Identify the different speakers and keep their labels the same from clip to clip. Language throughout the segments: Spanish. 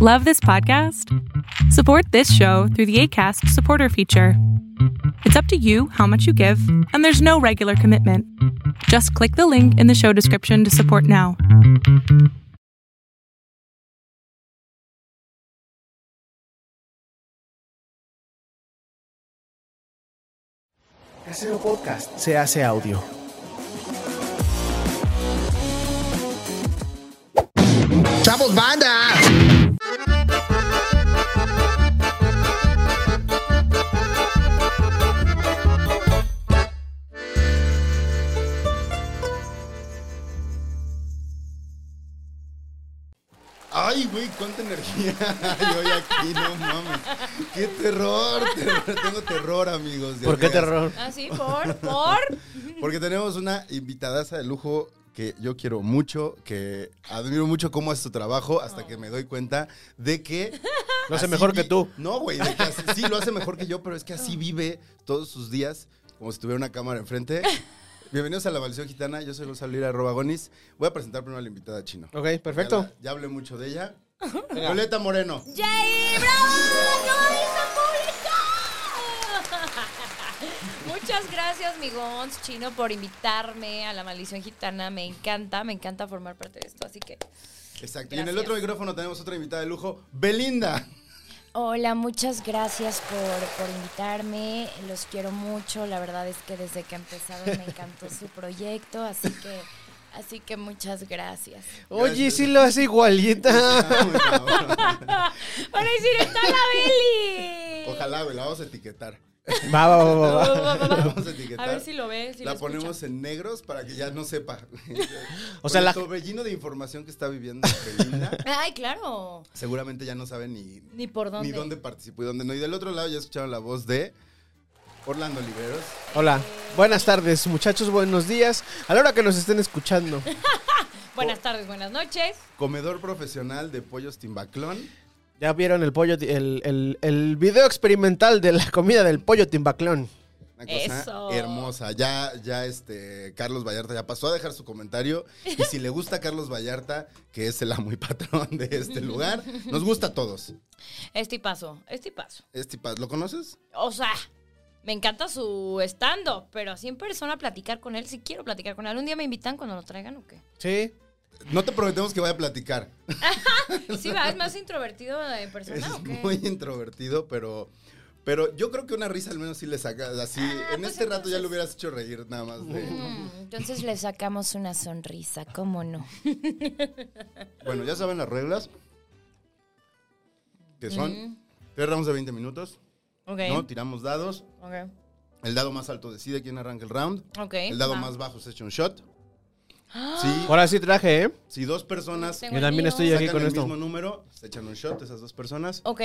Speaker 1: Love this podcast? Support this show through the ACAST supporter feature. It's up to you how much you give, and there's no regular commitment. Just click the link in the show description to support now.
Speaker 2: Casero Podcast se hace audio.
Speaker 3: ¡Chavos, banda!
Speaker 4: Ay, güey, cuánta energía hay hoy aquí, no mames. Qué terror, terror. tengo terror, amigos. de
Speaker 2: ¿Por qué
Speaker 4: amigas.
Speaker 2: terror?
Speaker 5: Ah, sí, por, por.
Speaker 4: Porque tenemos una invitadaza de lujo que yo quiero mucho, que admiro mucho cómo es su trabajo, hasta que me doy cuenta de que...
Speaker 2: Lo hace
Speaker 4: así
Speaker 2: mejor que
Speaker 4: vi-
Speaker 2: tú.
Speaker 4: No, güey, de que así- sí, lo hace mejor que yo, pero es que así vive todos sus días, como si tuviera una cámara enfrente. Bienvenidos a La Maldición Gitana, yo soy Gonzalo Lira, arroba Gonis. Voy a presentar primero a la invitada chino.
Speaker 2: Ok, perfecto.
Speaker 4: Ya, la- ya hablé mucho de ella. Violeta Moreno.
Speaker 5: ¡Jay! ¡Bravo! ¡No hizo público! Muchas gracias, mi Gons Chino, por invitarme a la maldición gitana. Me encanta, me encanta formar parte de esto. Así que,
Speaker 4: Exacto. Y en el
Speaker 5: Gracias.
Speaker 4: otro micrófono tenemos otra invitada de lujo, Belinda.
Speaker 6: Hola, muchas gracias por, por invitarme. Los quiero mucho. La verdad es que desde que empezaron me encantó su proyecto, así que, así que muchas gracias.
Speaker 2: Oye, sí lo hace igualita.
Speaker 4: Ah, muy cabrón.
Speaker 5: ¡Hola, decir está la
Speaker 4: Ojalá, güey, la vamos a etiquetar.
Speaker 2: Va, va, va, va, va.
Speaker 4: La
Speaker 5: Beli!
Speaker 4: vamos a etiquetar.
Speaker 5: A ver si lo ves. Si
Speaker 4: la
Speaker 5: lo
Speaker 4: ponemos
Speaker 5: escucha.
Speaker 4: en negros para que ya no sepa.
Speaker 2: O sea,
Speaker 4: Con
Speaker 2: la-
Speaker 4: el torbellino de información que está viviendo Belinda,
Speaker 5: Ay, claro.
Speaker 4: seguramente ya no sabe ni,
Speaker 5: Ni por dónde.
Speaker 4: ni dónde participó y dónde no. Y del otro lado ya escucharon la voz de Orlando Oliveros.
Speaker 2: Hola. Buenas tardes, muchachos. Buenos días. A la hora que nos estén escuchando.
Speaker 5: Buenas tardes, buenas noches.
Speaker 4: comedor profesional de pollos timbaclón.
Speaker 2: Ya vieron el pollo, ti- el, el, el video experimental de la comida del pollo timbaclón.
Speaker 4: Una cosa
Speaker 5: Eso.
Speaker 4: hermosa. Ya, ya este, Carlos Vallarta ya pasó a dejar su comentario. Y si le gusta a Carlos Vallarta, que es el amo y patrón de este lugar, nos gusta a todos.
Speaker 5: Este paso, este paso.
Speaker 4: Este pa- ¿Lo conoces?
Speaker 5: O sea, me encanta su stand-up, pero así en persona platicar con él, si quiero platicar con él. ¿Un día me invitan cuando lo traigan o qué?
Speaker 2: Sí.
Speaker 4: No te prometemos que vaya a platicar.
Speaker 5: Sí, va, es más introvertido en persona
Speaker 4: es
Speaker 5: o qué.
Speaker 4: muy introvertido, pero. Pero yo creo que una risa al menos sí le saca. Así,
Speaker 5: Ah,
Speaker 4: en
Speaker 5: pues
Speaker 4: este rato ya
Speaker 5: entonces-
Speaker 4: le hubieras hecho reír nada más. de-
Speaker 6: Mm, Entonces le sacamos una sonrisa, ¿cómo no?
Speaker 4: Bueno, ya saben las reglas. Que son tres rounds de 20 minutos.
Speaker 5: Ok,
Speaker 4: No, tiramos dados.
Speaker 5: ok,
Speaker 4: El dado más alto decide quién arranca el round.
Speaker 5: ok.
Speaker 4: El dado
Speaker 5: va.
Speaker 4: más bajo se echa un shot. Si,
Speaker 2: Ahora sí traje, ¿eh?
Speaker 4: si dos personas
Speaker 5: Ah. Tengo
Speaker 2: Yo también
Speaker 5: el
Speaker 2: estoy
Speaker 5: mío.
Speaker 2: aquí
Speaker 4: sacan
Speaker 2: con
Speaker 4: el
Speaker 2: esto.
Speaker 4: mismo número, se echan un shot esas dos personas.
Speaker 5: Ok,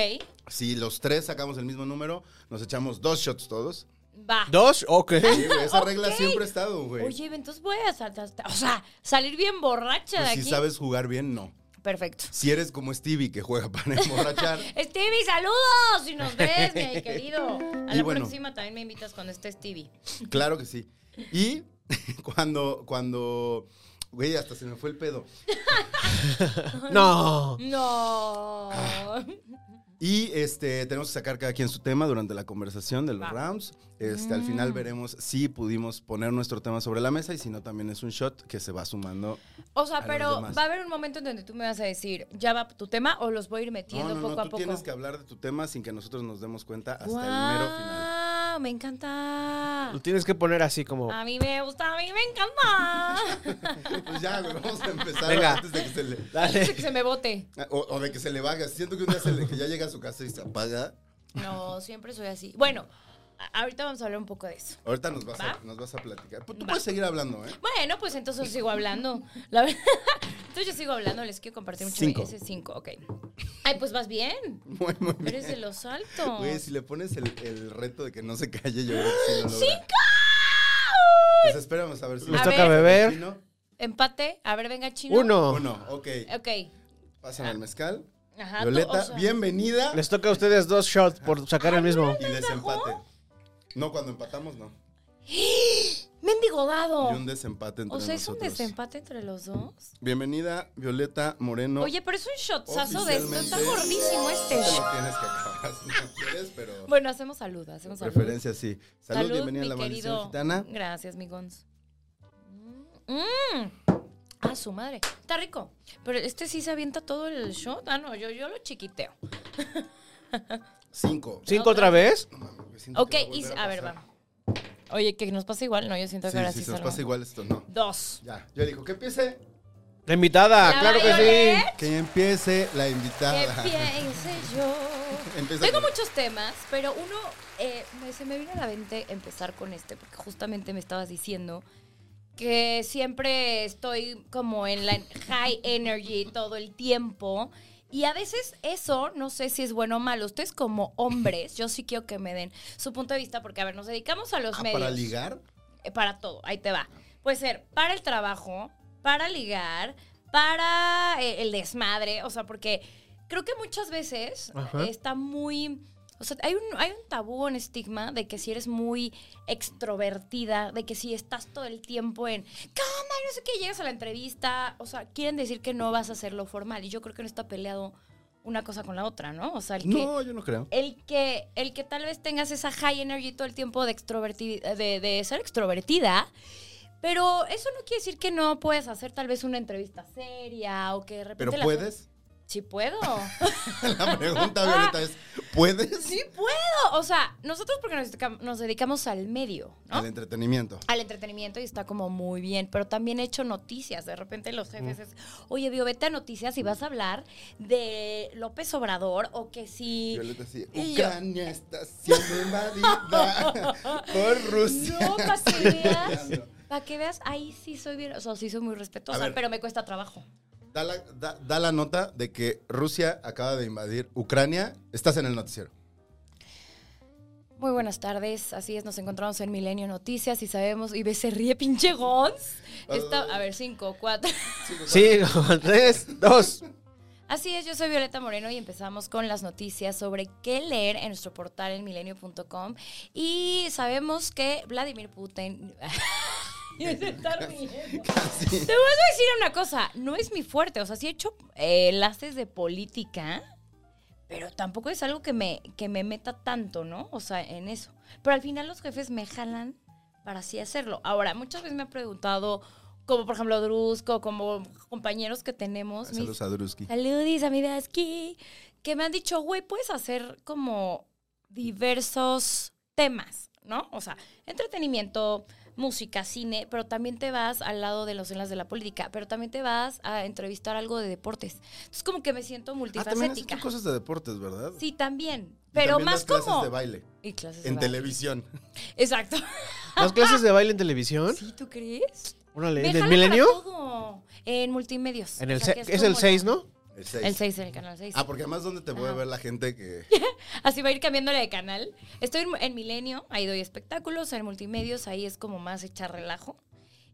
Speaker 4: Si los tres sacamos el mismo número, nos echamos dos shots todos.
Speaker 5: va.
Speaker 2: ¿Dos? Ok.
Speaker 4: Sí, güey, esa
Speaker 5: Ok.
Speaker 4: regla siempre ha estado, güey.
Speaker 5: Oye, entonces voy a saltar, o sea, salir bien borracha
Speaker 4: Pues
Speaker 5: de
Speaker 4: si
Speaker 5: aquí.
Speaker 4: sabes jugar bien, no.
Speaker 5: Perfecto.
Speaker 4: Si eres como Stevie que juega para emborrachar.
Speaker 5: Stevie, saludos, si nos ves, mi querido. A
Speaker 4: Y
Speaker 5: la
Speaker 4: bueno.
Speaker 5: próxima también me invitas cuando esté Stevie.
Speaker 4: claro que sí. Y cuando, cuando, güey, hasta se me fue el pedo.
Speaker 2: No.
Speaker 5: No. Ah.
Speaker 4: Y este, tenemos que sacar cada quien su tema durante la conversación de los
Speaker 5: Va.
Speaker 4: rounds. Este, Al
Speaker 5: Mm.
Speaker 4: final veremos si pudimos poner nuestro tema sobre la mesa y si no, también es un shot que se va sumando.
Speaker 5: O sea,
Speaker 4: los
Speaker 5: pero
Speaker 4: demás.
Speaker 5: va a haber un momento en donde tú me vas a decir, ya va tu tema o los voy a ir
Speaker 4: No,
Speaker 5: metiendo
Speaker 4: no, no,
Speaker 5: poco
Speaker 4: tú
Speaker 5: a poco.
Speaker 4: tienes que hablar de tu tema sin que nosotros nos demos cuenta hasta el mero final.
Speaker 5: ¡Guau! Me encanta.
Speaker 2: Lo tienes que poner así como.
Speaker 5: A mí me gusta, a mí me encanta.
Speaker 4: Pues ya, güey, vamos a empezar
Speaker 2: Venga.
Speaker 4: antes de que se le... Ah,
Speaker 5: Antes
Speaker 2: Dale.
Speaker 5: de que se me bote.
Speaker 4: O, o de que se le vaga. Siento que un día se le- que ya llega a su casa y se apaga.
Speaker 5: No, siempre soy así. Bueno, a- ahorita vamos a hablar un poco de eso.
Speaker 4: Ahorita nos vas, a,
Speaker 5: ¿Va?
Speaker 4: nos vas a platicar. Pues, Tú
Speaker 5: Va.
Speaker 4: puedes seguir hablando, ¿eh?
Speaker 5: Bueno, pues entonces sigo hablando. La verdad, entonces yo sigo hablando, les quiero compartir mucho
Speaker 4: Cinco.
Speaker 5: ese 5, ok. Ay, pues vas bien.
Speaker 4: Muy, muy bien.
Speaker 5: Eres de los altos.
Speaker 4: Güey, si le pones el, el reto de que no se calle, yo creo que sí lo logra. Pues esperamos a ver si
Speaker 2: Nos
Speaker 5: A
Speaker 2: toca
Speaker 5: ver.
Speaker 2: beber.
Speaker 4: Chino.
Speaker 5: Empate. A ver, venga, chino.
Speaker 2: Uno.
Speaker 4: Uno, ok.
Speaker 5: Ok.
Speaker 4: Pasan al mezcal.
Speaker 5: Eh, Ajá. tú,
Speaker 4: Violeta,
Speaker 5: o sea,
Speaker 4: bienvenida.
Speaker 2: Les toca a ustedes dos shots por sacar el mismo.
Speaker 4: Y desempate. No, cuando empatamos, no.
Speaker 5: ¡Me mendigo dado.
Speaker 4: Y un desempate entre
Speaker 5: O sea, es un
Speaker 4: nosotros.
Speaker 5: desempate entre los dos.
Speaker 4: Bienvenida, Violeta Moreno.
Speaker 5: Oye, pero es un shotzazo de esto. Está
Speaker 4: Oficialmente.
Speaker 5: gordísimo este.
Speaker 4: Te lo tienes que acabar, si no quieres, pero...
Speaker 5: Bueno, hacemos salud, hacemos salud.
Speaker 4: Preferencia, sí. Salud,
Speaker 5: Salud,
Speaker 4: bienvenida
Speaker 5: mi
Speaker 4: a la maldición
Speaker 5: querido.
Speaker 4: gitana.
Speaker 5: Gracias, mi Gonz. Mm. Ah, su madre. Está rico. Pero este sí se avienta todo el shot. Ah, no, yo, yo lo chiquiteo.
Speaker 4: Cinco.
Speaker 2: ¿Cinco otra vez?
Speaker 4: Siento
Speaker 5: Ok,
Speaker 4: que va a
Speaker 5: y,
Speaker 4: volver
Speaker 5: a ver,
Speaker 4: pasar.
Speaker 5: va. Oye, que nos pasa igual. No, yo siento que ahora
Speaker 4: Sí,
Speaker 5: sí,
Speaker 4: si se nos
Speaker 5: salgo.
Speaker 4: pasa igual esto, no.
Speaker 5: Dos.
Speaker 4: Ya, yo digo que empiece.
Speaker 2: La invitada,
Speaker 5: ¿La
Speaker 2: claro que sí.
Speaker 5: Violet?
Speaker 4: Que empiece la
Speaker 5: Que
Speaker 4: invitada.
Speaker 5: piense yo.
Speaker 4: Empieza
Speaker 5: Tengo
Speaker 4: tú.
Speaker 5: muchos temas, pero uno eh, me- se me vino a la mente empezar con este, porque justamente me estabas diciendo que siempre estoy como en la high energy todo el tiempo. Y a veces eso, no sé si es bueno o malo. Ustedes como hombres, yo sí quiero que me den su punto de vista, porque a ver, nos dedicamos a los
Speaker 4: Ah,
Speaker 5: medios.
Speaker 4: para ligar.
Speaker 5: Eh, para todo, ahí te va. Puede ser para el trabajo, para ligar, para eh, el desmadre, o sea, porque creo que muchas veces
Speaker 2: Ajá.
Speaker 5: está muy... O sea, hay un, hay un tabú, un estigma de que si eres muy extrovertida, de que si estás todo el tiempo en cama, no sé qué, llegas a la entrevista, o sea, quieren decir que no vas a hacerlo formal. Y yo creo que no está peleado una cosa con la otra, ¿no? O sea, el que
Speaker 4: No, yo no creo.
Speaker 5: el que, el que tal vez tengas esa high energy todo el tiempo de, extroverti- de, de ser extrovertida, pero eso no quiere decir que no puedes hacer tal vez una entrevista seria o que de repente...
Speaker 4: ¿Pero
Speaker 5: la-
Speaker 4: puedes?
Speaker 5: Sí puedo.
Speaker 4: La pregunta, Violeta, es ¿puedes?
Speaker 5: Ah. sí puedo. O sea, nosotros porque nos, dedica- nos dedicamos al medio, ¿no?
Speaker 4: Al entretenimiento.
Speaker 5: al entretenimiento y está como muy bien, pero también he hecho noticias. De repente los jefes
Speaker 4: Mm.
Speaker 5: es, oye, Bio, vete a noticias y vas a hablar de López Obrador o que si...
Speaker 4: Violeta, sí.
Speaker 5: Y yo-
Speaker 4: Ucrania está siendo invadida por Rusia.
Speaker 5: No, para que veas.
Speaker 4: Ya, no.
Speaker 5: Para que veas, ahí sí soy bien. O sea, sí soy muy respetuosa,
Speaker 4: A ver.
Speaker 5: pero me cuesta trabajo.
Speaker 4: Da la, da- da la nota de que Rusia acaba de invadir Ucrania. Estás en el noticiero.
Speaker 5: Muy buenas tardes, así es, nos encontramos en Milenio Noticias y sabemos, y ve, se ríe pinche Gons.
Speaker 4: Oh.
Speaker 5: Está- a ver, cinco, cuatro.
Speaker 2: Cinco, tres, dos.
Speaker 5: Así es, yo soy Violeta Moreno y empezamos con las noticias sobre qué leer en nuestro portal en milenio.com. Y sabemos que Vladimir Putin... Y se está riendo.
Speaker 4: Así.
Speaker 5: Te voy a decir una cosa, no es mi fuerte, o sea, sí he hecho eh, enlaces de política, pero tampoco es algo que me, que me meta tanto, ¿no? O sea, en eso. Pero al final los jefes me jalan para así hacerlo. Ahora, muchas veces me han preguntado, como por ejemplo Drusco, como compañeros que tenemos, me
Speaker 4: Saludos a Drusky.
Speaker 5: Saludis, amigas, aquí. Que me han dicho, güey, puedes hacer como diversos temas, ¿no? O sea, entretenimiento, música, cine, pero también te vas al lado de los enlaces de la política, pero también te vas a entrevistar algo de deportes. Entonces, como que me siento
Speaker 4: Ah, también has hecho
Speaker 5: multifacética.
Speaker 4: cosas de deportes, ¿verdad?
Speaker 5: sí, también.
Speaker 4: Y
Speaker 5: Pero
Speaker 4: también
Speaker 5: más
Speaker 4: das clases
Speaker 5: como.
Speaker 4: de baile.
Speaker 5: Y clases de
Speaker 4: En
Speaker 5: baile.
Speaker 4: televisión.
Speaker 5: Exacto.
Speaker 2: ¿Las clases de baile en
Speaker 4: ¿Ah?
Speaker 2: televisión?
Speaker 5: ¿Sí, tú crees?
Speaker 2: Órale,
Speaker 5: Me
Speaker 2: ¿en el
Speaker 5: jalan
Speaker 2: milenio?
Speaker 5: para todo. En multimedios.
Speaker 2: En el
Speaker 5: O sea,
Speaker 2: se-
Speaker 5: que
Speaker 2: es el
Speaker 5: como
Speaker 2: 6,
Speaker 5: la-
Speaker 2: ¿no?
Speaker 4: El seis.
Speaker 5: El 6, en el canal 6.
Speaker 4: Ah, porque además, ¿dónde te puede
Speaker 5: Ajá.
Speaker 4: ver la gente que.?
Speaker 5: Así va a ir cambiándole de canal. Estoy en, en Milenio, ahí doy espectáculos, en Multimedios, ahí es como más echar relajo.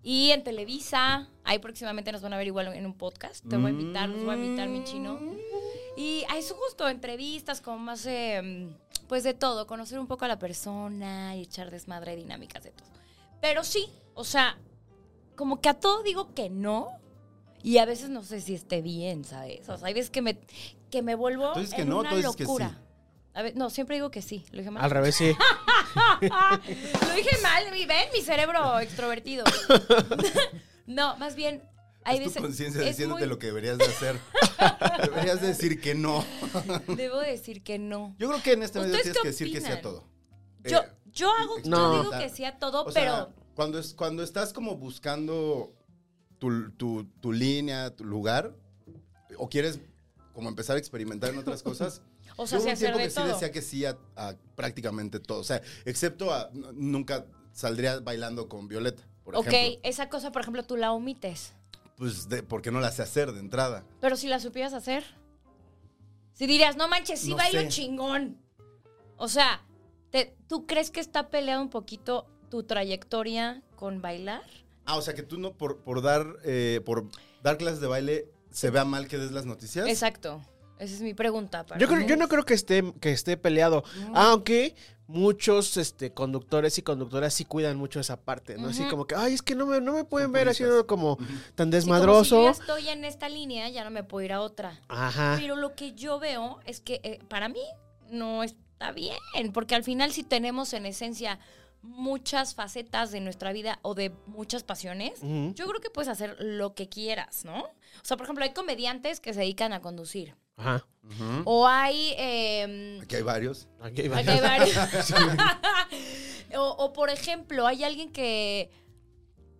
Speaker 5: Y en Televisa, ahí próximamente nos van a ver igual en un podcast. Te voy a invitar, nos voy a invitar mi chino. Y a eso justo, entrevistas, como más, eh, pues de todo, conocer un poco a la persona y echar desmadre, dinámicas de todo. Pero sí, o sea, como que a todo digo que no. Y a veces no sé si esté bien, ¿sabes? O sea, hay veces que me, que me vuelvo
Speaker 4: Tú dices que
Speaker 5: en
Speaker 4: no,
Speaker 5: una
Speaker 4: tú dices que
Speaker 5: locura.
Speaker 4: sí.
Speaker 5: A ver, no, siempre digo que sí. Lo dije mal.
Speaker 2: Al revés, sí.
Speaker 5: Ah, lo dije mal, mi- ven mi cerebro extrovertido. no, más bien. Hay
Speaker 4: es tu
Speaker 5: veces-
Speaker 4: conciencia
Speaker 5: es
Speaker 4: diciéndote
Speaker 5: muy-
Speaker 4: lo que deberías de hacer. deberías decir que no.
Speaker 5: Debo decir que no.
Speaker 4: Yo creo que en este medio
Speaker 5: ¿Ustedes
Speaker 4: tienes que
Speaker 5: qué
Speaker 4: decir que sí a
Speaker 5: opinan?
Speaker 4: todo.
Speaker 5: Yo,
Speaker 4: Eh,
Speaker 5: yo hago,
Speaker 2: No.
Speaker 5: yo digo que sí a todo,
Speaker 4: O
Speaker 5: pero.
Speaker 4: sea, cuando, es, cuando estás como buscando tu, tu- tu línea, tu lugar, o quieres como empezar a experimentar en otras cosas.
Speaker 5: o sea,
Speaker 4: yo hubo
Speaker 5: sí
Speaker 4: un
Speaker 5: hacer
Speaker 4: tiempo
Speaker 5: de
Speaker 4: que sí
Speaker 5: todo.
Speaker 4: decía que sí a, a prácticamente todo. O sea, excepto a n- nunca saldría bailando con Violeta, por
Speaker 5: ok,
Speaker 4: ejemplo.
Speaker 5: esa cosa, por ejemplo, tú la omites.
Speaker 4: Pues de- porque no la sé hacer de entrada.
Speaker 5: Pero si la supieras hacer. Si dirías, no manches, sí
Speaker 4: No
Speaker 5: bailo
Speaker 4: sé.
Speaker 5: chingón. O sea, te- ¿tú crees que está peleado un poquito tu trayectoria con bailar?
Speaker 4: Ah, o sea que tú no por, por dar eh, por dar clases de baile se vea mal que des las noticias.
Speaker 5: Exacto. Esa es mi pregunta. para
Speaker 2: Yo, creo-
Speaker 5: mí.
Speaker 2: yo no creo que esté, que esté peleado. Aunque muchos este, conductores y conductoras sí cuidan mucho esa parte, ¿no? Así como que, ay, es que no me, no me pueden ver así
Speaker 4: puristas.
Speaker 2: como tan
Speaker 5: Sí, como si
Speaker 2: desmadroso.
Speaker 5: yo ya estoy en esta línea, ya no me puedo ir a otra.
Speaker 2: Ajá.
Speaker 5: Pero lo que yo veo es que eh, para mí no está bien, porque al final si tenemos en esencia muchas facetas de nuestra vida o de muchas pasiones,
Speaker 2: Ujú.
Speaker 5: yo creo que puedes hacer lo que quieras, ¿no? O sea, por ejemplo, hay comediantes que se dedican a conducir.
Speaker 2: Ajá.
Speaker 4: Mm.
Speaker 5: O hay... eh,
Speaker 4: Aquí hay varios.
Speaker 2: Aquí va.
Speaker 5: aquí hay varios. o, o, por ejemplo, hay alguien que...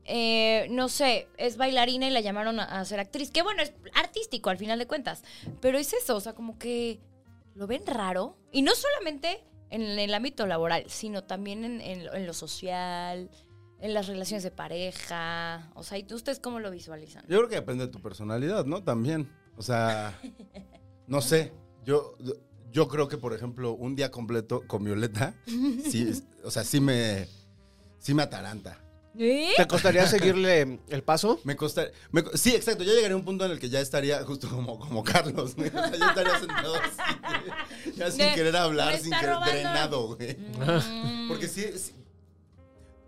Speaker 5: eh, no sé, es bailarina y la llamaron a, a ser actriz. Que bueno, es artístico al final de cuentas. Pero es eso, o sea, como que lo ven raro. Y no solamente en el ámbito laboral, sino también en, en lo- en lo social, en las relaciones de pareja. O sea, ¿y tú- ustedes cómo lo visualizan?
Speaker 4: Yo creo que depende de tu personalidad, ¿no? También. O sea, no sé. Yo, yo creo que, por ejemplo, un día completo con Violeta, sí, es- o sea, sí me, sí me ataranta.
Speaker 5: ¿Eh?
Speaker 2: ¿Te costaría seguirle el paso?
Speaker 4: Me costa, me co- sí, exacto. Yo llegaría a un punto en el que ya estaría justo como, como Carlos. güey. O sea, yo estaría sentado así, ya sin
Speaker 5: De,
Speaker 4: querer hablar,
Speaker 5: "Me
Speaker 4: sin
Speaker 5: está
Speaker 4: querer drenado,
Speaker 5: robando".
Speaker 4: güey.
Speaker 5: Mm.
Speaker 4: Porque sí, sí-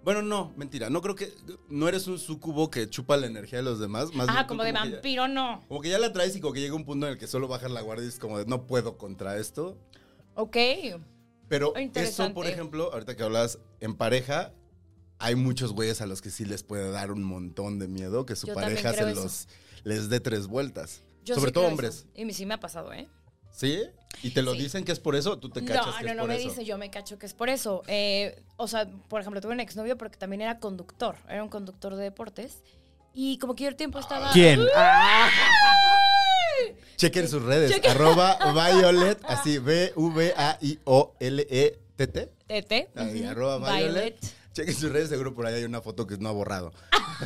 Speaker 4: Bueno, no, mentira. No creo que. No eres un sucubo que chupa la energía de los demás. Más bien
Speaker 5: Ah,
Speaker 4: tú
Speaker 5: como de
Speaker 4: que ya-
Speaker 5: vampiro, no.
Speaker 4: Como que ya la traes y como que llega un punto en el que solo bajas la guardia y es como de no puedo contra esto.
Speaker 5: Ok.
Speaker 4: Pero eso,
Speaker 5: Oh, Interesante.
Speaker 4: por ejemplo, ahorita que hablas en pareja, hay muchos güeyes a los que sí les puede dar un montón de miedo que su
Speaker 5: Yo también
Speaker 4: pareja
Speaker 5: creo
Speaker 4: se
Speaker 5: eso.
Speaker 4: los les dé tres vueltas.
Speaker 5: Yo
Speaker 4: Sobre
Speaker 5: sí
Speaker 4: todo
Speaker 5: creo
Speaker 4: hombres.
Speaker 5: eso. Y me- sí me ha pasado, ¿eh?
Speaker 4: ¿Sí? Y te lo
Speaker 5: Sí.
Speaker 4: dicen que es por eso, tú te cachas
Speaker 5: no,
Speaker 4: que
Speaker 5: no,
Speaker 4: es
Speaker 5: no
Speaker 4: por
Speaker 5: me
Speaker 4: eso.
Speaker 5: dice, yo me cacho que es por eso. Eh, o sea, por ejemplo, tuve un exnovio porque también era conductor, era un conductor de deportes. Y como que yo el tiempo estaba...
Speaker 2: Ah,
Speaker 4: Chequen sus redes.
Speaker 5: Chequen.
Speaker 4: Arroba Violet, así V-V-A-I-O-L-E-T-T. E
Speaker 5: Tete.
Speaker 4: Ahí,
Speaker 5: E Ujú.
Speaker 4: arroba Violet. Chequen sus redes, seguro por ahí hay una foto que no ha borrado.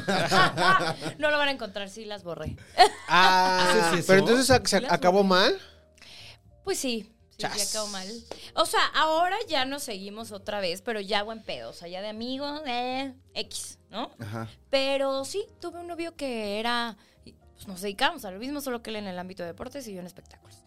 Speaker 5: Violet. no lo van a encontrar si las borré.
Speaker 2: Ah,
Speaker 4: ¿Haces eso?
Speaker 2: pero entonces ac- se ac- acabó mal.
Speaker 5: Pues sí, sí, ya
Speaker 2: Chas.
Speaker 5: quedó mal. O sea, ahora ya nos seguimos otra vez, pero ya buen pedo, o sea, ya de amigos, eh, X, ¿no?
Speaker 4: Ajá.
Speaker 5: Pero sí, tuve un novio que era, pues nos dedicábamos a lo mismo, solo que él en el ámbito de deportes y yo en espectáculos.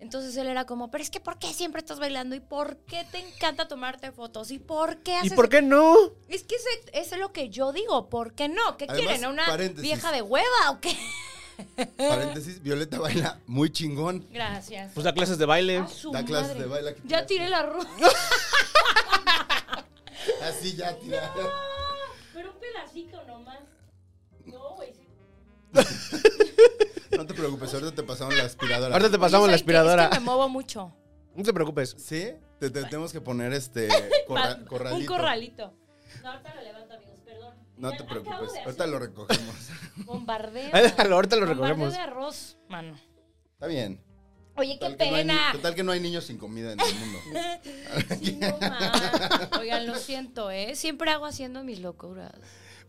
Speaker 5: Entonces él era como, pero es que ¿por qué siempre estás bailando? ¿Y por qué te encanta tomarte fotos? ¿Y por qué
Speaker 2: ¿Y
Speaker 5: haces...?
Speaker 2: por qué no?
Speaker 5: Es que ese- eso es lo que yo digo, ¿por qué no? ¿Qué
Speaker 4: Además,
Speaker 5: quieren? ¿A ¿Una
Speaker 4: paréntesis.
Speaker 5: vieja de hueva o qué? Eh.
Speaker 4: Paréntesis, Violeta baila muy chingón.
Speaker 5: Gracias.
Speaker 2: Pues da clases de baile.
Speaker 5: A su
Speaker 4: Pues, Da clases
Speaker 5: madre.
Speaker 4: de baile aquí.
Speaker 5: Ya tiré la ropa.
Speaker 4: Así ya tira.
Speaker 5: Pero un pedacito nomás. No, güey. sí.
Speaker 4: No. te preocupes, ahorita te pasaron la aspiradora.
Speaker 2: Ahorita te pasamos
Speaker 5: Oye,
Speaker 2: la
Speaker 5: ¿saben qué?
Speaker 2: aspiradora.
Speaker 5: Es que me muevo mucho.
Speaker 2: No te preocupes.
Speaker 4: ¿Sí? Te, te tenemos que poner este
Speaker 5: Pa-
Speaker 4: corra- corralito.
Speaker 5: Un corralito. No, ahorita lo levanto, amigos, perdón.
Speaker 4: No
Speaker 5: Ya
Speaker 4: te
Speaker 5: acabo
Speaker 4: preocupes,
Speaker 5: de
Speaker 4: ahorita
Speaker 5: hacer
Speaker 4: lo recogemos.
Speaker 5: Bombardeo.
Speaker 2: Ahí déjalo, ahorita lo
Speaker 5: Bombardeo
Speaker 2: recogemos.
Speaker 5: de arroz, mano.
Speaker 4: Está bien.
Speaker 5: Oye, qué
Speaker 4: Total que no hay ni-
Speaker 5: pena.
Speaker 4: total que no hay niños sin comida en el mundo.
Speaker 5: Sí, no, ma. Oigan, lo siento, ¿eh? Siempre hago haciendo mis locuras.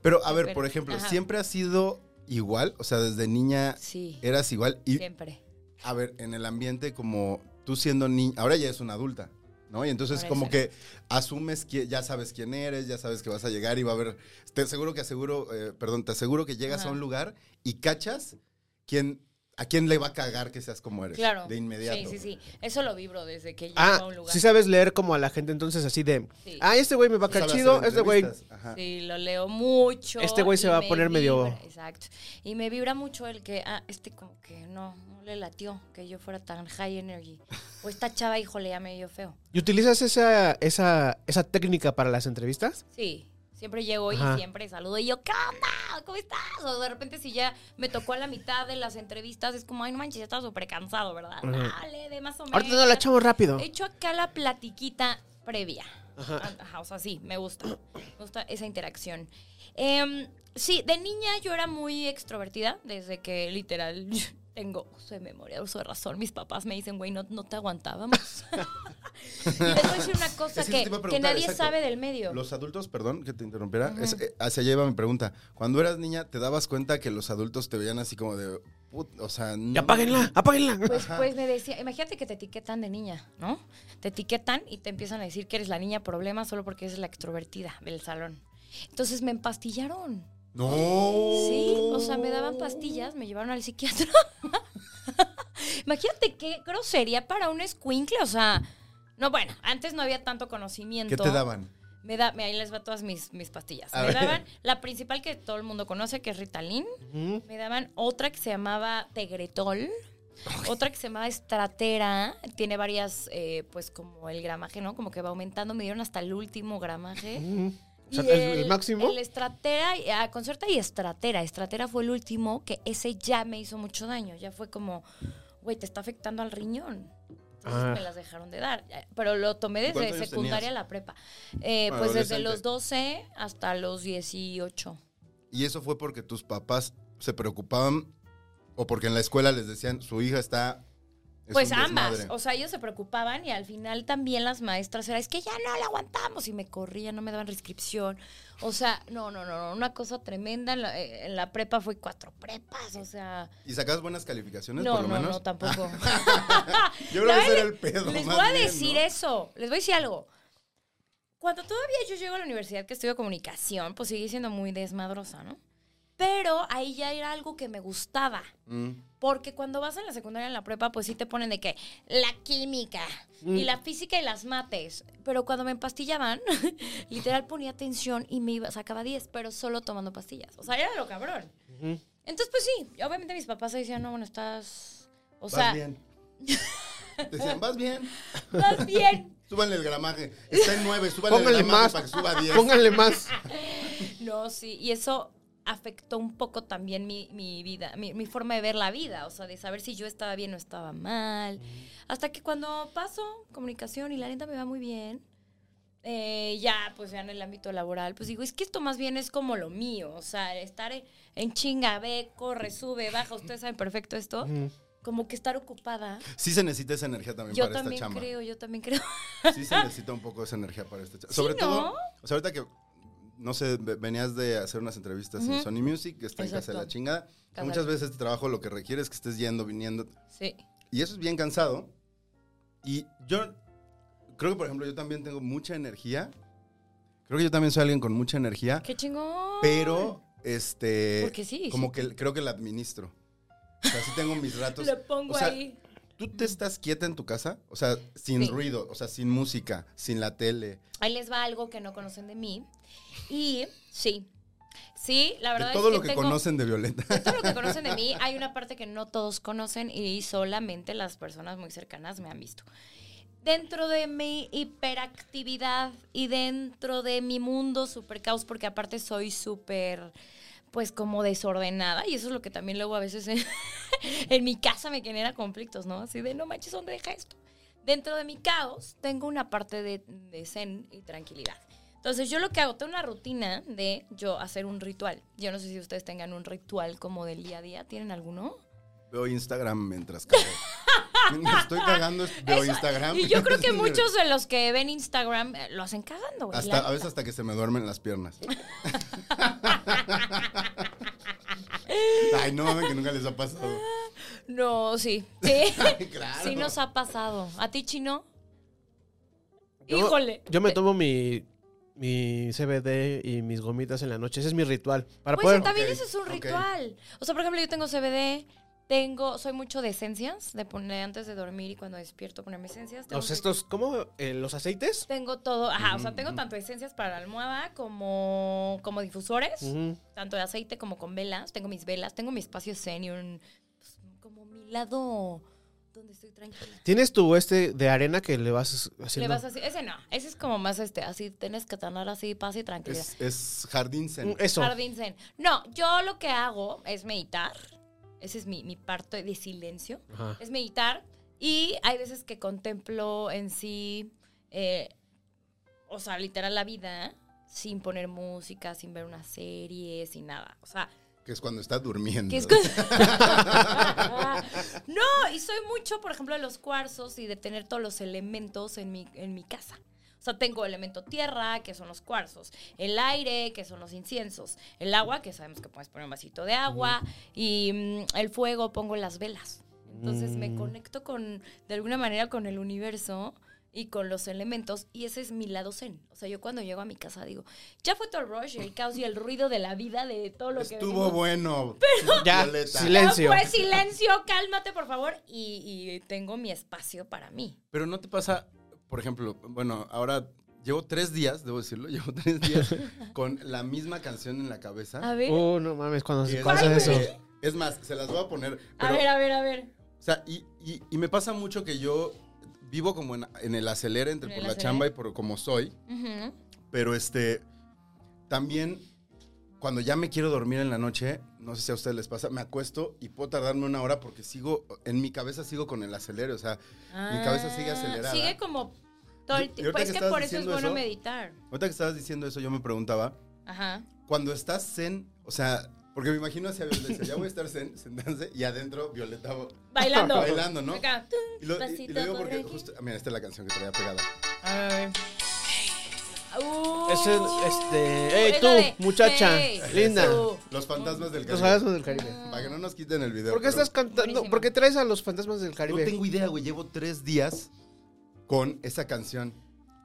Speaker 4: Pero a ver,
Speaker 5: Pero-
Speaker 4: por ejemplo,
Speaker 5: ajá.
Speaker 4: ¿siempre has sido igual? O sea, desde niña
Speaker 5: Sí,
Speaker 4: eras igual. Y
Speaker 5: siempre.
Speaker 4: a ver, en el ambiente como tú siendo niña, ahora ya es una adulta, ¿no? Y entonces
Speaker 5: Ahora
Speaker 4: como
Speaker 5: ya.
Speaker 4: que asumes que ya sabes quién eres, ya sabes que vas a llegar y va a haber, te aseguro que aseguro, eh, perdón, te aseguro que llegas a
Speaker 5: Ajá.
Speaker 4: un lugar y cachas quién, a quién le va a cagar que seas como eres.
Speaker 5: Claro.
Speaker 4: De inmediato.
Speaker 5: Sí, sí, sí. Eso lo vibro desde que llego a
Speaker 2: Ah,
Speaker 5: un lugar.
Speaker 2: si sabes leer como a la gente entonces así de,
Speaker 5: Sí.
Speaker 2: ah, este güey me va a caer
Speaker 4: Sabe hacer
Speaker 2: chido, este güey.
Speaker 4: entrevistas, ajá.
Speaker 5: Sí, lo leo mucho.
Speaker 2: Este güey se
Speaker 5: y
Speaker 2: va a
Speaker 5: me
Speaker 2: poner medio-
Speaker 5: vibra, Exacto. Y me vibra mucho el que, ah, este como que no, no le latió que yo fuera tan high energy. O esta chava, híjole, ya me dio feo.
Speaker 2: ¿Y utilizas esa, esa, esa técnica para las entrevistas?
Speaker 5: Sí, siempre llego y
Speaker 2: Ajá.
Speaker 5: siempre saludo. Y yo, ¿qué onda? ¿Cómo estás? O de repente, si ya me tocó a la mitad de las entrevistas, es como, ay, no manches, ya estaba súper cansado, ¿verdad?
Speaker 2: Ajá.
Speaker 5: Dale, de más o menos.
Speaker 2: Ahorita no la echamos rápido.
Speaker 5: He hecho acá la platiquita previa. Ajá. o sea, sí, me gusta. Me gusta esa interacción. Em, sí, de niña yo era muy extrovertida, desde que literal tengo uso de memoria, uso de razón. Mis papás me dicen, güey, no, no te aguantábamos. y les voy a decir una cosa
Speaker 4: Es que eso te
Speaker 5: que,
Speaker 4: iba a
Speaker 5: que
Speaker 4: preguntar,
Speaker 5: nadie
Speaker 4: exacto.
Speaker 5: sabe del medio.
Speaker 4: Los adultos, perdón que te interrumpiera, es- eh, hacia allá iba mi pregunta. Cuando eras niña, ¿te dabas cuenta que los adultos te veían así como de, "Put", o sea,
Speaker 2: Y
Speaker 4: no,
Speaker 2: apáguenla, apáguenla.
Speaker 5: Pues, pues me decía, imagínate que te etiquetan de niña, ¿no? Te etiquetan y te empiezan a decir que eres la niña problema solo porque eres la extrovertida del salón. Entonces me empastillaron.
Speaker 4: No.
Speaker 5: Sí, o sea, me daban pastillas, me llevaron al psiquiatra. Imagínate qué grosería para un escuincle, o sea, no, bueno, antes no había tanto conocimiento.
Speaker 4: ¿Qué te daban?
Speaker 5: Me da, me- ahí les va todas mis, mis pastillas.
Speaker 4: A
Speaker 5: me
Speaker 4: ver.
Speaker 5: daban la principal que todo el mundo conoce, que es Ritalin. Me daban otra que se llamaba Tegretol. Otra que se llamaba Estratera. Tiene varias, eh, pues como el gramaje, ¿no? Como que va aumentando. Me dieron hasta el último gramaje.
Speaker 2: O sea,
Speaker 5: Y
Speaker 2: el, el máximo.
Speaker 5: El Estratera, y- ah, Concerta y Estratera. Estratera fue el último que ese ya me hizo mucho daño. Ya fue como, güey, te está afectando al riñón. Entonces
Speaker 2: Ah.
Speaker 5: me las dejaron de dar. Pero lo tomé desde
Speaker 4: ¿Cuántos años
Speaker 5: secundaria
Speaker 4: tenías?
Speaker 5: a la prepa. Eh,
Speaker 4: Bueno,
Speaker 5: pues desde
Speaker 4: adolescente.
Speaker 5: los 12 hasta los 18.
Speaker 4: Y eso fue porque tus papás se preocupaban o porque en la escuela les decían, su hija está... es
Speaker 5: Pues
Speaker 4: un
Speaker 5: ambas,
Speaker 4: desmadre".
Speaker 5: o sea, ellos se preocupaban y al final también las maestras era, es que ya no la aguantamos y me corrían, no me daban reinscripción. O sea, no, no, no, no, una cosa tremenda. En la, eh, en la prepa fue cuatro prepas, o sea,
Speaker 4: ¿Y sacabas buenas calificaciones,
Speaker 5: no,
Speaker 4: por
Speaker 5: no,
Speaker 4: lo menos?
Speaker 5: no, tampoco.
Speaker 4: Yo creo que ese
Speaker 5: ¿Saben?
Speaker 4: era el pedo.
Speaker 5: Les
Speaker 4: más
Speaker 5: voy a
Speaker 4: bien,
Speaker 5: decir
Speaker 4: ¿no?
Speaker 5: eso, les voy a decir algo. Cuando todavía yo llego a la universidad que estudio comunicación, pues sigue siendo muy desmadrosa, ¿no? Pero ahí ya era algo que me gustaba.
Speaker 4: Mm.
Speaker 5: Porque cuando vas en la secundaria en la prepa, pues sí te ponen de que la química y la física y las mates. Pero cuando me empastillaban, literal ponía atención y me iba, sacaba 10, pero solo tomando pastillas. O sea, era lo cabrón. Entonces, pues sí, obviamente mis papás se decían, no, bueno, estás. O
Speaker 4: Vas
Speaker 5: sea,
Speaker 4: bien. Decían, vas bien.
Speaker 5: estás bien.
Speaker 4: Súbanle el gramaje. Está en 9, súbanle
Speaker 2: Pónganle
Speaker 4: el gramaje
Speaker 2: más.
Speaker 4: para que suba a 10.
Speaker 2: Pónganle más.
Speaker 5: No, sí, y eso afectó un poco también mi, mi vida, mi, mi forma de ver la vida, o sea, de saber si yo estaba bien o estaba
Speaker 4: Mm.
Speaker 5: mal. Hasta que cuando paso comunicación y la neta me va muy bien, eh, ya, pues ya en el ámbito laboral, pues digo, es que esto más bien es como lo mío, o sea, estar en, en chinga, ve, corre, sube, baja, ustedes saben perfecto esto, como que estar ocupada.
Speaker 4: Sí se necesita esa energía también
Speaker 5: Yo
Speaker 4: para
Speaker 5: también
Speaker 4: esta chamba.
Speaker 5: creo, yo también creo.
Speaker 4: Sí se necesita un poco esa energía para esta chamba. Sobre
Speaker 5: ¿no?
Speaker 4: todo, o sea, ahorita que, no sé, ve- venías de hacer unas entrevistas en
Speaker 5: Ujú.
Speaker 4: Sony Music, que está en casa de
Speaker 5: Exacto.
Speaker 4: la chingada. que
Speaker 5: Casa
Speaker 4: Muchas
Speaker 5: de-
Speaker 4: veces este trabajo lo que requiere es que estés yendo, viniendo.
Speaker 5: Sí.
Speaker 4: Y eso es bien cansado. Y yo creo que, por ejemplo, yo también tengo mucha energía. Creo que yo también soy alguien con mucha energía.
Speaker 5: Qué chingón.
Speaker 4: Pero, este.
Speaker 5: Porque sí,
Speaker 4: Como
Speaker 5: sí.
Speaker 4: que creo que la administro. O sea, sí tengo mis ratos.
Speaker 5: Le pongo
Speaker 4: o sea,
Speaker 5: ahí.
Speaker 4: ¿Tú te estás quieta en tu casa? O sea, sin
Speaker 5: Sí.
Speaker 4: ruido, o sea, sin música, sin la tele.
Speaker 5: Ahí les va algo que no conocen de mí. Y sí, sí, la verdad
Speaker 4: de todo
Speaker 5: es que
Speaker 4: lo que
Speaker 5: tengo-
Speaker 4: conocen de Violeta.
Speaker 5: de todo lo que conocen de mí, hay una parte que no todos conocen y solamente las personas muy cercanas me han visto. Dentro de mi hiperactividad y dentro de mi mundo super caos, porque aparte soy súper, pues como desordenada, y eso es lo que también luego a veces en, en mi casa me genera conflictos, ¿no? Así de, no manches, ¿dónde deja esto? Dentro de mi caos tengo una parte de, de zen y tranquilidad. Entonces yo lo que hago, tengo una rutina de yo hacer un ritual. Yo no sé si ustedes tengan un ritual como del día a día. ¿Tienen alguno?
Speaker 4: Veo Instagram mientras cago. mientras estoy cagando, veo
Speaker 5: Eso-
Speaker 4: Instagram.
Speaker 5: Y yo creo que muchos de los que ven Instagram eh, lo hacen cagando, güey.
Speaker 4: Hasta,
Speaker 5: la
Speaker 4: a veces
Speaker 5: neta.
Speaker 4: hasta que se me duermen las piernas. Ay, no, que nunca les ha pasado.
Speaker 5: No, sí. Sí.
Speaker 4: Claro.
Speaker 5: Sí nos ha pasado. ¿A ti, Chino?
Speaker 2: Yo-
Speaker 5: Híjole.
Speaker 2: Yo me tomo mi, mi CBD y mis gomitas en la noche. Ese es mi ritual. Para
Speaker 5: Pues
Speaker 2: poder.
Speaker 5: sí, también
Speaker 4: Ok,
Speaker 5: ese es un
Speaker 4: ok.
Speaker 5: ritual. O sea, por ejemplo, yo tengo CBD, tengo, soy mucho de esencias, de poner antes de dormir y cuando despierto ponerme esencias. Tengo
Speaker 2: Los
Speaker 5: que-
Speaker 2: estos, ¿cómo? Eh, ¿Los aceites?
Speaker 5: Tengo todo, ajá, o sea, tengo tanto esencias para la almohada como, como difusores,
Speaker 2: Ujú.
Speaker 5: tanto de aceite como con velas. Tengo mis velas, tengo mi espacio zen y un, pues, como mi lado donde estoy tranquila.
Speaker 2: ¿Tienes tu este de arena que le vas haciendo?
Speaker 5: Le vas así, ese no, ese es como más este, así tienes que tener así paz y tranquilidad.
Speaker 4: Es, es jardín zen.
Speaker 5: eh.
Speaker 2: Mm, Eso.
Speaker 5: Jardín zen. No, yo lo que hago es meditar. Esa es mi, mi parte de silencio.
Speaker 2: Ajá.
Speaker 5: Es meditar. Y hay veces que contemplo en sí, eh, o sea, literal la vida, sin poner música, sin ver una serie, sin nada. O sea,
Speaker 4: Que es cuando está durmiendo.
Speaker 5: que es cosa- no, y soy mucho, por ejemplo, de los cuarzos y de tener todos los elementos en mi, en mi casa. O sea, tengo elemento tierra, que son los cuarzos, el aire, que son los inciensos, el agua, que sabemos que puedes poner un vasito de agua, y mm, el fuego pongo las velas. Entonces me conecto con, de alguna manera, con el universo y con los elementos. Y ese es mi lado zen. O sea, yo cuando llego a mi casa digo, ya fue todo el rush, el caos y el ruido de la vida, de todo lo que...
Speaker 4: Estuvo bueno.
Speaker 5: venimos".
Speaker 2: Ya,
Speaker 4: Violeta.
Speaker 2: silencio.
Speaker 5: No, pues silencio, cálmate por favor. Y, y tengo mi espacio para mí.
Speaker 4: Pero no te pasa, por ejemplo, bueno, ahora llevo tres días, debo decirlo, llevo tres días con la misma canción en la cabeza.
Speaker 5: A ver,
Speaker 2: Uh, no mames, cuando
Speaker 4: Y
Speaker 2: se
Speaker 4: es-
Speaker 2: pasa eso.
Speaker 4: eh, Es más, se las voy a poner.
Speaker 5: a
Speaker 4: pero,
Speaker 5: ver, a ver, a ver.
Speaker 4: O sea, y, y- y me pasa mucho que yo vivo como en, en el acelere entre
Speaker 5: En
Speaker 4: por
Speaker 5: el
Speaker 4: la
Speaker 5: acelere.
Speaker 4: chamba y por como soy.
Speaker 5: Ujú.
Speaker 4: Pero este, también cuando ya me quiero dormir en la noche, no sé si a ustedes les pasa, me acuesto y puedo tardarme una hora porque sigo, en mi cabeza sigo con el acelere, o sea, Mi cabeza sigue
Speaker 5: Ah,
Speaker 4: acelerada.
Speaker 5: Sigue como todo
Speaker 4: Y-
Speaker 5: el
Speaker 4: y
Speaker 5: tiempo.
Speaker 4: ahorita
Speaker 5: Es
Speaker 4: que
Speaker 5: que
Speaker 4: estabas
Speaker 5: por eso es
Speaker 4: diciendo
Speaker 5: bueno
Speaker 4: eso-
Speaker 5: meditar.
Speaker 4: ahorita que estabas diciendo eso yo me preguntaba,
Speaker 5: Ajá.
Speaker 4: cuando estás zen, o sea, porque me imagino hacia Violeta, ya voy a estar zen, sentarse y adentro Violeta
Speaker 5: Bailando.
Speaker 4: bailando, ¿no?
Speaker 5: Acá.
Speaker 4: Y lo, y- y
Speaker 5: Pasito
Speaker 4: lo digo
Speaker 5: por
Speaker 4: porque
Speaker 5: aquí.
Speaker 4: justo, ah, mira, esta es la canción que traía pegada.
Speaker 5: A ver. Uh,
Speaker 2: Es el, este. ¡Ey,
Speaker 5: es
Speaker 2: tú,
Speaker 5: la de,
Speaker 2: muchacha!
Speaker 5: "Hey,
Speaker 2: ¡Linda!
Speaker 5: tú".
Speaker 4: Los fantasmas del
Speaker 2: Los
Speaker 4: Caribe.
Speaker 2: fantasmas del Caribe.
Speaker 4: Para que no nos quiten el video.
Speaker 2: ¿Por qué
Speaker 4: pero-
Speaker 2: estás cantando?
Speaker 5: Buenísimo.
Speaker 2: ¿Por qué traes a los fantasmas del
Speaker 4: No
Speaker 2: Caribe?
Speaker 4: tengo idea, güey. Llevo tres días con esa canción.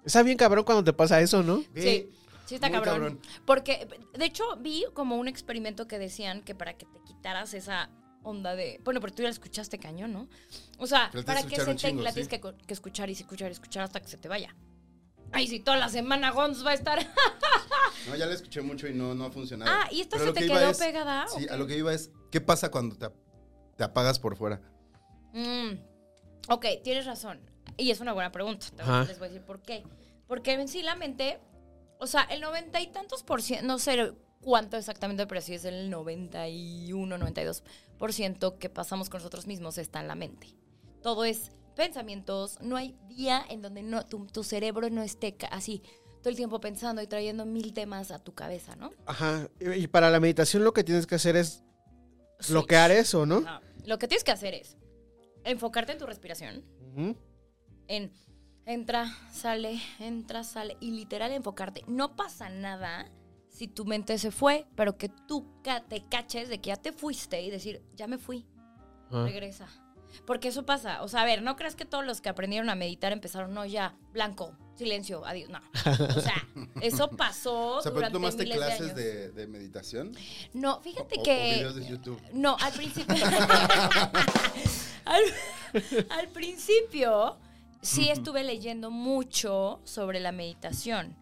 Speaker 2: Está bien cabrón cuando te pasa eso, ¿no?
Speaker 4: Ve,
Speaker 5: Sí, sí está
Speaker 4: muy
Speaker 5: cabrón. Porque, de hecho, vi como un experimento que decían que para que te quitaras esa onda de. Bueno, pero tú ya la escuchaste cañón, ¿no? O sea,
Speaker 4: Pero tienes
Speaker 5: para
Speaker 4: que
Speaker 5: que
Speaker 4: escuchar
Speaker 5: se
Speaker 4: un
Speaker 5: te
Speaker 4: chingo,
Speaker 5: la
Speaker 4: sí.
Speaker 5: tienes que, co- que escuchar y escuchar y escuchar hasta que se te vaya. Ay, si toda la semana Gonz va a estar.
Speaker 4: No, ya la escuché mucho y no, no ha funcionado.
Speaker 5: Ah, ¿y esta
Speaker 4: Pero
Speaker 5: se
Speaker 4: lo
Speaker 5: te
Speaker 4: que iba
Speaker 5: quedó
Speaker 4: es-
Speaker 5: pegada? Ah,
Speaker 4: Sí,
Speaker 5: ¿O
Speaker 4: a
Speaker 5: qué?
Speaker 4: lo que iba es, ¿qué pasa cuando te, ap- te apagas por fuera?
Speaker 5: Mm, ok, tienes razón. Y es una buena pregunta. te voy-
Speaker 2: Ajá.
Speaker 5: Les voy a decir por qué. Porque en sí la mente, o sea, el noventa y tantos por ciento, no sé cuánto exactamente, pero sí es el 91, 92 por ciento que pasamos con nosotros mismos está en la mente. Todo es pensamientos. No hay día en donde no, tu, tu cerebro no esté ca- así todo el tiempo pensando y trayendo mil temas a tu cabeza, ¿no?
Speaker 2: Ajá. Y y para la meditación lo que tienes que hacer es bloquear eso, ¿no?
Speaker 5: Ajá. Lo que tienes que hacer es enfocarte en tu respiración.
Speaker 2: Ujú.
Speaker 5: en entra, sale, entra, sale y literal enfocarte. No pasa nada si tu mente se fue, pero que tú ca- te caches de que ya te fuiste y decir, ya me fui,
Speaker 2: Ah.
Speaker 5: regresa. Porque eso pasa. O sea, a ver, no creas que todos los que aprendieron a meditar empezaron, no, ya, blanco, silencio, adiós. No. O sea, eso pasó.
Speaker 4: O sea, pero
Speaker 5: Oh, durante
Speaker 4: tú tomaste
Speaker 5: miles de
Speaker 4: clases
Speaker 5: años.
Speaker 4: de, de meditación.
Speaker 5: No, fíjate
Speaker 4: O- o
Speaker 5: que.
Speaker 4: videos de YouTube.
Speaker 5: No, al principio. al, al principio sí estuve leyendo mucho sobre la meditación.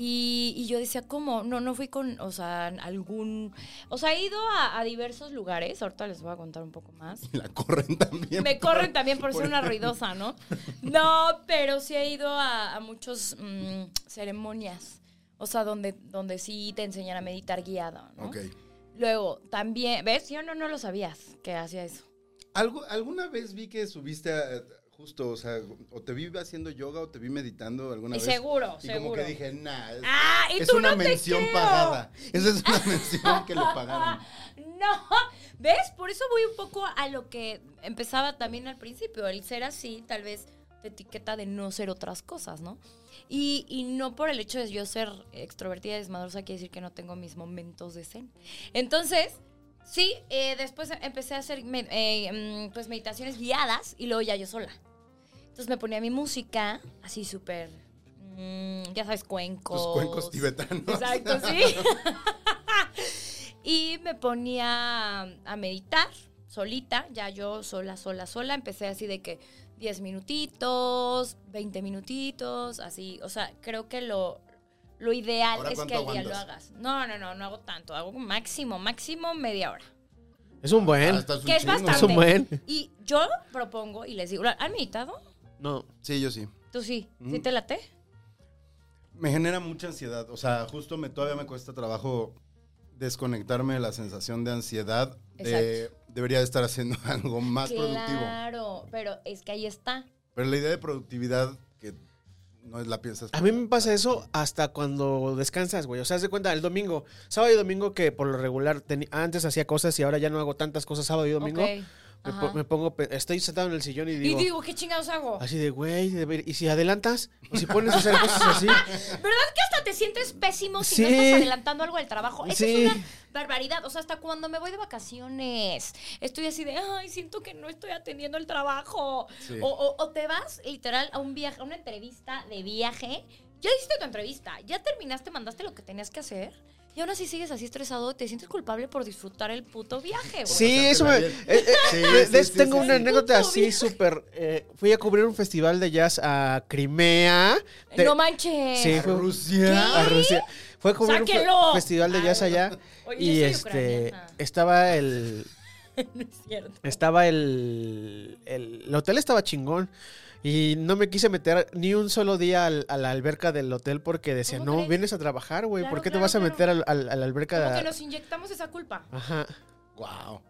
Speaker 5: Y, y yo decía, ¿cómo? No, no fui con, o sea, algún... O sea, he ido a, a diversos lugares, ahorita les voy a contar un poco más.
Speaker 4: Y la corren también.
Speaker 5: Me corren también por ser una ruidosa, ¿no? No, pero sí he ido a, a muchos mm, ceremonias, o sea, donde, donde sí te enseñan a meditar guiada, ¿no?
Speaker 4: Ok.
Speaker 5: Luego, también, ¿ves? Yo no, no lo sabías que hacía eso.
Speaker 4: ¿Algo, ¿Alguna vez vi que subiste a- justo, o sea, o te vi haciendo yoga o te vi meditando alguna
Speaker 5: Y
Speaker 4: vez?
Speaker 5: seguro,
Speaker 4: Y
Speaker 5: seguro.
Speaker 4: como que dije, nah, es,
Speaker 5: ah, y
Speaker 4: es
Speaker 5: tú
Speaker 4: una
Speaker 5: no
Speaker 4: mención
Speaker 5: te creo.
Speaker 4: pagada. Esa es una mención que le pagaron.
Speaker 5: No, ¿ves? Por eso voy un poco a lo que empezaba también al principio, el ser así, tal vez te etiqueta de no ser otras cosas, ¿no? Y, y no por el hecho de yo ser extrovertida y desmadrosa quiere decir que no tengo mis momentos de zen. Entonces, sí, eh, después empecé a hacer me- eh, mm, pues meditaciones guiadas y luego ya yo sola. Entonces me ponía mi música así súper, mm, ya sabes, cuencos.
Speaker 4: Tus cuencos tibetanos.
Speaker 5: Exacto, sí. y me ponía a meditar solita, ya yo sola, sola, sola. Empecé así de que 10 minutitos, 20 minutitos, así. O sea, creo que lo, lo ideal
Speaker 4: ¿Ahora
Speaker 5: es que
Speaker 4: cuánto
Speaker 5: al día lo
Speaker 4: aguantas?
Speaker 5: hagas. No, no, no, no hago tanto. Hago máximo, máximo media hora.
Speaker 2: Es un buen.
Speaker 4: Hasta un
Speaker 5: Que es
Speaker 4: chingo.
Speaker 2: Es
Speaker 5: bastante.
Speaker 2: un buen.
Speaker 5: Y yo propongo y les digo, ¿han meditado?
Speaker 2: No.
Speaker 4: Sí, yo sí.
Speaker 5: Tú sí. ¿Sí
Speaker 4: Ujú.
Speaker 5: te late?
Speaker 4: Me genera mucha ansiedad. O sea, justo me todavía me cuesta trabajo desconectarme de la sensación de ansiedad. De, debería de estar haciendo algo más productivo.
Speaker 5: Claro, pero es que ahí está.
Speaker 4: Pero la idea de productividad que no es la piensas.
Speaker 2: A mí me pasa eso hasta cuando descansas, güey. O sea, haz de cuenta, el domingo, sábado y domingo, que por lo regular teni- antes hacía cosas y ahora ya no hago tantas cosas sábado y domingo.
Speaker 5: Ok.
Speaker 2: me,
Speaker 5: Ajá.
Speaker 2: po- me pongo, pe- estoy sentado en el sillón y
Speaker 5: Y
Speaker 2: digo,
Speaker 5: digo, ¿qué chingados hago?
Speaker 2: así de, güey, de ver- y si adelantas, o si pones a hacer cosas así,
Speaker 5: ¿Verdad que hasta te sientes pésimo si no
Speaker 2: Sí.
Speaker 5: estás adelantando algo del trabajo? Eso
Speaker 2: Sí.
Speaker 5: es una barbaridad. O sea, hasta cuando me voy de vacaciones, estoy así de, ay, siento que no estoy atendiendo el trabajo.
Speaker 4: Sí.
Speaker 5: O, o- o te vas literal a un viaje, a una entrevista de viaje. Ya hiciste tu entrevista, ya terminaste, mandaste lo que tenías que hacer. Y aún así sigues así estresado, te sientes culpable por disfrutar el puto viaje, güey.
Speaker 2: Sí, eso me.
Speaker 4: bien.
Speaker 2: eh, eh,
Speaker 4: Sí,
Speaker 2: de-
Speaker 4: sí,
Speaker 2: de-
Speaker 4: sí,
Speaker 2: tengo
Speaker 4: sí,
Speaker 2: una
Speaker 4: sí.
Speaker 2: anécdota
Speaker 5: Puto
Speaker 2: así
Speaker 5: viejo.
Speaker 2: súper. eh, fui a cubrir un festival de jazz a Crimea. Te-
Speaker 5: No manches.
Speaker 2: Sí, fue-
Speaker 4: Rusia.
Speaker 2: a Rusia. Fue a cubrir un
Speaker 5: ¡Sáquenlo!
Speaker 2: fe- festival de
Speaker 5: Ay,
Speaker 2: jazz
Speaker 5: no.
Speaker 2: allá.
Speaker 5: Oye,
Speaker 2: y
Speaker 5: yo soy
Speaker 2: este.
Speaker 5: ucraniana.
Speaker 2: Estaba el.
Speaker 5: no es cierto.
Speaker 2: Estaba el, el. el hotel estaba chingón. Y no me quise meter ni un solo día al- a la alberca del hotel porque decía,
Speaker 5: ¿Cómo
Speaker 2: no,
Speaker 5: crees?
Speaker 2: vienes a trabajar, güey.
Speaker 5: Claro,
Speaker 2: ¿Por qué
Speaker 5: claro,
Speaker 2: te vas a
Speaker 5: claro.
Speaker 2: meter al- al- a la alberca?
Speaker 5: Como que
Speaker 2: de-
Speaker 5: nos inyectamos esa culpa.
Speaker 2: Ajá.
Speaker 4: Wow.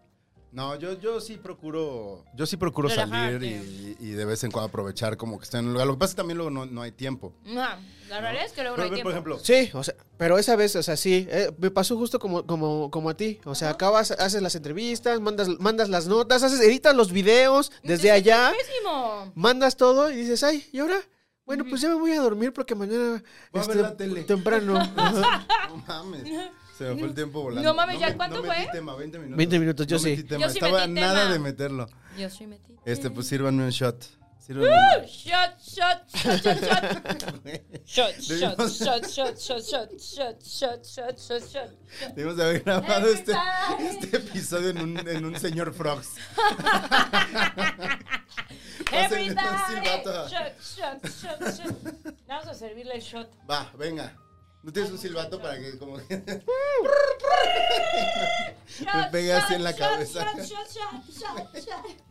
Speaker 4: No, yo, yo sí procuro, yo sí procuro
Speaker 5: Relajarte.
Speaker 4: salir y, y de vez en cuando aprovechar como que estoy en un lugar. Lo que pasa es que también luego no, no hay tiempo.
Speaker 5: No, Ah, la realidad es que luego no
Speaker 4: Pero
Speaker 5: hay
Speaker 4: ve,
Speaker 5: tiempo.
Speaker 4: por ejemplo,
Speaker 2: Sí, o sea, pero esa vez, o sea, sí, eh, me pasó justo como, como, como a ti. O sea, acabas, haces las entrevistas, mandas, mandas las notas, haces, editas los videos desde
Speaker 5: Entonces,
Speaker 2: allá,
Speaker 5: es pésimo.
Speaker 2: mandas todo y dices, ay, ¿y ahora? Bueno, pues ya me voy a dormir porque mañana este,
Speaker 4: Voy a ver la tele.
Speaker 2: temprano. Ajá.
Speaker 4: no mames. Se me fue el tiempo volando.
Speaker 5: No mames, ¿ya
Speaker 4: me-
Speaker 5: cuánto
Speaker 4: metí
Speaker 5: fue?
Speaker 4: tema, 20 minutos.
Speaker 2: 20 minutos, yo
Speaker 4: No metí
Speaker 2: sí.
Speaker 4: tema,
Speaker 5: Yo sí
Speaker 4: Estaba
Speaker 5: metí
Speaker 4: nada
Speaker 5: tema.
Speaker 4: de meterlo.
Speaker 5: Yo sí metí.
Speaker 4: Este, pues sírvanme un shot. Sírvanme un-
Speaker 5: Shot, shot, shot, shot, shot. Shot, shot, shot, shot, shot, shot, shot, shot, shot, shot.
Speaker 4: Debimos de haber grabado este,
Speaker 5: Empezar.
Speaker 4: este episodio en un, en un señor Frogs. Pásenle
Speaker 5: Everybody.
Speaker 4: un silbato a-
Speaker 5: Shot, shot, shot, shot. Vamos a servirle el shot.
Speaker 4: Va, venga. ¿No tienes un silbato para que como que... Me
Speaker 5: Shot,
Speaker 4: pegué así
Speaker 5: shot,
Speaker 4: en la
Speaker 5: shot,
Speaker 4: cabeza.
Speaker 5: shot, shot, shot, shot, shot.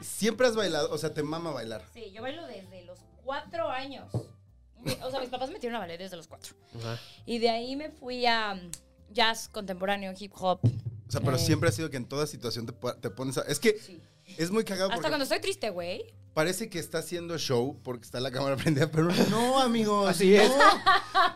Speaker 4: Siempre has bailado, o sea, te mama bailar.
Speaker 5: Sí, yo bailo desde los cuatro años. Mi- O sea, mis papás me metieron a ballet desde los cuatro. Y de ahí me fui a mm, jazz contemporáneo, hip hop.
Speaker 4: O sea, pero
Speaker 5: Eh.
Speaker 4: siempre ha sido que en toda situación te, po- te pones a... Es que
Speaker 5: Sí.
Speaker 4: es muy cagado
Speaker 5: Hasta
Speaker 4: porque
Speaker 5: cuando estoy triste, güey.
Speaker 4: parece que está haciendo show porque está la cámara prendida, pero no, amigos.
Speaker 2: Así es.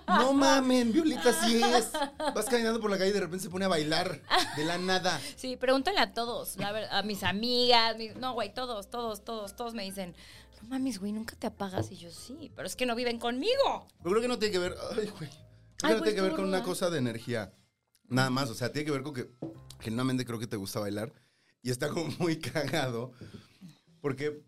Speaker 4: No, no mamen, Violita, así es. Vas caminando por la calle y de repente se pone a bailar de la nada.
Speaker 5: Sí, pregúntale a todos, la ver- a mis amigas, mis- no, güey, todos, todos, todos, todos me dicen, no mames, güey, nunca te apagas. Y yo, sí, pero es que no viven conmigo.
Speaker 4: Yo creo que no tiene que ver. Ay, güey. Creo que
Speaker 5: Ay,
Speaker 4: no
Speaker 5: güey,
Speaker 4: tiene que ver
Speaker 5: estuvo
Speaker 4: con una
Speaker 5: ruda.
Speaker 4: cosa de energía. Nada más. O sea, tiene que ver con que genuinamente creo que te gusta bailar. Y está como muy cagado. Porque,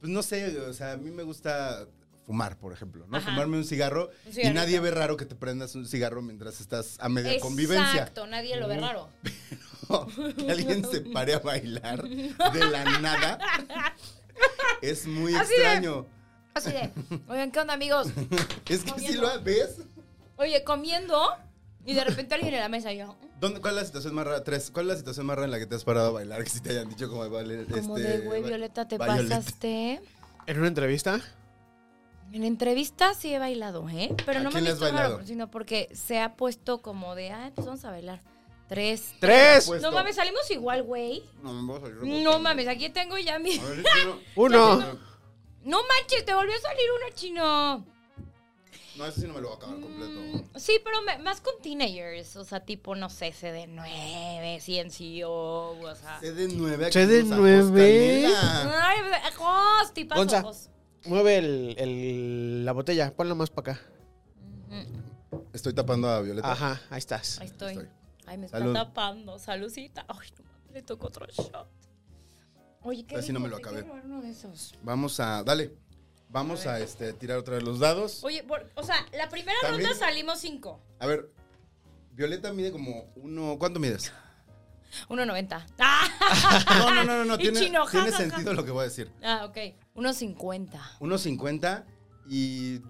Speaker 4: pues no sé, o sea, a mí me gusta fumar, por ejemplo, ¿no?
Speaker 5: Ajá.
Speaker 4: Fumarme un cigarro.
Speaker 5: Un
Speaker 4: y
Speaker 5: cigarrito.
Speaker 4: nadie ve raro que te prendas un cigarro mientras estás a media convivencia. Mm.
Speaker 5: Exacto, nadie lo ve raro.
Speaker 4: que alguien se pare a bailar de la nada. Es muy
Speaker 5: Así de-
Speaker 4: extraño.
Speaker 5: Así de, oigan, ¿qué onda, amigos?
Speaker 4: Es que si lo ves.
Speaker 5: Oye, comiendo y de repente alguien en la mesa y yo...
Speaker 4: ¿Dónde- ¿Cuál es la situación más rara? Tres. ¿Cuál es la situación más rara en la que te has parado a bailar? Que si te hayan dicho como vale,
Speaker 5: Como
Speaker 4: este,
Speaker 5: de, güey,
Speaker 4: va-
Speaker 5: Violeta, te
Speaker 4: Violeta.
Speaker 5: pasaste.
Speaker 2: ¿En una entrevista?
Speaker 5: En entrevistas sí he bailado, ¿eh? Pero
Speaker 4: ¿A
Speaker 5: no
Speaker 4: quién
Speaker 5: me han
Speaker 4: le has
Speaker 5: visto raro,
Speaker 4: bailado?
Speaker 5: sino porque se ha puesto como de, ah, pues vamos a bailar. Tres.
Speaker 2: ¡Tres!
Speaker 4: Pues-
Speaker 5: No mames, salimos igual, güey.
Speaker 4: No, me voy a salir rojo.
Speaker 5: No mames, aquí tengo ya mi...
Speaker 4: A ver, chino.
Speaker 2: ¡Uno!
Speaker 5: No manches, te volvió a salir una chino. Mm,
Speaker 4: No, eso sí no me lo voy a acabar Ah, completo.
Speaker 5: Sí, pero me- más con teenagers. O sea, tipo, no sé, CD9, CNCO, o sea...
Speaker 4: CD9. aquí
Speaker 2: CD9.
Speaker 4: nos acostanela.
Speaker 5: Ay, ¡Oh, jos, tipazo,
Speaker 2: Gonza.
Speaker 5: jos.
Speaker 2: Mueve el, el- la botella, ponla más para acá.
Speaker 4: Estoy tapando a Violeta.
Speaker 2: Ajá, ahí estás.
Speaker 5: Ahí estoy.
Speaker 4: Estoy.
Speaker 5: Ay, me está
Speaker 4: Salud.
Speaker 5: tapando. Salucita. Ay, no mames, le tocó otro shot. Oye, qué
Speaker 4: Así no
Speaker 5: rico,
Speaker 4: me lo
Speaker 5: me
Speaker 4: acabé.
Speaker 5: quiero robar uno de esos.
Speaker 4: Vamos a. Dale. Vamos a, este, tirar otra vez los dados.
Speaker 5: Oye, por- o sea, la primera
Speaker 4: También-
Speaker 5: ronda salimos 5.
Speaker 4: A ver. Violeta mide como uno. ¿Cuánto mides?
Speaker 5: 1.90. ¡Ah!
Speaker 4: No, no, no, no. no,
Speaker 5: Y
Speaker 4: Tiene,
Speaker 5: chino, ja,
Speaker 4: tiene
Speaker 5: ja, ja.
Speaker 4: sentido lo que voy a decir.
Speaker 5: ah, ok. 1.50.
Speaker 4: 1.50 y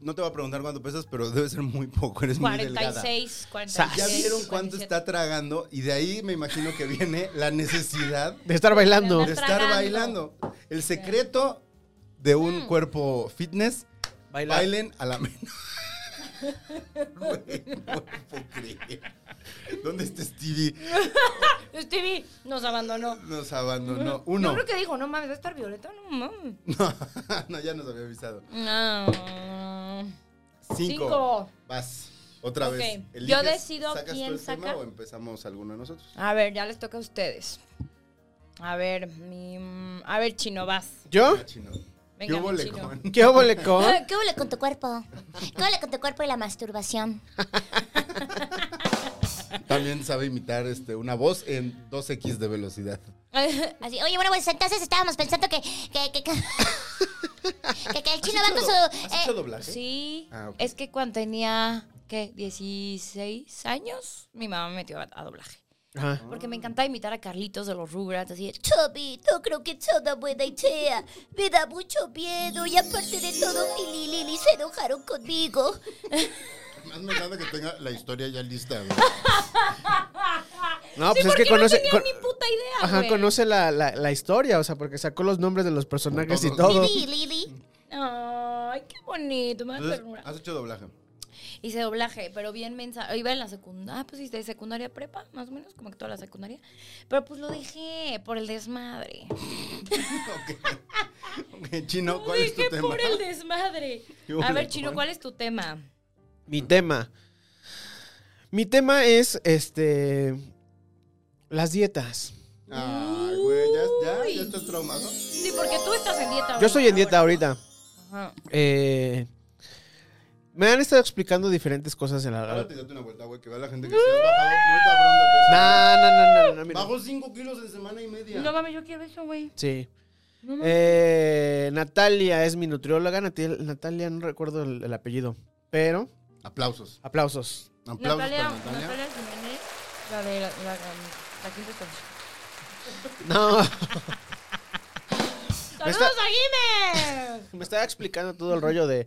Speaker 4: no te voy a preguntar cuánto pesas, pero debe ser muy poco, eres muy delgada.
Speaker 5: 46, 46.
Speaker 4: Ya vieron cuánto está tragando y de ahí me imagino que viene la necesidad
Speaker 2: De estar bailando.
Speaker 4: de
Speaker 5: Está
Speaker 4: estar
Speaker 5: tragando. Mm.
Speaker 4: bailando. El secreto de un cuerpo fitness,
Speaker 2: Bailar.
Speaker 4: bailen a la menos. Güey, no puedo creer. ¿Dónde está Stevie?
Speaker 5: Stevie nos abandonó.
Speaker 4: Nos abandonó.
Speaker 5: Yo
Speaker 4: Uno.
Speaker 5: creo que dijo, no mames, va a estar Violeta, no mames.
Speaker 4: No, no, ya nos había avisado.
Speaker 5: No.
Speaker 4: Cinco.
Speaker 5: Cinco.
Speaker 4: Vas. Otra
Speaker 5: Ok.
Speaker 4: vez.
Speaker 5: Yo
Speaker 4: ¿eliges-
Speaker 5: decido
Speaker 4: sacas tú
Speaker 5: quién
Speaker 4: el tema
Speaker 5: saca.
Speaker 4: o empezamos alguno de nosotros?
Speaker 5: A ver, ya les toca a ustedes. A ver, mi. mm, A ver, Chino, vas.
Speaker 2: ¿Yo?
Speaker 4: Ah, chino.
Speaker 5: Venga,
Speaker 4: ¿Qué hubo,
Speaker 5: mi
Speaker 4: le
Speaker 5: chino.
Speaker 4: con?
Speaker 2: ¿Qué huele con?
Speaker 7: Ah, ¿Qué huele con tu cuerpo? ¿Qué huele con tu cuerpo y la masturbación?
Speaker 4: También sabe imitar este, una voz en 2X de velocidad.
Speaker 7: Así, oye, bueno, pues entonces estábamos pensando que. que, que, que, que- que el chino va con su.
Speaker 4: ¿Has
Speaker 7: eh,
Speaker 4: hecho doblaje?
Speaker 5: Sí.
Speaker 4: Ah, ok.
Speaker 5: Es que cuando tenía, ¿qué? 16 años, mi mamá me metió a, a doblaje.
Speaker 2: Ajá.
Speaker 5: Porque me encantaba imitar a Carlitos de los Rugrats, así de,
Speaker 7: Chubby, no creo que sea una buena idea. Me da mucho miedo y aparte de todo, Fili y Lili se enojaron conmigo.
Speaker 8: Más me encanta que tenga la historia ya lista. güey.
Speaker 2: No,
Speaker 5: Sí,
Speaker 2: pues es que
Speaker 5: porque no
Speaker 2: conoce.
Speaker 5: tenía
Speaker 2: con-
Speaker 5: ni puta idea,
Speaker 2: Ajá,
Speaker 5: güey.
Speaker 2: conoce la, la, la historia, o sea, porque sacó los nombres de los personajes y
Speaker 8: Todos.
Speaker 2: todo.
Speaker 7: Lili y Lili.
Speaker 5: Ay, qué bonito, me da
Speaker 4: Entonces,
Speaker 5: ternura.
Speaker 4: ¿Has hecho doblaje?
Speaker 5: Hice doblaje, pero bien mensa. Iba en la secundaria, ah, pues sí, de secundaria prepa, más o menos, como que toda la secundaria. Pero pues lo dejé por el desmadre.
Speaker 4: Ok, Chino,
Speaker 5: Lo
Speaker 4: ¿cuál es tu
Speaker 5: dejé
Speaker 4: tema?
Speaker 5: por el desmadre.
Speaker 4: Yo
Speaker 5: A
Speaker 4: le
Speaker 5: ver, Chino,
Speaker 4: pongo.
Speaker 5: ¿cuál es tu tema?
Speaker 2: Mi tema. Mi tema es este. Las dietas.
Speaker 4: Ay, güey, ya, ya,
Speaker 5: Uy.
Speaker 4: ya estás traumado.
Speaker 5: Sí, porque tú estás en dieta.
Speaker 2: Yo estoy en
Speaker 5: ahora,
Speaker 2: dieta
Speaker 5: ¿no?
Speaker 2: ahorita.
Speaker 5: Ajá.
Speaker 2: Eh, me han estado explicando diferentes cosas en la.
Speaker 4: Ahora te date una vuelta, güey, que vea la gente que se has bajado muy cabrón de peso.
Speaker 2: No, no, no, no, no, mira.
Speaker 4: Bajó 5 kilos en semana y media.
Speaker 5: No mames, yo quiero eso, güey.
Speaker 2: Sí.
Speaker 5: No mames.
Speaker 2: Eh, Natalia es mi nutrióloga. Nati- Natalia, no recuerdo el, el apellido. Pero,
Speaker 8: Aplausos.
Speaker 2: aplausos.
Speaker 8: Aplausos
Speaker 5: Natalia,
Speaker 8: para Natalia.
Speaker 5: Natalia Jiménez, la de la, la, la quinta estancia.
Speaker 2: No,
Speaker 5: ¡Saludos a Jiménez!
Speaker 2: me estaba explicando todo el rollo de.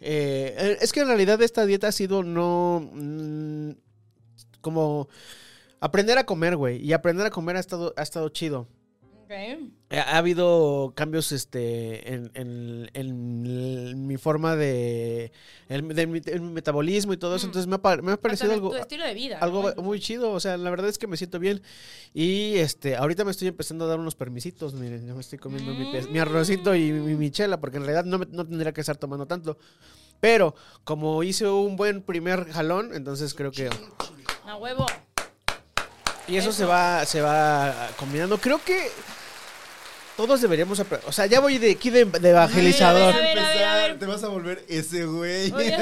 Speaker 2: eh, eh, es que en realidad esta dieta ha sido no. mm, como. Aprender a comer, güey. Y aprender a comer ha estado, ha estado chido.
Speaker 5: Ok.
Speaker 2: Ha ha habido cambios este, en, en- en l- mi forma de, en- de mi, en mi metabolismo y todo eso.
Speaker 5: Mm.
Speaker 2: Entonces me ha, pa- me ha parecido
Speaker 5: Hasta
Speaker 2: algo,
Speaker 5: Tu estilo de vida.
Speaker 2: algo
Speaker 5: ¿no?
Speaker 2: muy chido. O sea, la verdad es que me siento bien. Y este, ahorita me estoy empezando a dar unos permisitos. Miren, yo me estoy comiendo mi, pe- mi arrocito y mi, mi chela, porque en realidad no, me- no tendría que estar tomando tanto. Pero como hice un buen primer jalón, entonces creo que...
Speaker 5: A huevo.
Speaker 2: Y eso, se va se va combinando. Creo que todos deberíamos apre- O sea, ya voy de aquí de, de evangelizador.
Speaker 5: A ver, a ver, a ver, a ver.
Speaker 4: Te vas a volver ese güey.
Speaker 5: Oye.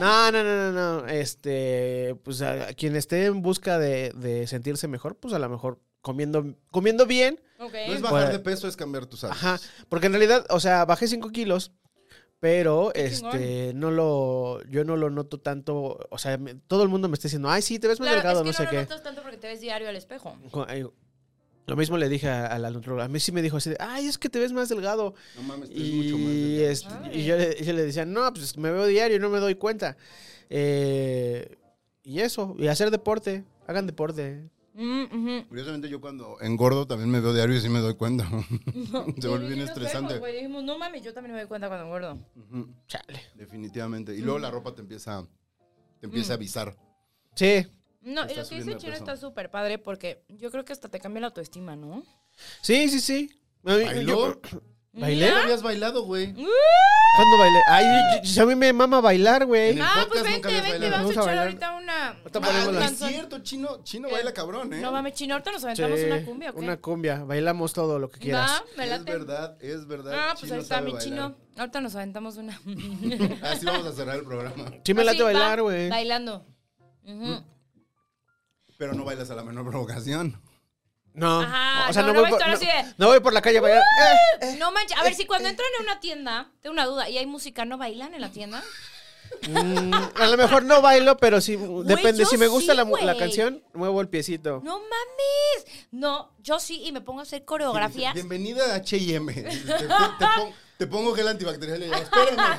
Speaker 2: No, no, no, no, no. Este, pues a, a quien esté en busca de, de sentirse mejor, pues a lo mejor comiendo, comiendo bien.
Speaker 5: ok.
Speaker 4: No es bajar
Speaker 2: Bueno.
Speaker 4: de peso, es cambiar tus hábitos.
Speaker 2: Ajá. Porque en realidad, o sea, bajé 5 kilos. Pero
Speaker 5: Qué
Speaker 2: este no lo yo no lo noto tanto, o sea, me- todo el mundo me está diciendo, "Ay, sí, te ves muy
Speaker 5: Claro,
Speaker 2: delgado,
Speaker 5: es que
Speaker 2: no sé
Speaker 5: no
Speaker 2: qué."
Speaker 5: lo notas tanto porque te ves diario al espejo.
Speaker 2: Cu- eh, Lo mismo le dije a, a la nutróloga. A mí sí me dijo así de, ay, es que te ves más delgado.
Speaker 4: No mames, estoy mucho más.
Speaker 2: Y,
Speaker 4: delgado.
Speaker 2: este, y yo, le, yo le decía, no, pues me veo diario, no me doy cuenta. Eh, y eso, y hacer deporte, hagan deporte.
Speaker 5: Mm, ujú.
Speaker 4: Curiosamente, yo cuando engordo también me veo diario y sí me doy cuenta. Se vuelve bien
Speaker 5: Y nos vemos,
Speaker 4: estresante.
Speaker 5: güey. Dijimos, no mames, yo también me doy cuenta cuando engordo.
Speaker 4: Ujú,
Speaker 2: Chale.
Speaker 4: Definitivamente. Y luego la ropa te empieza, te empieza
Speaker 5: Mm.
Speaker 4: a avisar.
Speaker 2: Sí,
Speaker 5: No,
Speaker 4: Está
Speaker 5: y lo que
Speaker 4: subiendo
Speaker 5: dice
Speaker 4: de
Speaker 5: Chino
Speaker 4: peso.
Speaker 5: está súper padre porque yo creo que hasta te cambia la autoestima, ¿no?
Speaker 2: sí, sí, sí. A mí-
Speaker 4: ¿Bailó?
Speaker 2: ¿Bailé?
Speaker 4: ¿No habías bailado, güey?
Speaker 2: ¿Cuándo bailé? Ay, yo- yo- a mí me mama bailar, güey.
Speaker 4: En el
Speaker 5: Ah, pues
Speaker 4: podcast nunca
Speaker 5: vente,
Speaker 4: habías
Speaker 5: vente,
Speaker 4: bailado.
Speaker 5: vamos a
Speaker 2: Vamos a
Speaker 5: echar
Speaker 2: bailar.
Speaker 5: ahorita una.
Speaker 2: Ahorita
Speaker 5: una
Speaker 2: ponemos
Speaker 4: Ah,
Speaker 2: la-
Speaker 4: es
Speaker 5: canción.
Speaker 4: cierto, chino, chino baila cabrón, ¿eh?
Speaker 5: No mames, Chino, ahorita nos aventamos
Speaker 2: Sí,
Speaker 5: una cumbia, ¿ok?
Speaker 2: Una cumbia, bailamos todo lo que quieras.
Speaker 5: Va, me
Speaker 4: Es
Speaker 5: late.
Speaker 4: verdad, es verdad.
Speaker 5: Ah, pues
Speaker 4: Chino
Speaker 5: ahí está
Speaker 4: sabe
Speaker 5: mi
Speaker 4: bailar.
Speaker 5: Chino. Ahorita nos aventamos una.
Speaker 4: Así vamos a cerrar el programa.
Speaker 2: Sí me
Speaker 5: Ah,
Speaker 2: late
Speaker 5: va,
Speaker 2: bailar, güey.
Speaker 5: Bailando. Ujú.
Speaker 4: Pero no bailas a la menor provocación.
Speaker 2: No,
Speaker 5: Ajá,
Speaker 2: o sea,
Speaker 5: no,
Speaker 2: no,
Speaker 5: no
Speaker 2: voy, por,
Speaker 5: voy a
Speaker 2: no,
Speaker 5: estar así de-
Speaker 2: no voy por la calle a bailar. ¡Eh!
Speaker 5: No manches, a ver si cuando entran a una tienda, tengo una duda, y hay música, ¿no bailan en la tienda?
Speaker 2: Mm, a lo mejor no bailo, pero sí, depende.
Speaker 5: yo
Speaker 2: Si me gusta
Speaker 5: sí,
Speaker 2: la, mu- la
Speaker 5: güey.
Speaker 2: canción, muevo el piecito.
Speaker 5: No mames. No, yo sí, y me pongo a hacer coreografías.
Speaker 4: Bienvenida a HM. Te, te- te pon- te pongo gel antibacterial y ya, espérame.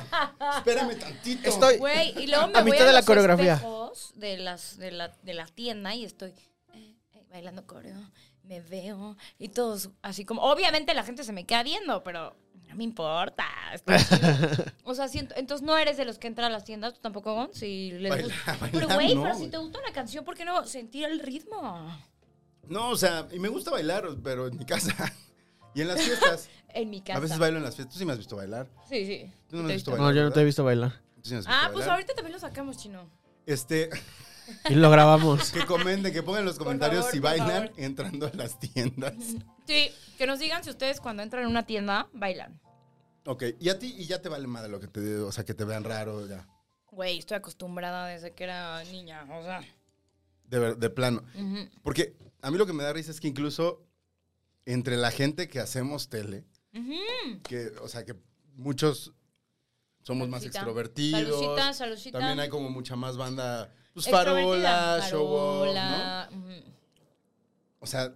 Speaker 4: Espérame tantito.
Speaker 2: Estoy-
Speaker 5: Güey, y luego me
Speaker 2: A
Speaker 5: voy
Speaker 2: mitad
Speaker 5: a
Speaker 2: de la
Speaker 5: los
Speaker 2: coreografía.
Speaker 5: espejos de, las, de, la, de la tienda y estoy eh, eh, bailando coreo, me veo, y todos así como... Obviamente la gente se me queda viendo, pero no me importa. está chido. o sea, siento, entonces no eres de los que entra a las tiendas, tú tampoco, Gon, si les
Speaker 4: Baila-
Speaker 5: gusta.
Speaker 4: bailar,
Speaker 5: pero güey,
Speaker 4: no,
Speaker 5: pero si
Speaker 4: güey.
Speaker 5: te gusta una canción, ¿por qué no sentir el ritmo?
Speaker 4: No, o sea, y me gusta bailar, pero en mi casa. Y en las fiestas.
Speaker 5: En mi casa.
Speaker 4: A veces bailo en las fiestas. Tú sí me has visto bailar.
Speaker 5: Sí, sí.
Speaker 4: Tú no me has
Speaker 5: Te
Speaker 4: visto
Speaker 5: he
Speaker 4: bailar.
Speaker 5: visto.
Speaker 2: No, yo no te he visto bailar.
Speaker 4: Tú sí me has visto
Speaker 5: Ah, pues
Speaker 4: bailar.
Speaker 5: ahorita también lo sacamos, chino.
Speaker 4: Este,
Speaker 2: Y lo grabamos.
Speaker 4: que comenten, que pongan en los comentarios
Speaker 5: favor,
Speaker 4: si
Speaker 5: por
Speaker 4: bailan
Speaker 5: favor.
Speaker 4: entrando a las tiendas.
Speaker 5: Sí, que nos digan si ustedes cuando entran a una tienda bailan.
Speaker 4: Ok, y a ti, y ya te vale madre lo que te o sea, que te vean raro, ya.
Speaker 5: Güey, estoy acostumbrada desde que era niña, o sea.
Speaker 4: De, ver- de plano. Porque a mí lo que me da risa es que incluso entre la gente que hacemos tele, que, o sea, que muchos somos más
Speaker 5: Salucita.
Speaker 4: extrovertidos.
Speaker 5: Salucita, salucita.
Speaker 4: También hay como mucha más banda, pues farola,
Speaker 5: Extrovertida.
Speaker 4: show off, ¿no?
Speaker 5: Farola, ujú.
Speaker 4: O sea,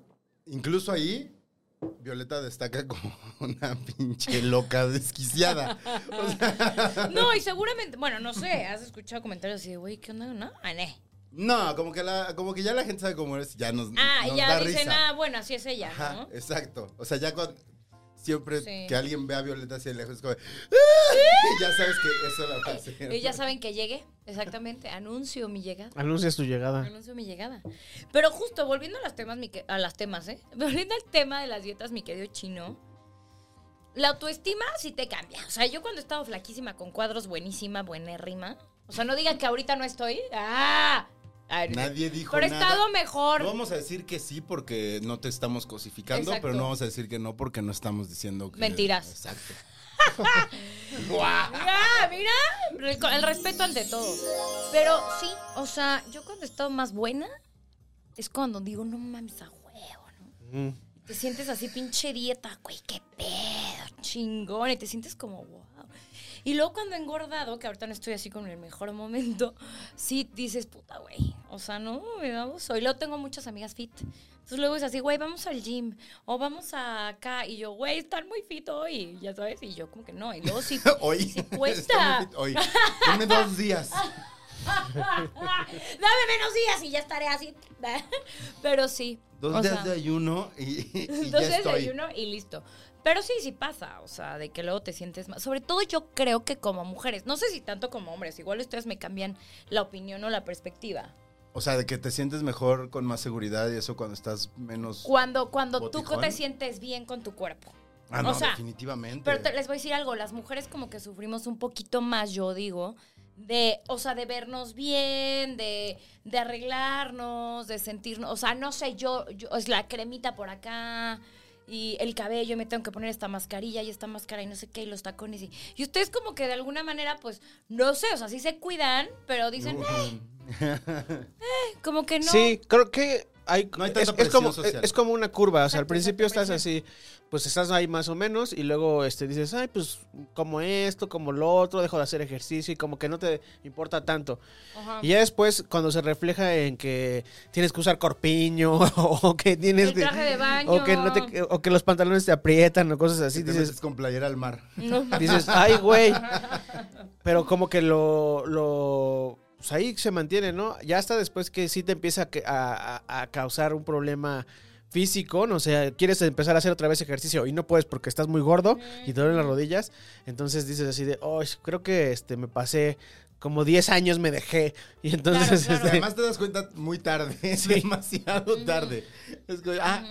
Speaker 4: incluso ahí Violeta destaca como una pinche loca desquiciada. O sea,
Speaker 5: No, y seguramente, bueno, no sé, has escuchado comentarios así de, güey, ¿qué onda? ¿No? Ah, ne.
Speaker 4: no, como que la como que ya la gente sabe cómo eres, ya nos
Speaker 5: Ah,
Speaker 4: nos
Speaker 5: ya
Speaker 4: da
Speaker 5: dicen,
Speaker 4: risa.
Speaker 5: ah, bueno, así es ella,
Speaker 4: Ajá,
Speaker 5: ¿no?
Speaker 4: exacto. O sea, ya cuando siempre
Speaker 5: Sí.
Speaker 4: que alguien ve a Violeta hacia lejos, es como, ¡Ah! ya sabes que eso la va a hacer.
Speaker 5: Y ya saben que llegué, exactamente, anuncio mi llegada.
Speaker 2: Anuncias tu
Speaker 4: Ah.
Speaker 2: llegada.
Speaker 5: Anuncio mi llegada. Pero justo, volviendo a las temas, mi que- a las temas, ¿eh? Volviendo al tema de las dietas, mi querido chino. La autoestima sí te cambia. O sea, yo cuando estaba flaquísima con cuadros, buenísima, buenérrima. O sea, no digan que ahorita no estoy. ¡Ah! A ver,
Speaker 4: Nadie dijo
Speaker 5: Pero he
Speaker 4: nada.
Speaker 5: estado mejor.
Speaker 4: No vamos a decir que sí porque no te estamos cosificando,
Speaker 5: Exacto.
Speaker 4: pero no vamos a decir que no porque no estamos diciendo que...
Speaker 5: Mentiras.
Speaker 4: Exacto.
Speaker 5: Mira, mira, el, el respeto ante todo. Pero sí, o sea, yo cuando he estado más buena es cuando digo, no mames, a huevo, ¿no?
Speaker 4: Mm.
Speaker 5: Te sientes así pinche dieta, güey, qué pedo, chingón, y te sientes como, wow. Y luego cuando he engordado, que ahorita no estoy así con el mejor momento, sí dices, puta, güey, o sea, no, me da abuso. Y luego tengo muchas amigas fit. Entonces luego es así, güey, vamos al gym, o vamos a acá, y yo, güey, están muy fit hoy, ya sabes, y yo como que no, y luego sí,
Speaker 4: Hoy.
Speaker 5: sí
Speaker 4: está
Speaker 5: cuesta.
Speaker 4: muy fit. Hoy. Dame dos días.
Speaker 5: Dame menos días y ya estaré así. Pero sí.
Speaker 4: Dos
Speaker 5: o
Speaker 4: días
Speaker 5: sea,
Speaker 4: de ayuno y, y
Speaker 5: dos
Speaker 4: ya
Speaker 5: días de
Speaker 4: estoy.
Speaker 5: ayuno y listo. Pero sí, sí pasa, o sea, de que luego te sientes más. Sobre todo yo creo que como mujeres, no sé si tanto como hombres, igual ustedes me cambian la opinión o la perspectiva.
Speaker 4: O sea, de que te sientes mejor, con más seguridad y eso cuando estás menos...
Speaker 5: Cuando, cuando tú
Speaker 4: ¿Botijón?
Speaker 5: te sientes bien con tu cuerpo.
Speaker 4: Ah, no,
Speaker 5: o sea,
Speaker 4: definitivamente.
Speaker 5: Pero te- les voy a decir algo, las mujeres como que sufrimos un poquito más, yo digo, de, o sea, de vernos bien, de, de arreglarnos, de sentirnos, o sea, no sé, yo, yo, es la cremita por acá y el cabello, y me tengo que poner esta mascarilla y esta máscara y no sé qué, y los tacones y, y ustedes como que de alguna manera, pues, no sé, o sea, sí se cuidan, pero dicen, "Ay, como que no.
Speaker 2: Sí, creo que hay,
Speaker 4: No hay tanta
Speaker 2: es, es
Speaker 4: presión
Speaker 2: como, es,
Speaker 4: social.
Speaker 2: es como una curva. O sea, al
Speaker 5: Exacto,
Speaker 2: principio
Speaker 5: exacto,
Speaker 2: estás así, pues estás ahí más o menos y luego este, dices, ay, pues como esto, como lo otro, dejo de hacer ejercicio y como que no te importa tanto.
Speaker 5: Ajá.
Speaker 2: Y ya después, cuando se refleja en que tienes que usar corpiño o que tienes
Speaker 5: El traje de baño.
Speaker 2: O que, no te- o que los pantalones te aprietan o cosas así,
Speaker 4: Si te
Speaker 2: dices,
Speaker 4: metes con playera al mar.
Speaker 5: No,
Speaker 2: dices, ay, güey. Pero como que lo, lo, pues ahí se mantiene, ¿no? Ya hasta después que sí te empieza a que- a, a- a causar un problema físico, ¿no? O sea, quieres empezar a hacer otra vez ejercicio y no puedes porque estás muy gordo y te duelen las rodillas, entonces dices así de, oh, creo que este, me pasé como 10 años me dejé y entonces...
Speaker 5: claro.
Speaker 4: Y
Speaker 2: este,
Speaker 4: además te das cuenta muy tarde, es demasiado tarde. Es como, ah,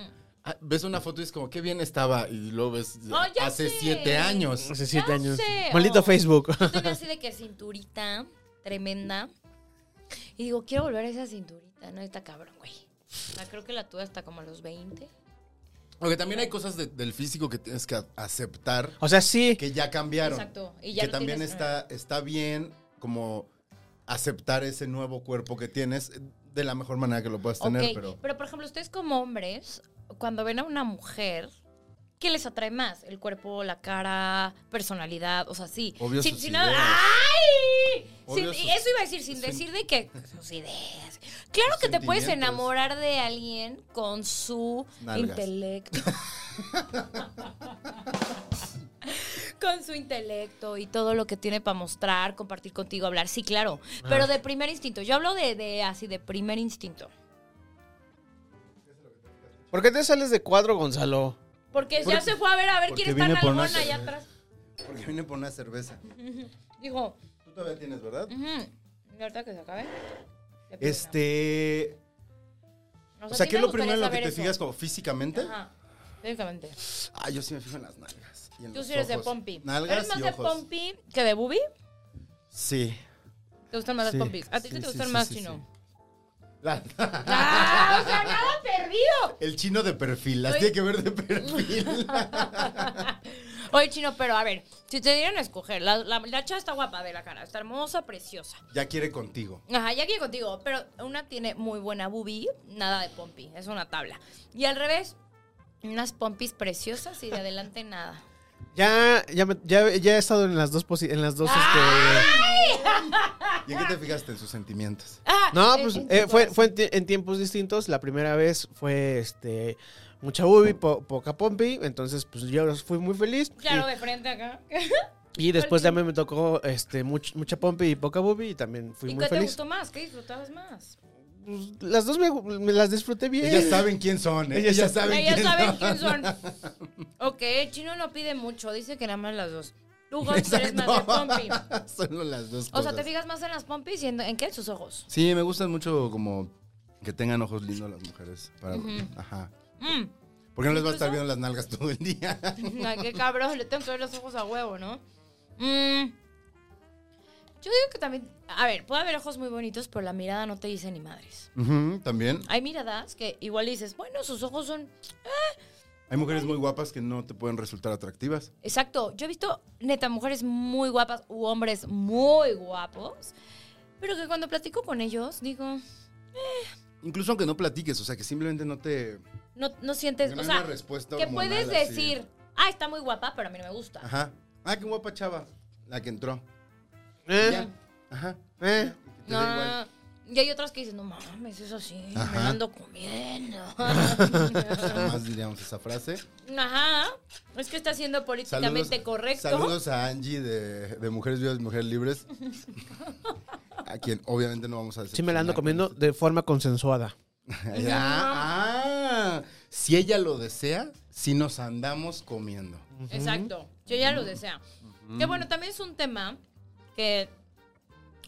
Speaker 4: ah, ves una foto y es como, qué bien estaba. Y luego ves,
Speaker 5: Oh, ya
Speaker 4: hace
Speaker 5: sé.
Speaker 4: siete años.
Speaker 2: Hace siete
Speaker 5: Ya
Speaker 2: años.
Speaker 5: sé,
Speaker 2: Maldito
Speaker 5: oh.
Speaker 2: Facebook.
Speaker 5: Yo tenía así de que cinturita tremenda. Y digo, quiero volver a esa cinturita. No, está cabrón, güey. O sea, creo que la tuve hasta como a los 20.
Speaker 4: Porque también hay cosas de- del físico que tienes que a- aceptar,
Speaker 2: O sea, sí.
Speaker 4: que ya cambiaron.
Speaker 5: Exacto, y
Speaker 4: Y
Speaker 5: ya
Speaker 4: que
Speaker 5: no
Speaker 4: también
Speaker 5: tienes-
Speaker 4: está, está bien como aceptar ese nuevo cuerpo que tienes de la mejor manera que lo puedas tener,
Speaker 5: ok,
Speaker 4: pero...
Speaker 5: por ejemplo, ustedes como hombres, cuando ven a una mujer, ¿qué les atrae más? ¿El cuerpo, la cara, personalidad? O sea, sí.
Speaker 4: Obvio
Speaker 5: Sin-
Speaker 4: sus
Speaker 5: sin nada-
Speaker 4: ideas.
Speaker 5: ¡Ay!
Speaker 4: Obvio
Speaker 5: Sin-
Speaker 4: sus-
Speaker 5: y eso iba a decir, sin
Speaker 4: sin-
Speaker 5: decir de que sus ideas. Claro que te puedes
Speaker 4: sentimientos.
Speaker 5: enamorar de alguien con su
Speaker 4: Nalgas.
Speaker 5: intelecto. con su intelecto y todo lo que tiene para mostrar, compartir contigo, hablar. Sí, claro. Pero de primer instinto. Yo hablo de, de así, de primer instinto.
Speaker 2: ¿Por qué te sales de cuadro, Gonzalo?
Speaker 5: Porque ya
Speaker 4: Porque-
Speaker 5: se fue a ver a ver
Speaker 4: porque
Speaker 5: quién está en
Speaker 4: vine por una
Speaker 5: alguna allá
Speaker 4: cerveza.
Speaker 5: atrás.
Speaker 4: Porque vine por una cerveza.
Speaker 5: Dijo,
Speaker 4: Tú todavía tienes, ¿verdad?
Speaker 5: "Ujú, ahorita que se acabe. le pido
Speaker 4: Este...
Speaker 5: una".
Speaker 4: O sea,
Speaker 5: sí
Speaker 4: ¿qué
Speaker 5: me
Speaker 4: es lo
Speaker 5: gustaría
Speaker 4: primero en lo que
Speaker 5: saber
Speaker 4: te
Speaker 5: eso.
Speaker 4: fijas como físicamente?
Speaker 5: Ajá, técnicamente.
Speaker 4: Ah, yo sí me fijo en las nalgas. y en
Speaker 5: Tú
Speaker 4: los
Speaker 5: sí eres de
Speaker 4: ojos.
Speaker 5: pompi.
Speaker 4: Nalgas
Speaker 5: ¿Eres más
Speaker 4: y
Speaker 5: de
Speaker 4: ojos.
Speaker 5: pompi que de bubi?
Speaker 4: Sí.
Speaker 5: ¿Te gustan más
Speaker 4: Sí,
Speaker 5: las pompis? ¿A ti
Speaker 4: sí,
Speaker 5: qué te
Speaker 4: sí,
Speaker 5: gustan
Speaker 4: sí,
Speaker 5: más,
Speaker 4: sí,
Speaker 5: chino?
Speaker 4: sí.
Speaker 5: ¡Ah! O sea, nada perdido.
Speaker 8: El chino de perfil, las
Speaker 5: Oye.
Speaker 8: tiene que ver de perfil.
Speaker 5: Oye, chino, pero a ver, si te dieran a escoger, la, la, la chava está guapa de la cara, está hermosa, preciosa.
Speaker 4: Ya quiere contigo.
Speaker 5: Ajá, ya aquí contigo, pero una tiene muy buena boobie, nada de pompi, es una tabla. Y al revés, unas pompis preciosas y de adelante nada.
Speaker 2: Ya, ya, me- ya, ya he estado en las dos posi- en las dos este,
Speaker 4: ¿Y en qué te fijaste? En sus sentimientos.
Speaker 5: Ah,
Speaker 2: No,
Speaker 5: eh,
Speaker 2: pues
Speaker 5: eh,
Speaker 2: eh, fue, fue en, tie- en tiempos distintos. La primera vez fue este mucha ubi, po- poca pompi. Entonces, pues yo fui muy feliz.
Speaker 5: Claro, de frente acá.
Speaker 2: Y, y después también me tocó este much- mucha pompi y poca bubi y también fui
Speaker 5: ¿Y
Speaker 2: muy
Speaker 5: qué te
Speaker 2: feliz.
Speaker 5: gustó más? ¿Qué disfrutabas más?
Speaker 2: Pues, las dos me, gu- me las disfruté bien.
Speaker 4: Ellas saben quién son, ¿eh?
Speaker 2: Ellas
Speaker 4: Ellas, saben
Speaker 5: Ya
Speaker 4: quién
Speaker 5: saben
Speaker 4: son.
Speaker 5: quién son. Ok, Chino no pide mucho, dice que nada más las dos. Tú, Gon, tú eres más de pompi.
Speaker 4: Exacto. Solo las dos
Speaker 5: O
Speaker 4: cosas.
Speaker 5: sea, ¿te fijas más en las pompis y en, en qué? En sus ojos.
Speaker 4: Sí, me gustan mucho como que tengan ojos lindos las mujeres. Para... Ajá.
Speaker 5: Mm.
Speaker 4: Porque no les va a estar viendo las nalgas todo el día.
Speaker 5: Ay, qué cabrón, le tengo que ver los ojos a huevo, ¿no? Mm. Yo digo que también. A ver, puede haber ojos muy bonitos, pero la mirada no te dice ni madres.
Speaker 4: Ujú, También.
Speaker 5: Hay miradas que igual dices, bueno, sus ojos son.
Speaker 4: Hay mujeres muy guapas que no te pueden resultar atractivas.
Speaker 5: Exacto. Yo he visto, neta, mujeres muy guapas u hombres muy guapos, pero que cuando platico con ellos, digo,
Speaker 4: Incluso aunque no platiques, o sea, que simplemente no te...
Speaker 5: no, no sientes.
Speaker 4: Que no
Speaker 5: o
Speaker 4: hay
Speaker 5: sea,
Speaker 4: una respuesta
Speaker 5: que
Speaker 4: hormonal
Speaker 5: puedes
Speaker 4: así.
Speaker 5: decir, ah, está muy guapa, pero a mí no me gusta.
Speaker 4: Ajá. Ah, qué guapa chava. La que entró.
Speaker 2: Eh,
Speaker 4: Ya. Ajá.
Speaker 2: eh.
Speaker 4: Te da
Speaker 5: No, y hay otras que dicen, no mames, eso sí, me
Speaker 4: Ajá.
Speaker 5: la ando comiendo.
Speaker 4: igual. Jamás diríamos esa frase.
Speaker 5: Ajá. Es que está siendo políticamente correcto.
Speaker 4: Saludos a Angie de, de Mujeres Vivas, Mujeres Libres. a quien obviamente no vamos a decir.
Speaker 2: Sí me la ando comiendo de forma consensuada.
Speaker 4: ah, si ella lo desea, si nos andamos comiendo.
Speaker 5: Exacto. Yo ya lo desea. Que bueno, también es un tema que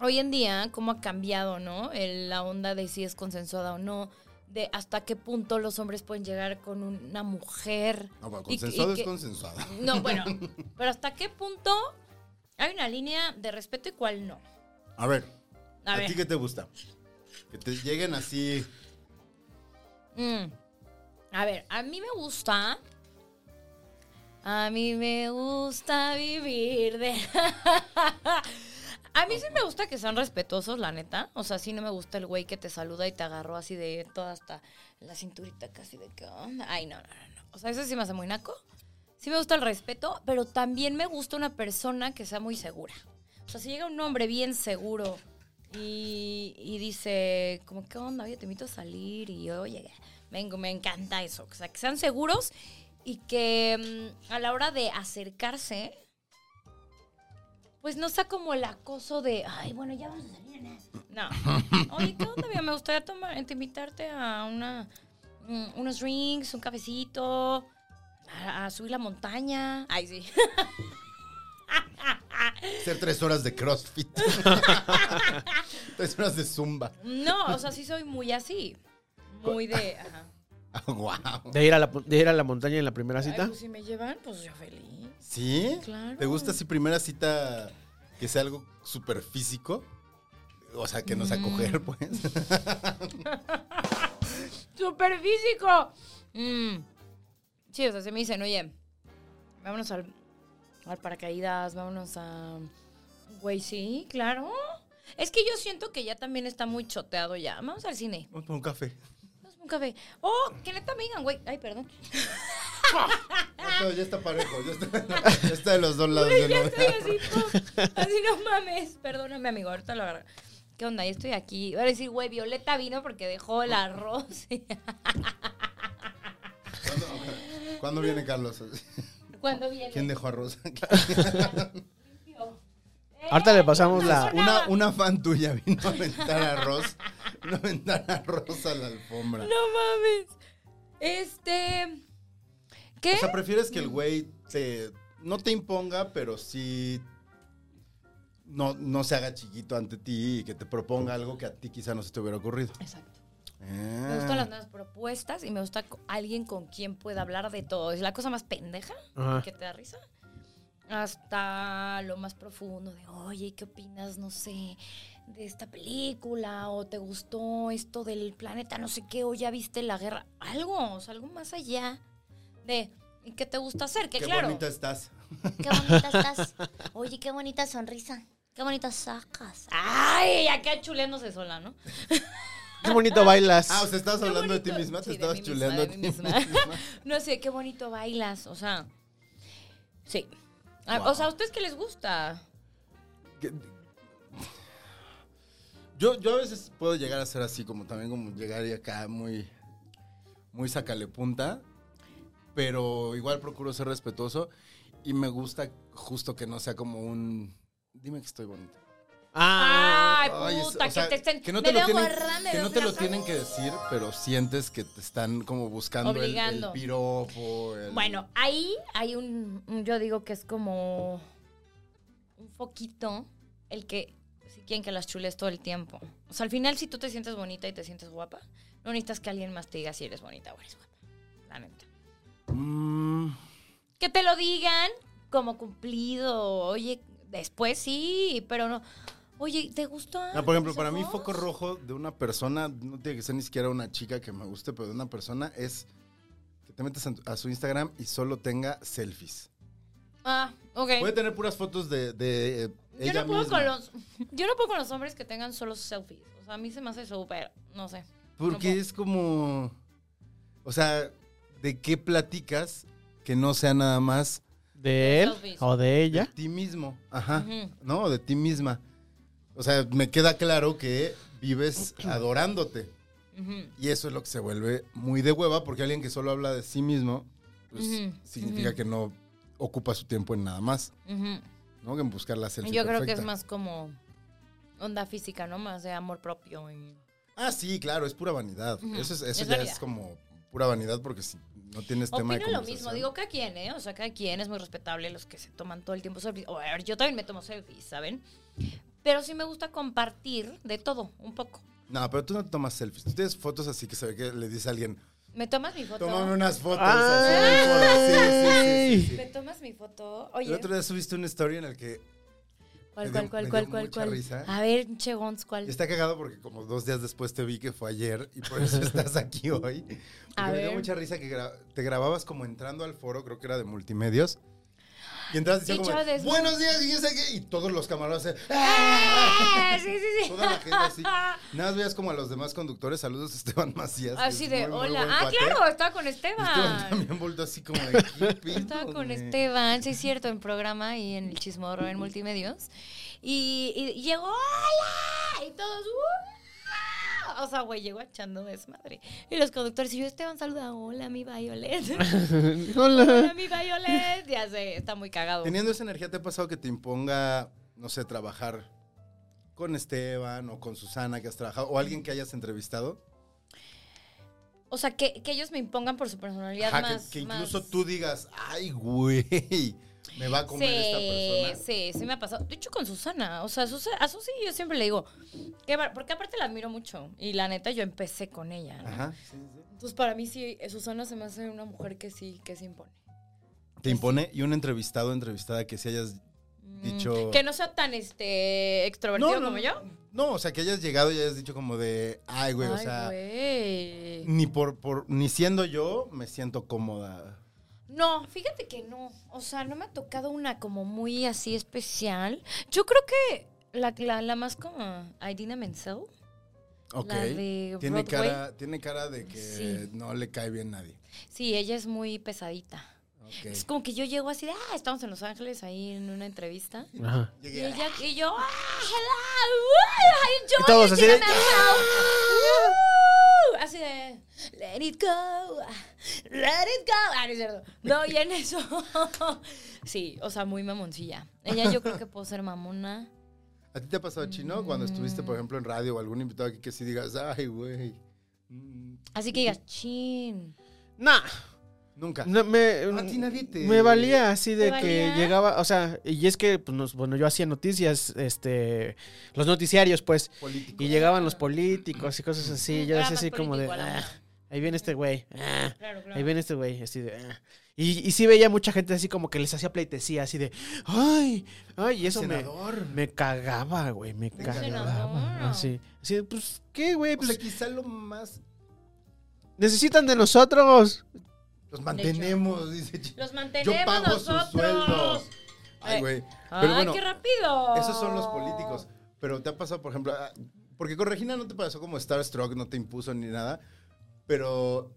Speaker 5: hoy en día, cómo ha cambiado, ¿no? El- la onda de si es consensuada o no, de hasta qué punto los hombres pueden llegar con una mujer.
Speaker 4: No, bueno,
Speaker 5: Y que- y
Speaker 4: consensuado
Speaker 5: que-
Speaker 4: es consensuado.
Speaker 5: No, bueno, pero hasta qué punto hay una línea de respeto y cuál no.
Speaker 4: A ver,
Speaker 5: A
Speaker 4: ¿a,
Speaker 5: ver.
Speaker 4: ti qué te gusta? Que te lleguen así.
Speaker 5: Mm. A ver, a mí me gusta. A mí me gusta vivir de. A mí sí me gusta que sean respetuosos, la neta. O sea, sí no me gusta el güey que te saluda y te agarró así de toda hasta la cinturita casi de qué onda. Ay, no, no, no, no. O sea, eso sí me hace muy naco. Sí me gusta el respeto, pero también me gusta una persona que sea muy segura. O sea, si llega un hombre bien seguro y, y dice, como, ¿qué onda? Oye, te invito a salir y oye, vengo, me encanta eso. O sea, que sean seguros y que mm, a la hora de acercarse, pues no sea como el acoso de, ay, bueno, ya vamos a salir. No. no. Oye, ¿qué onda? Mira, me gustaría tomar, te invitarte a una, mm, unos drinks, un cafecito, a, a subir la montaña. Ay, sí.
Speaker 4: Hacer tres horas de CrossFit. tres horas de Zumba.
Speaker 5: No, o sea, sí soy muy así. Muy de, ajá.
Speaker 4: Ah, wow.
Speaker 2: De ir, a la, de ir a la montaña en la primera
Speaker 5: Ay,
Speaker 2: cita.
Speaker 5: pues si me llevan, pues yo feliz.
Speaker 4: ¿Sí?
Speaker 5: Claro.
Speaker 4: ¿Te gusta así primera cita que sea algo súper físico? O sea, que
Speaker 5: Mm.
Speaker 4: nos acoger, pues.
Speaker 5: ¡Súper físico! Mm. Sí, o sea, se me dicen, oye, vámonos al, al paracaídas, vámonos a... Güey, sí, claro. Es que yo siento que ya también está muy choteado ya. Vamos al cine.
Speaker 4: Vamos por un café.
Speaker 5: Vamos a un café. Oh, que neta me digan, güey. Ay, perdón.
Speaker 4: No, pero ya está parejo. Ya está, ya está de los dos lados. de
Speaker 5: Ya
Speaker 4: la
Speaker 5: estoy
Speaker 4: moneda.
Speaker 5: así, po. así no mames. Perdóname, amigo, ahorita lo agarro. ¿Qué onda? Ya estoy aquí. Voy a decir, güey, Violeta vino porque dejó el arroz.
Speaker 4: ¿Cuándo viene Carlos?
Speaker 5: Cuando viene.
Speaker 4: ¿Quién dejó a Rosa?
Speaker 2: Ahorita
Speaker 5: eh,
Speaker 2: le pasamos la.
Speaker 4: Una, una fan tuya vino a aventar arroz. Vino a aventar arroz a la alfombra.
Speaker 5: No mames. Este. ¿Qué?
Speaker 4: O sea, prefieres que el güey te. No te imponga, pero sí. No, no se haga chiquito ante ti y que te proponga algo que a ti quizá no se te hubiera ocurrido.
Speaker 5: Exacto.
Speaker 4: Ah.
Speaker 5: Me gustan las nuevas propuestas y me
Speaker 4: Ah.
Speaker 5: gusta co- alguien con quien pueda hablar de todo. Es la cosa más pendeja
Speaker 2: Ajá.
Speaker 5: que te da risa. hasta lo más profundo de, oye, ¿qué opinas, no sé, de esta película? ¿O te gustó esto del planeta, no sé qué? ¿O ya viste la guerra? Algo, o sea, algo más allá de, ¿y qué te gusta hacer? Que
Speaker 4: Qué
Speaker 5: claro,
Speaker 4: bonita estás.
Speaker 7: Qué bonita estás. Oye, qué bonita sonrisa. Qué bonita sacas.
Speaker 5: ay, acá chuleándose sola, ¿no?
Speaker 2: Qué bonito bailas.
Speaker 4: Ah, o sea, estabas
Speaker 5: Qué
Speaker 4: hablando de ti
Speaker 5: bonito.
Speaker 4: misma, te
Speaker 5: Sí, de
Speaker 4: estabas
Speaker 5: mí misma,
Speaker 4: chuleando
Speaker 5: de
Speaker 4: a ti
Speaker 5: mí
Speaker 4: misma.
Speaker 5: misma. No sé, qué bonito bailas, o sea. Sí. Ah, O sea, ¿a ustedes qué les gusta?
Speaker 4: Que- Yo, yo a veces puedo llegar a ser así, como también como llegar y acá muy, muy sacale punta, pero igual procuro ser respetuoso y me gusta justo que no sea como un... Dime que estoy bonita.
Speaker 2: Ah.
Speaker 5: Ay,
Speaker 4: Ah, Ay,
Speaker 5: puta,
Speaker 4: es- o sea,
Speaker 5: que te estén.
Speaker 4: que no
Speaker 5: me
Speaker 4: te, lo
Speaker 5: veo
Speaker 4: tienen,
Speaker 5: guarra, me
Speaker 4: que
Speaker 5: veo
Speaker 4: no te lo
Speaker 5: flaca.
Speaker 4: tienen que decir, pero sientes que te están como buscando el- el,
Speaker 5: Obligando.
Speaker 4: piropo. el-
Speaker 5: Bueno, ahí hay un, un- Yo digo que es como. Un foquito. El que. Si quieren que las chules todo el tiempo. O sea, al final, si tú te sientes bonita y te sientes guapa, no necesitas que alguien más te diga si eres bonita o eres guapa. La neta.
Speaker 4: Mm,
Speaker 5: que te lo digan como cumplido. Oye, después sí, pero no. Oye, ¿te gustó?
Speaker 4: Ah, por ejemplo,
Speaker 5: mis
Speaker 4: para mí
Speaker 5: ojos?
Speaker 4: foco rojo de una persona, no tiene que ser ni siquiera una chica que me guste, pero de una persona es que te metas a tu- a su Instagram y solo tenga selfies.
Speaker 5: Ah, ok.
Speaker 4: Puede tener puras fotos de, de, eh,
Speaker 5: Yo
Speaker 4: ella
Speaker 5: no, puedo
Speaker 4: misma.
Speaker 5: con los, yo no puedo con los hombres que tengan solo selfies. O sea, a mí se me hace súper, no sé.
Speaker 4: Porque
Speaker 5: no puedo.
Speaker 4: es como... O sea, ¿de qué platicas que no sea nada más
Speaker 2: ¿De él
Speaker 5: Selfies.
Speaker 2: o de
Speaker 4: de
Speaker 2: ella?
Speaker 4: ti mismo? Ajá.
Speaker 5: Ujú.
Speaker 4: No, de ti misma. O sea, me queda claro que vives adorándote.
Speaker 5: Ujú.
Speaker 4: Y eso es lo que se vuelve muy de hueva, porque alguien que solo habla de sí mismo, pues
Speaker 5: Ujú,
Speaker 4: significa
Speaker 5: ujú.
Speaker 4: que no ocupa su tiempo en nada más,
Speaker 5: Ujú.
Speaker 4: ¿no? Que en buscar la selfie
Speaker 5: Yo creo que es
Speaker 4: perfecta.
Speaker 5: más como onda física, ¿no? Más de amor propio. y-
Speaker 4: Ah, sí, claro, es pura vanidad.
Speaker 5: Ujú,
Speaker 4: Eso, es, eso
Speaker 5: es
Speaker 4: ya
Speaker 5: vanidad.
Speaker 4: es como pura vanidad, porque si no tienes tema de
Speaker 5: Opino lo
Speaker 4: conversación.
Speaker 5: mismo, digo cada quien, ¿eh? O sea, cada quien es muy respetable los que se toman todo el tiempo selfies. O, a ver, yo también me tomo selfies, ¿saben? Pero sí me gusta compartir de todo, un poco.
Speaker 4: No, pero tú no tomas selfies. Tú tienes fotos así que se ve que le dice a alguien,
Speaker 5: ¿Me tomas mi foto?
Speaker 4: tómame unas fotos. así en el foro". Sí, sí, sí, sí,
Speaker 2: ¡Ay!
Speaker 4: sí.
Speaker 5: ¿Me tomas mi foto?
Speaker 4: El
Speaker 5: Oye,
Speaker 4: otro día subiste una story en el que
Speaker 5: ¿cuál,
Speaker 4: me
Speaker 5: cuál,
Speaker 4: dio-
Speaker 5: cuál,
Speaker 4: me
Speaker 5: cuál,
Speaker 4: dio
Speaker 5: cuál,
Speaker 4: mucha
Speaker 5: cuál?
Speaker 4: risa.
Speaker 5: A ver, che, Gonz, ¿cuál?
Speaker 4: Está cagado porque como dos días después te vi que fue ayer y por eso estás aquí hoy. Porque
Speaker 5: A
Speaker 4: me dio
Speaker 5: ver.
Speaker 4: mucha risa que gra- te grababas como entrando al foro, creo que era de multimedios. Y entras
Speaker 5: Y
Speaker 4: diciendo
Speaker 5: yo desnuda.
Speaker 4: como, buenos días, y yo sé qué", y todos los camarones así,
Speaker 5: ¡Ah! Sí, sí, sí.
Speaker 4: toda la gente así. Nada más veías como a los demás conductores, saludos Esteban Macías. que
Speaker 5: Así
Speaker 4: es
Speaker 5: de,
Speaker 4: muy, muy
Speaker 5: hola.
Speaker 4: buen
Speaker 5: Ah,
Speaker 4: cuate.
Speaker 5: claro, estaba con
Speaker 4: Y Esteban
Speaker 5: Esteban.
Speaker 4: también volvió así como de, "¿Qué pedo,
Speaker 5: Estaba con
Speaker 4: güey?".
Speaker 5: Esteban, sí es cierto, en programa y en el chismorro en multimedios. Y, y llegó, ¡hola! Y todos, ¡wow! O sea, güey, llegó echando desmadre. Y los conductores, y yo, Esteban, saluda, hola, mi Violet. hola,
Speaker 2: Hola.
Speaker 5: mi Violet. Ya sé, está muy cagado.
Speaker 4: Teniendo esa energía, ¿te ha pasado que te imponga, no sé, trabajar con Esteban o con Susana que has trabajado o alguien que hayas entrevistado?
Speaker 5: O sea, que, que ellos me impongan por su personalidad
Speaker 4: Ajá, que-
Speaker 5: más.
Speaker 4: que, incluso
Speaker 5: más-
Speaker 4: tú digas, ay, güey, me va a comer esta persona.
Speaker 5: Sí, sí me ha pasado. De hecho, con Susana. O sea, Susa- a Susi yo siempre le digo, qué bar- porque aparte la admiro mucho. Y la neta, yo empecé con ella. ¿no?
Speaker 4: Ajá.
Speaker 5: Entonces, para mí sí, eh, Susana se me hace una mujer que sí, que se impone.
Speaker 4: Te impone y un entrevistado o entrevistada que si hayas
Speaker 5: Mm,
Speaker 4: dicho.
Speaker 5: Que no sea tan este extrovertido como yo.
Speaker 4: No, o sea, que hayas llegado y hayas dicho como de, ay, güey, o
Speaker 5: Ay,
Speaker 4: sea,
Speaker 5: güey.
Speaker 4: ni por, por ni siendo yo me siento cómoda.
Speaker 5: No, fíjate que no. O sea, no me ha tocado una como muy así especial. Yo creo que la, la, la más como Idina Menzel.
Speaker 4: Ok.
Speaker 5: La de
Speaker 4: tiene
Speaker 5: Broadway.
Speaker 4: cara, tiene cara de que
Speaker 5: Sí.
Speaker 4: no le cae bien nadie.
Speaker 5: Sí, ella es muy pesadita.
Speaker 4: Ok.
Speaker 5: Es como que yo llego así de, ah, estamos en Los Ángeles ahí en una entrevista.
Speaker 2: Ajá.
Speaker 5: Y,
Speaker 4: Llegué,
Speaker 5: ella- y yo, ah, hello, uh,
Speaker 2: Y
Speaker 5: I
Speaker 2: todos
Speaker 5: enjoy
Speaker 2: así de-
Speaker 5: it, Tina
Speaker 4: "Ah".
Speaker 5: Mansell. Woo. Uh, así de, let it go, let it go. Ah, no es cierto. No, y en eso. sí, o sea, muy mamoncilla. Ella yo creo que puedo ser mamona.
Speaker 4: ¿A ti te ha pasado chino cuando estuviste, por ejemplo, en radio o algún invitado aquí que sí digas, ay, güey? mm,
Speaker 5: Así que digas, chin.
Speaker 2: Nah.
Speaker 4: Nunca.
Speaker 2: No, me,
Speaker 4: A ti nadie te-
Speaker 2: me valía así de
Speaker 5: ¿Te
Speaker 2: que
Speaker 5: valía?
Speaker 2: llegaba, o sea, y es que pues, nos- bueno, yo hacía noticias, este, los noticiarios, pues,
Speaker 4: Político.
Speaker 2: y llegaban los políticos y cosas así, y yo
Speaker 5: Era
Speaker 2: decía
Speaker 5: más
Speaker 2: así como de,
Speaker 5: político a la
Speaker 2: "Ah,
Speaker 5: mona.
Speaker 2: ahí viene este güey, ah,
Speaker 5: Claro, claro.
Speaker 2: ahí viene este güey, así de, ah". y Y, y sí veía mucha gente así como que les hacía pleitesía, así de, ay, ay, y eso me,
Speaker 4: Senador.
Speaker 2: me cagaba, güey, me cagaba.
Speaker 5: cagaba.
Speaker 2: Así, así, de, pues, ¿qué, güey?
Speaker 4: O
Speaker 2: Pues,
Speaker 4: sea, quizá lo más.
Speaker 2: necesitan de nosotros.
Speaker 4: Los mantenemos, dice. Ch-
Speaker 5: Los
Speaker 4: Yo
Speaker 5: mantenemos
Speaker 4: pago sus
Speaker 5: nosotros. Eh,
Speaker 4: sueldos. Ay, güey.
Speaker 5: Ay,
Speaker 4: Pero bueno,
Speaker 5: qué rápido.
Speaker 4: esos son los políticos. Pero te ha pasado, por ejemplo, ah, porque con Regina no te pasó como Starstruck, no te impuso ni nada, pero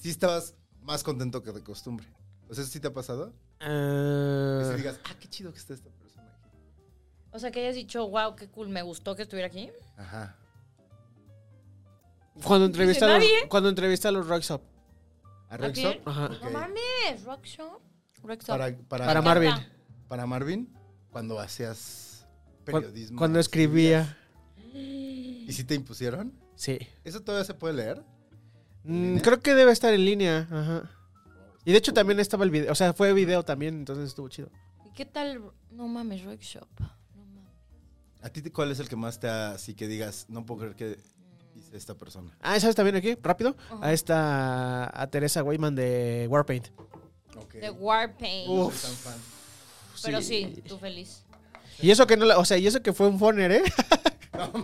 Speaker 4: sí estabas más contento que de costumbre. O sea, ¿eso sí te ha pasado? Que
Speaker 2: Ah,
Speaker 4: sí digas, ah, qué chido que está esta persona aquí.
Speaker 5: O sea, que hayas dicho, wow, qué cool, me gustó que estuviera aquí.
Speaker 4: Ajá.
Speaker 2: cuando entrevisté a los,
Speaker 5: nadie.
Speaker 2: cuando entrevisté a los Rock Shop.
Speaker 4: ¿A Rock
Speaker 5: quién?
Speaker 4: Shop?
Speaker 2: Ajá.
Speaker 4: Ok.
Speaker 5: No mames, rock show. Rock show.
Speaker 4: Para, para,
Speaker 2: Para
Speaker 4: para,
Speaker 2: Marvin.
Speaker 5: encanta.
Speaker 4: Marvin, cuando hacías
Speaker 2: Cu-
Speaker 4: periodismo.
Speaker 2: Cuando escribía.
Speaker 4: ¿Y si te impusieron?
Speaker 2: Sí.
Speaker 4: ¿Eso todavía se puede leer?
Speaker 2: Mm, creo que debe estar en línea. Ajá. Y de hecho también estaba el video. O sea, fue video también, entonces estuvo chido.
Speaker 5: ¿Y qué tal? No mames, rock shop. No mames.
Speaker 4: ¿A ti te- cuál es el que más te ha, así que digas, no puedo creer que hice esta persona?
Speaker 2: Ah, ¿sabes también aquí? Rápido. A esta. A Teresa Weyman de Warpaint.
Speaker 4: Ok.
Speaker 5: De Warpaint.
Speaker 4: No soy tan fan.
Speaker 5: Pero sí, tú feliz.
Speaker 2: Pues Y eso que no la- O sea, y eso que fue un foner, ¿eh?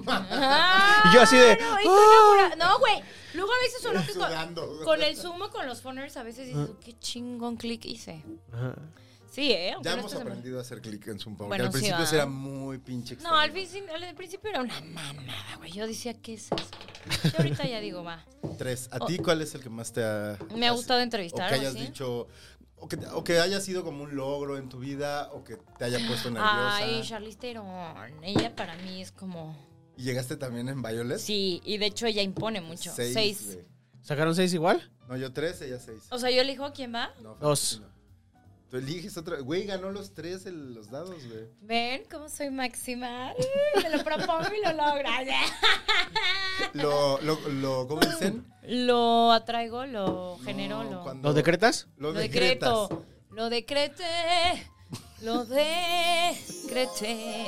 Speaker 5: Ah,
Speaker 2: Y yo así de,
Speaker 5: No, y tú
Speaker 2: ¡ah!
Speaker 5: enamora- no, güey. Luego a veces uno que
Speaker 8: Sudando.
Speaker 5: con, con el sumo, con los phoners, a veces dices, qué chingón clic hice.
Speaker 2: Ajá.
Speaker 5: Sí, ¿eh? Aunque
Speaker 4: Ya
Speaker 5: no
Speaker 4: hemos
Speaker 5: estés en-
Speaker 4: aprendido a hacer clic en Zoom, porque
Speaker 5: Bueno,
Speaker 4: al
Speaker 5: sí,
Speaker 4: principio
Speaker 5: va.
Speaker 4: sí era muy pinche
Speaker 5: No, al,
Speaker 4: extraño.
Speaker 5: principio- al principio era una mamada, güey. Yo decía, ¿qué es esto? Y ahorita ya digo, va.
Speaker 4: Tres. ¿A ti cuál es el que más te ha...
Speaker 5: Me ha gustado entrevistar,
Speaker 4: O que
Speaker 5: o
Speaker 4: hayas
Speaker 5: sí.
Speaker 4: dicho... O que, o que haya sido como un logro en tu vida, o que te haya puesto nerviosa.
Speaker 5: Ay, Charlize Theron. Ella para mí es como...
Speaker 4: ¿Y llegaste también en Violet?
Speaker 5: Sí, y de hecho ella impone mucho. Seis.
Speaker 4: güey.
Speaker 2: ¿Sacaron seis igual?
Speaker 4: No, yo tres, ella seis.
Speaker 5: O sea, yo elijo quién va.
Speaker 2: Dos.
Speaker 4: No, Faustino. Tú eliges otra. Güey, ganó los tres el- los dados, güey.
Speaker 5: Ven cómo soy máxima. Ay, Me lo propongo y lo logro.
Speaker 4: Lo, lo, lo, ¿cómo dicen?
Speaker 5: Lo atraigo, lo genero,
Speaker 4: No,
Speaker 5: Uh, lo,
Speaker 4: cuando-
Speaker 2: ¿Los decretas?
Speaker 4: Lo
Speaker 5: lo
Speaker 4: decretas.
Speaker 5: decreto. Lo decrete. Lo decrete.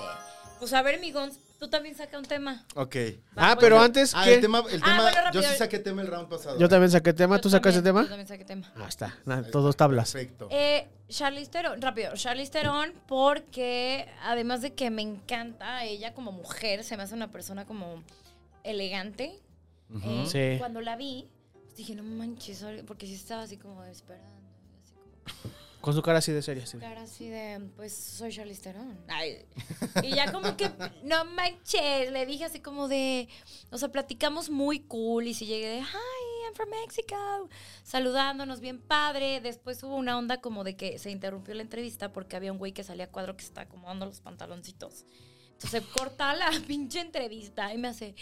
Speaker 5: Pues a ver, migons, tú también saca un tema.
Speaker 4: Ok.
Speaker 5: Va,
Speaker 2: Ah, pero
Speaker 5: bueno.
Speaker 2: antes
Speaker 4: Ah,
Speaker 2: que.
Speaker 4: el tema, el
Speaker 5: Ah,
Speaker 4: tema
Speaker 5: bueno, rápido.
Speaker 4: yo sí saqué tema el round pasado.
Speaker 2: Yo también saqué tema.
Speaker 5: Yo
Speaker 2: ¿Tú sacaste
Speaker 5: también,
Speaker 2: tema?
Speaker 5: Yo también saqué tema.
Speaker 2: Ah, está. Nada, todos tablas.
Speaker 4: Perfecto.
Speaker 5: Eh, Charlize Theron, rápido, Charlize Theron porque además de que me encanta ella como mujer, se me hace una persona como elegante. eh,
Speaker 2: Sí.
Speaker 5: Cuando la vi, pues dije, no manches, ahora- porque sí estaba así como esperando, así como
Speaker 2: Con su cara así de seria. así de,
Speaker 5: cara así de, pues soy Charlize Theron. Ay. Y ya como que, no manches, le dije así como de, o sea, platicamos muy cool y si llegué de, hi, I'm from Mexico, saludándonos bien padre. Después hubo una onda como de que se interrumpió la entrevista porque había un güey que salía a cuadro que se estaba acomodando los pantaloncitos. Entonces corta la pinche entrevista y me hace,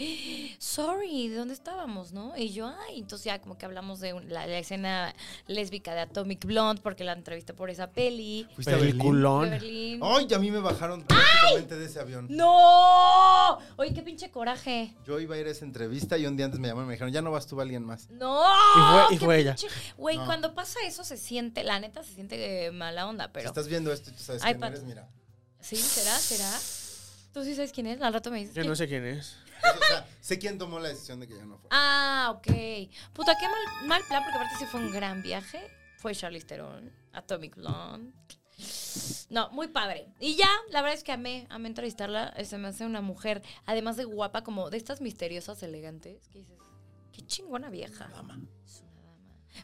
Speaker 5: sorry, ¿de dónde estábamos, no? Y yo, ay, entonces ya como que hablamos de un- la, la escena lésbica de Atomic Blonde porque la entrevisté por esa peli.
Speaker 4: ¿Fuiste a Berlín?
Speaker 5: De
Speaker 2: Peliculón.
Speaker 5: Berlín.
Speaker 4: Ay, a mí me bajaron prácticamente de ese avión.
Speaker 5: ¡No! Oye, qué pinche coraje.
Speaker 4: Yo iba a ir a esa entrevista y un día antes me llamaron y me dijeron, ya no vas tú, va alguien más.
Speaker 5: ¡No!
Speaker 2: Y fue- y
Speaker 5: ¡Qué
Speaker 2: fue ella.
Speaker 5: pinche- Güey,
Speaker 4: No.
Speaker 5: cuando pasa eso se siente, la neta se siente eh, mala onda,
Speaker 4: Si
Speaker 5: pero.
Speaker 4: estás viendo esto y tú sabes
Speaker 5: Ay,
Speaker 4: quién
Speaker 5: Pat-
Speaker 4: eres, mira.
Speaker 5: ¿Sí? ¿Será? ¿Será? ¿Tú sí sabes quién es? Al rato me dices.
Speaker 2: Yo
Speaker 5: ¿quién?
Speaker 2: no sé quién es.
Speaker 4: O sea, sé quién tomó la decisión de que yo no fuera.
Speaker 5: Ah, ok. Puta, qué mal, mal plan, porque aparte sí fue un gran viaje. Fue Charlize Theron, Atomic Blonde. No, muy padre. Y ya, la verdad es que amé, amé entrevistarla. Eh, Se me hace una mujer, además de guapa, como de estas misteriosas elegantes. Que dices, qué chingona vieja. Es una dama.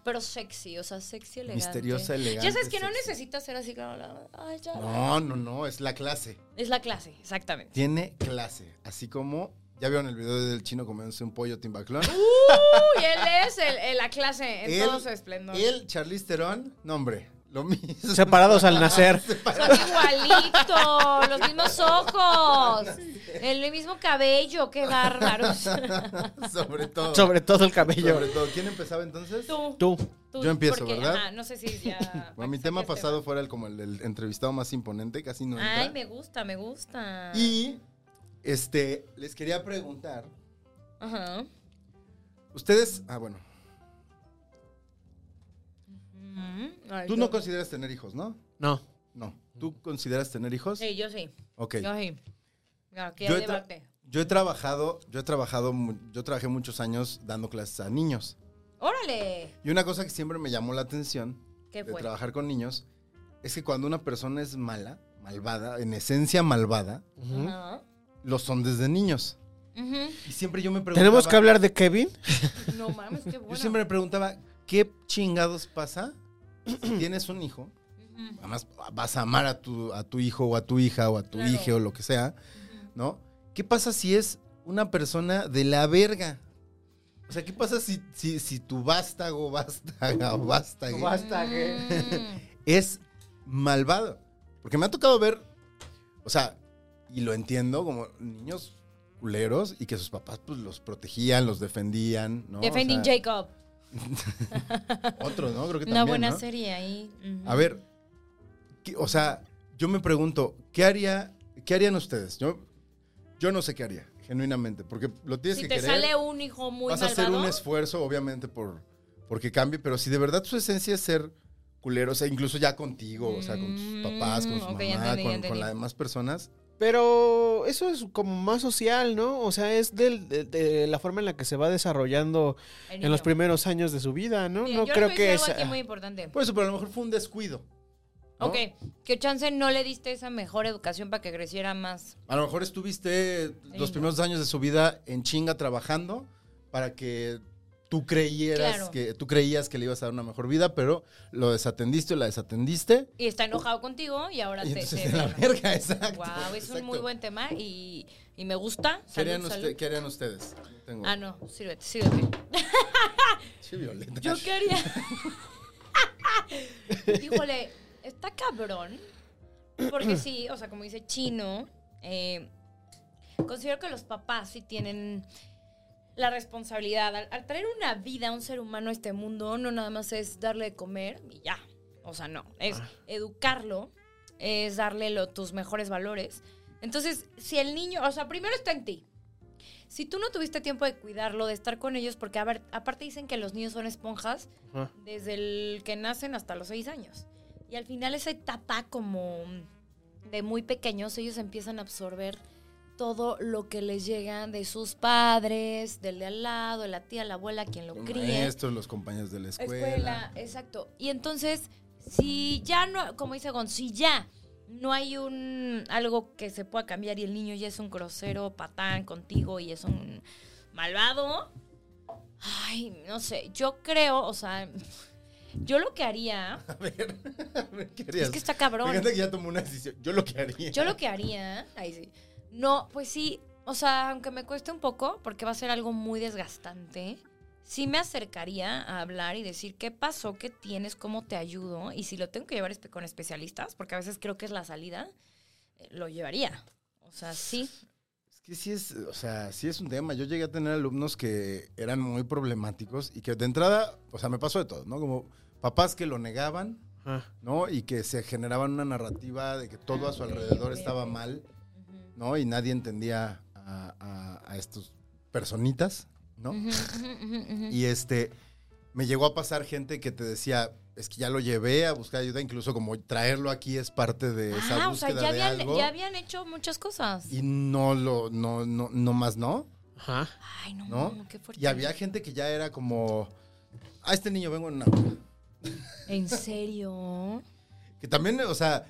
Speaker 5: Pero sexy, o sea, sexy elegante.
Speaker 4: Misteriosa, elegante,
Speaker 5: Ya sabes que no
Speaker 4: sexy.
Speaker 5: necesita ser así como... la- Ay, ya.
Speaker 4: No, no, no, es la clase.
Speaker 5: Es la clase, exactamente.
Speaker 4: Tiene clase. Así como, ya vieron el video del chino comiéndose un pollo timbaclón.
Speaker 5: Uy, él es el- el- la clase en
Speaker 4: Él-
Speaker 5: todo su esplendor.
Speaker 4: El Charlize Theron, nombre, lo mismo.
Speaker 2: Separados al nacer.
Speaker 5: Son igualitos, los mismos ojos, el mismo cabello, qué bárbaros.
Speaker 4: Sobre todo.
Speaker 2: Sobre todo el cabello.
Speaker 4: Sobre todo. ¿Quién empezaba entonces?
Speaker 5: Tú,
Speaker 2: Tú.
Speaker 5: tú,
Speaker 4: Yo empiezo,
Speaker 5: porque,
Speaker 4: ¿verdad?
Speaker 5: ajá, no sé si ya. para
Speaker 4: Bueno, mi
Speaker 5: que
Speaker 4: tema
Speaker 5: saques
Speaker 4: pasado fuera el, como el, el entrevistado más imponente, casi no entra.
Speaker 5: este Ay, me gusta, me gusta.
Speaker 4: Y este, les quería preguntar,
Speaker 5: Ajá.
Speaker 4: ustedes, ah bueno,
Speaker 5: Mm, ay,
Speaker 4: tú
Speaker 5: yo-
Speaker 4: no consideras tener hijos, ¿no?
Speaker 2: No.
Speaker 4: No. ¿Tú consideras tener hijos?
Speaker 5: Sí, yo sí.
Speaker 4: Ok.
Speaker 5: Yo sí. Aquí
Speaker 4: Yo
Speaker 5: hay
Speaker 4: he tra-
Speaker 5: debate.
Speaker 4: Yo he trabajado, yo he trabajado, mu- yo trabajé muchos años dando clases a niños.
Speaker 5: ¡Órale!
Speaker 4: Y una cosa que siempre me llamó la atención
Speaker 5: Qué
Speaker 4: de
Speaker 5: fuerte.
Speaker 4: trabajar con niños es que cuando una persona es mala, malvada, en esencia malvada,
Speaker 5: Ajá.
Speaker 4: lo son desde niños.
Speaker 5: Ujú.
Speaker 4: Y siempre yo me preguntaba.
Speaker 2: ¿Tenemos que hablar de Kevin?
Speaker 5: No mames, qué bueno.
Speaker 4: Yo siempre me preguntaba, ¿qué chingados pasa si tienes un hijo?
Speaker 5: Ujú.
Speaker 4: Además, vas a amar a tu, a tu hijo o a tu hija o a tu
Speaker 5: Claro.
Speaker 4: hija o lo que sea, ¿no? ¿Qué pasa si es una persona de la verga? O sea, ¿qué pasa si, si, si tu vástago, vástaga o vástague
Speaker 5: Mm.
Speaker 4: es malvado? Porque me ha tocado ver, o sea, y lo entiendo como niños culeros y que sus papás pues los protegían, los defendían, ¿no? O
Speaker 5: Defending
Speaker 4: sea,
Speaker 5: Jacob.
Speaker 4: Otro, ¿no? Creo que también,
Speaker 5: Una buena
Speaker 4: ¿no?
Speaker 5: serie ahí. Ujú.
Speaker 4: A ver, ¿qué- o sea, yo me pregunto, ¿qué haría, qué harían ustedes? Yo, yo no sé qué haría, genuinamente, porque lo tienes
Speaker 5: Si
Speaker 4: que
Speaker 5: te
Speaker 4: querer.
Speaker 5: sale un hijo muy
Speaker 4: vas a hacer
Speaker 5: malvado.
Speaker 4: un esfuerzo, obviamente, por porque cambie, pero si de verdad su esencia es ser culero, o sea, incluso ya contigo, o sea, con tus papás, con
Speaker 5: Mm,
Speaker 4: su
Speaker 5: ok, ya
Speaker 4: mamá,
Speaker 5: entendí, ya
Speaker 4: con- con,
Speaker 5: entendí.
Speaker 4: las demás personas.
Speaker 2: Pero eso es como más social, ¿no? O sea, es del- de, de la forma en la que se va desarrollando
Speaker 5: el niño.
Speaker 2: en los primeros años de su vida, ¿no?
Speaker 5: Bien,
Speaker 2: no
Speaker 5: yo
Speaker 2: creo
Speaker 5: les voy a
Speaker 2: que
Speaker 5: decir
Speaker 2: es... ah.
Speaker 5: algo aquí muy importante.
Speaker 4: Por eso, pues, pero a lo mejor fue un descuido. ¿no?
Speaker 5: Ok, que chance no le diste esa mejor educación para que creciera más.
Speaker 4: A lo mejor estuviste los
Speaker 5: no.
Speaker 4: primeros años de su vida en chinga trabajando para que tú creyeras
Speaker 5: Claro.
Speaker 4: que tú creías que le ibas a dar una mejor vida, pero lo desatendiste o la desatendiste.
Speaker 5: Y está enojado contigo y ahora
Speaker 4: Y
Speaker 5: te...
Speaker 4: entonces de la verga, exacto.
Speaker 5: Wow, es un
Speaker 4: exacto.
Speaker 5: muy buen tema y, y me gusta.
Speaker 4: ¿Qué harían,
Speaker 5: Salud,
Speaker 4: usted-
Speaker 5: salud.
Speaker 4: qué harían ustedes? Tengo-
Speaker 5: Ah, no, sírvete, sírvete.
Speaker 4: Sí, Violeta.
Speaker 5: Yo quería. Híjole, está cabrón. Porque sí, o sea, como dice Chino, eh, considero que los papás sí tienen la responsabilidad. Al, al traer una vida a un ser humano a este mundo, no nada más es darle de comer y ya. O sea, no. Es educarlo, es darle lo- tus mejores valores. Entonces, si el niño, o sea, primero está en ti. Si tú no tuviste tiempo de cuidarlo, de estar con ellos, porque a ver, aparte dicen que los niños son esponjas
Speaker 2: Ajá.
Speaker 5: desde el que nacen hasta los seis años. Y al final esa etapa como de muy pequeños, ellos empiezan a absorber todo lo que les llega de sus padres, del de al lado, de la tía, la abuela, quien lo
Speaker 4: Los
Speaker 5: críe.
Speaker 4: maestros, los compañeros de la escuela.
Speaker 5: Escuela, exacto. Y entonces, si ya no, como dice Gon, si ya no hay un algo que se pueda cambiar y el niño ya es un grosero patán contigo y es un malvado, ay, no sé, yo creo, o sea, yo lo que haría,
Speaker 4: A ver, a ver, ¿qué harías?
Speaker 5: es que está cabrón.
Speaker 4: Fíjate que ya tomó una decisión. Yo lo que haría.
Speaker 5: Yo lo que haría, ahí sí. No, pues sí, o sea, aunque me cueste un poco, porque va a ser algo muy desgastante, sí me acercaría a hablar y decir qué pasó, qué tienes, cómo te ayudo, y si lo tengo que llevar espe- con especialistas, porque a veces creo que es la salida, eh, lo llevaría. O sea, sí.
Speaker 4: Es que sí es, o sea, sí es un tema. Yo llegué a tener alumnos que eran muy problemáticos y que de entrada, o sea, me pasó de todo, ¿no? Como papás que lo negaban,
Speaker 2: Ajá.
Speaker 4: ¿no? Y que se generaban una narrativa de que todo
Speaker 5: Ah,
Speaker 4: a su alrededor estaba mal, ¿no? Y nadie entendía a, a- a estos personitas, ¿no? Y este, me llegó a pasar gente que te decía, es que ya lo llevé a buscar ayuda, incluso como traerlo aquí es parte de esa
Speaker 5: Ah, o sea,
Speaker 4: búsqueda
Speaker 5: ya
Speaker 4: de
Speaker 5: habían,
Speaker 4: algo.
Speaker 5: ya habían hecho muchas cosas.
Speaker 4: Y no lo, no, no, no más, ¿no?
Speaker 2: Ajá.
Speaker 5: Ay, no,
Speaker 4: ¿no?
Speaker 5: qué fuerte.
Speaker 4: Y había gente que ya era como, a este niño vengo en una hora".
Speaker 5: ¿En serio?
Speaker 4: Que también, o sea,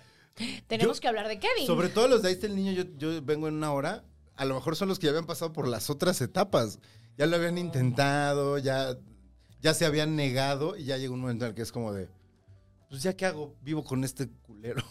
Speaker 5: Tenemos
Speaker 4: Yo-
Speaker 5: que hablar de Kevin.
Speaker 4: sobre todo los de ahí está el niño, yo, yo vengo en una hora, a lo mejor son los que ya habían pasado por las otras etapas. Ya lo habían intentado, ya, ya se habían negado y ya llega un momento en el que es como de, pues ya qué hago, vivo con este culero.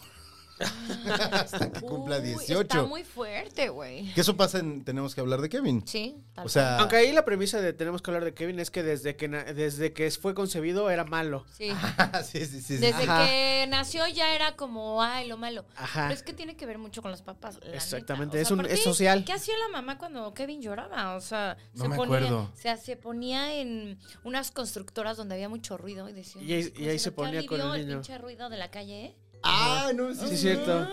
Speaker 4: Hasta que cumpla
Speaker 5: Uy,
Speaker 4: 18.
Speaker 5: Está muy fuerte, güey.
Speaker 4: Que eso pasa en Tenemos que hablar de Kevin.
Speaker 5: Sí, tal
Speaker 4: O sea,
Speaker 2: Aunque ahí la premisa de tenemos que hablar de Kevin es que desde que na- desde que fue concebido era malo.
Speaker 5: cual. Sí.
Speaker 4: sí, sí, sí, sí.
Speaker 5: Desde
Speaker 2: Ajá.
Speaker 5: que nació ya era como, ay, lo malo.
Speaker 2: Ajá.
Speaker 5: Pero es que tiene que ver mucho con los papás. la neta.
Speaker 2: Exactamente,
Speaker 5: O sea,
Speaker 2: es un-
Speaker 5: aparte,
Speaker 2: es social.
Speaker 5: ¿Qué hacía la mamá cuando Kevin lloraba? O sea,
Speaker 4: No
Speaker 5: se
Speaker 4: me
Speaker 5: ponía,
Speaker 4: acuerdo.
Speaker 5: O sea, se ponía en unas constructoras donde había mucho ruido y decía.
Speaker 2: Y ahí-
Speaker 5: "Ay,
Speaker 2: y ahí
Speaker 5: ¿no
Speaker 2: se
Speaker 5: te
Speaker 2: ponía con el
Speaker 5: alivió
Speaker 2: niño?"
Speaker 5: pinche ruido de la calle.
Speaker 4: Ah, no, sí,
Speaker 2: Sí, es cierto.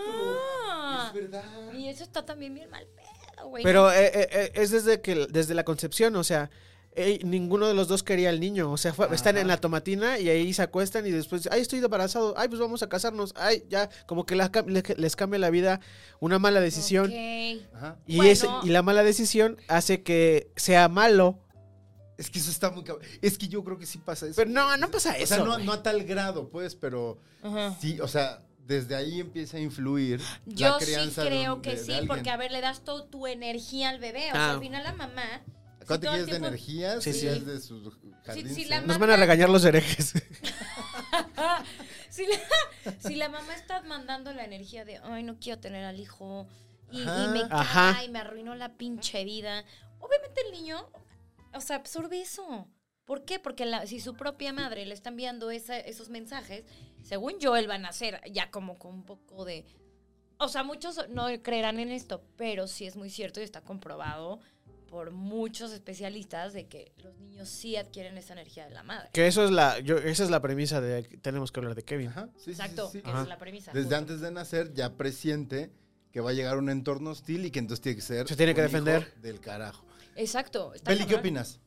Speaker 5: Ah,
Speaker 4: verdad.
Speaker 5: y eso está también bien mal pedo, güey.
Speaker 2: Pero eh, eh, eh, es desde que desde la concepción, o sea, eh, ninguno de los dos quería al niño, o sea, fue- están en la tomatina y ahí se acuestan y después, ay, estoy embarazado, ay, pues vamos a casarnos, ay, ya, como que la cam- le- les, cambia la vida una mala decisión
Speaker 5: Ok.
Speaker 4: Ajá.
Speaker 2: y
Speaker 5: Bueno.
Speaker 2: es- y la mala decisión hace que sea malo
Speaker 4: Es que eso está muy cabrón. Es que yo creo que sí pasa eso.
Speaker 2: Pero no, no pasa
Speaker 4: o
Speaker 2: eso.
Speaker 4: sea, no,
Speaker 2: güey.
Speaker 4: no a tal grado, pues, pero sí, o sea, desde ahí empieza a influir
Speaker 5: Yo
Speaker 4: la
Speaker 5: sí
Speaker 4: crianza de-
Speaker 5: creo que
Speaker 4: de- de
Speaker 5: sí,
Speaker 4: alguien.
Speaker 5: porque a ver, le das toda tu energía al bebé.
Speaker 2: Ah.
Speaker 5: O sea, al final la mamá.
Speaker 4: Acuérdate
Speaker 5: si todo
Speaker 4: que
Speaker 5: el
Speaker 4: es de
Speaker 5: tiempo-
Speaker 4: energías,
Speaker 2: Sí,
Speaker 4: sí,
Speaker 2: sí.
Speaker 4: es de su jardín.
Speaker 5: sí, la
Speaker 4: ¿no?
Speaker 5: ma-
Speaker 2: Nos van a regañar los herejes.
Speaker 5: Ah, si, la, si la mamá está mandando la energía de, ay, no quiero tener al hijo, y, y me cae,
Speaker 2: Ajá.
Speaker 5: y me arruinó la pinche vida, obviamente el niño, o sea, absorbe eso. ¿Por qué? Porque la- si su propia madre le está enviando esa- esos mensajes, según yo, él va a nacer ya como con un poco de... O sea, muchos no creerán en esto, pero sí es muy cierto y está comprobado por muchos especialistas de que los niños sí adquieren esa energía de la madre.
Speaker 2: que eso es la, yo, esa es la premisa de que tenemos que hablar de Kevin.
Speaker 4: Ajá, sí, sí,
Speaker 5: Exacto,
Speaker 4: sí, sí.
Speaker 5: que
Speaker 2: Ajá.
Speaker 5: es la premisa.
Speaker 4: Desde
Speaker 5: justo.
Speaker 4: antes de nacer ya presiente que va a llegar un entorno hostil y que entonces tiene que ser
Speaker 2: Se tiene que
Speaker 4: un hijo
Speaker 2: defender.
Speaker 4: del carajo.
Speaker 5: Exacto. está
Speaker 4: Peli, ¿qué
Speaker 5: cabrón.
Speaker 4: opinas?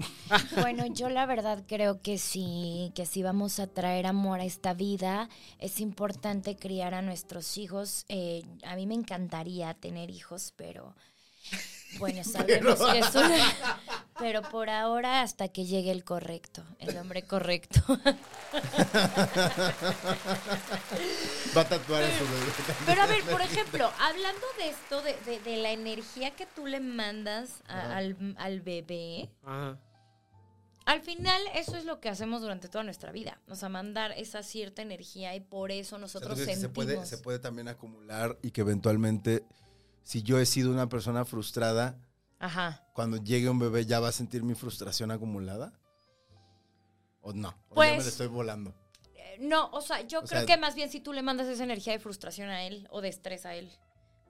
Speaker 6: Bueno, yo la verdad creo que sí, que si vamos a traer amor a esta vida, es importante criar a nuestros hijos. Eh, a mí me encantaría tener hijos, pero bueno, sabemos que es una- Pero por ahora hasta que llegue el correcto, el hombre correcto.
Speaker 4: Va a tatuar a su bebé.
Speaker 5: Pero a ver, por ejemplo, hablando de esto, de, de- de la energía que tú le mandas a- al, al bebé,
Speaker 2: Ajá.
Speaker 5: al final eso es lo que hacemos durante toda nuestra vida. O sea, mandar esa cierta energía y por eso nosotros
Speaker 4: Entonces,
Speaker 5: sentimos.
Speaker 4: se puede, se puede también acumular y que eventualmente, si yo he sido una persona frustrada,
Speaker 5: Ajá.
Speaker 4: cuando llegue un bebé ya va a sentir mi frustración acumulada? ¿O no? ¿O ya me
Speaker 5: Pues-
Speaker 4: la estoy volando?
Speaker 5: Eh, No, o sea, yo
Speaker 4: O sea-
Speaker 5: creo que más bien si tú le mandas esa energía de frustración a él o de estrés a él.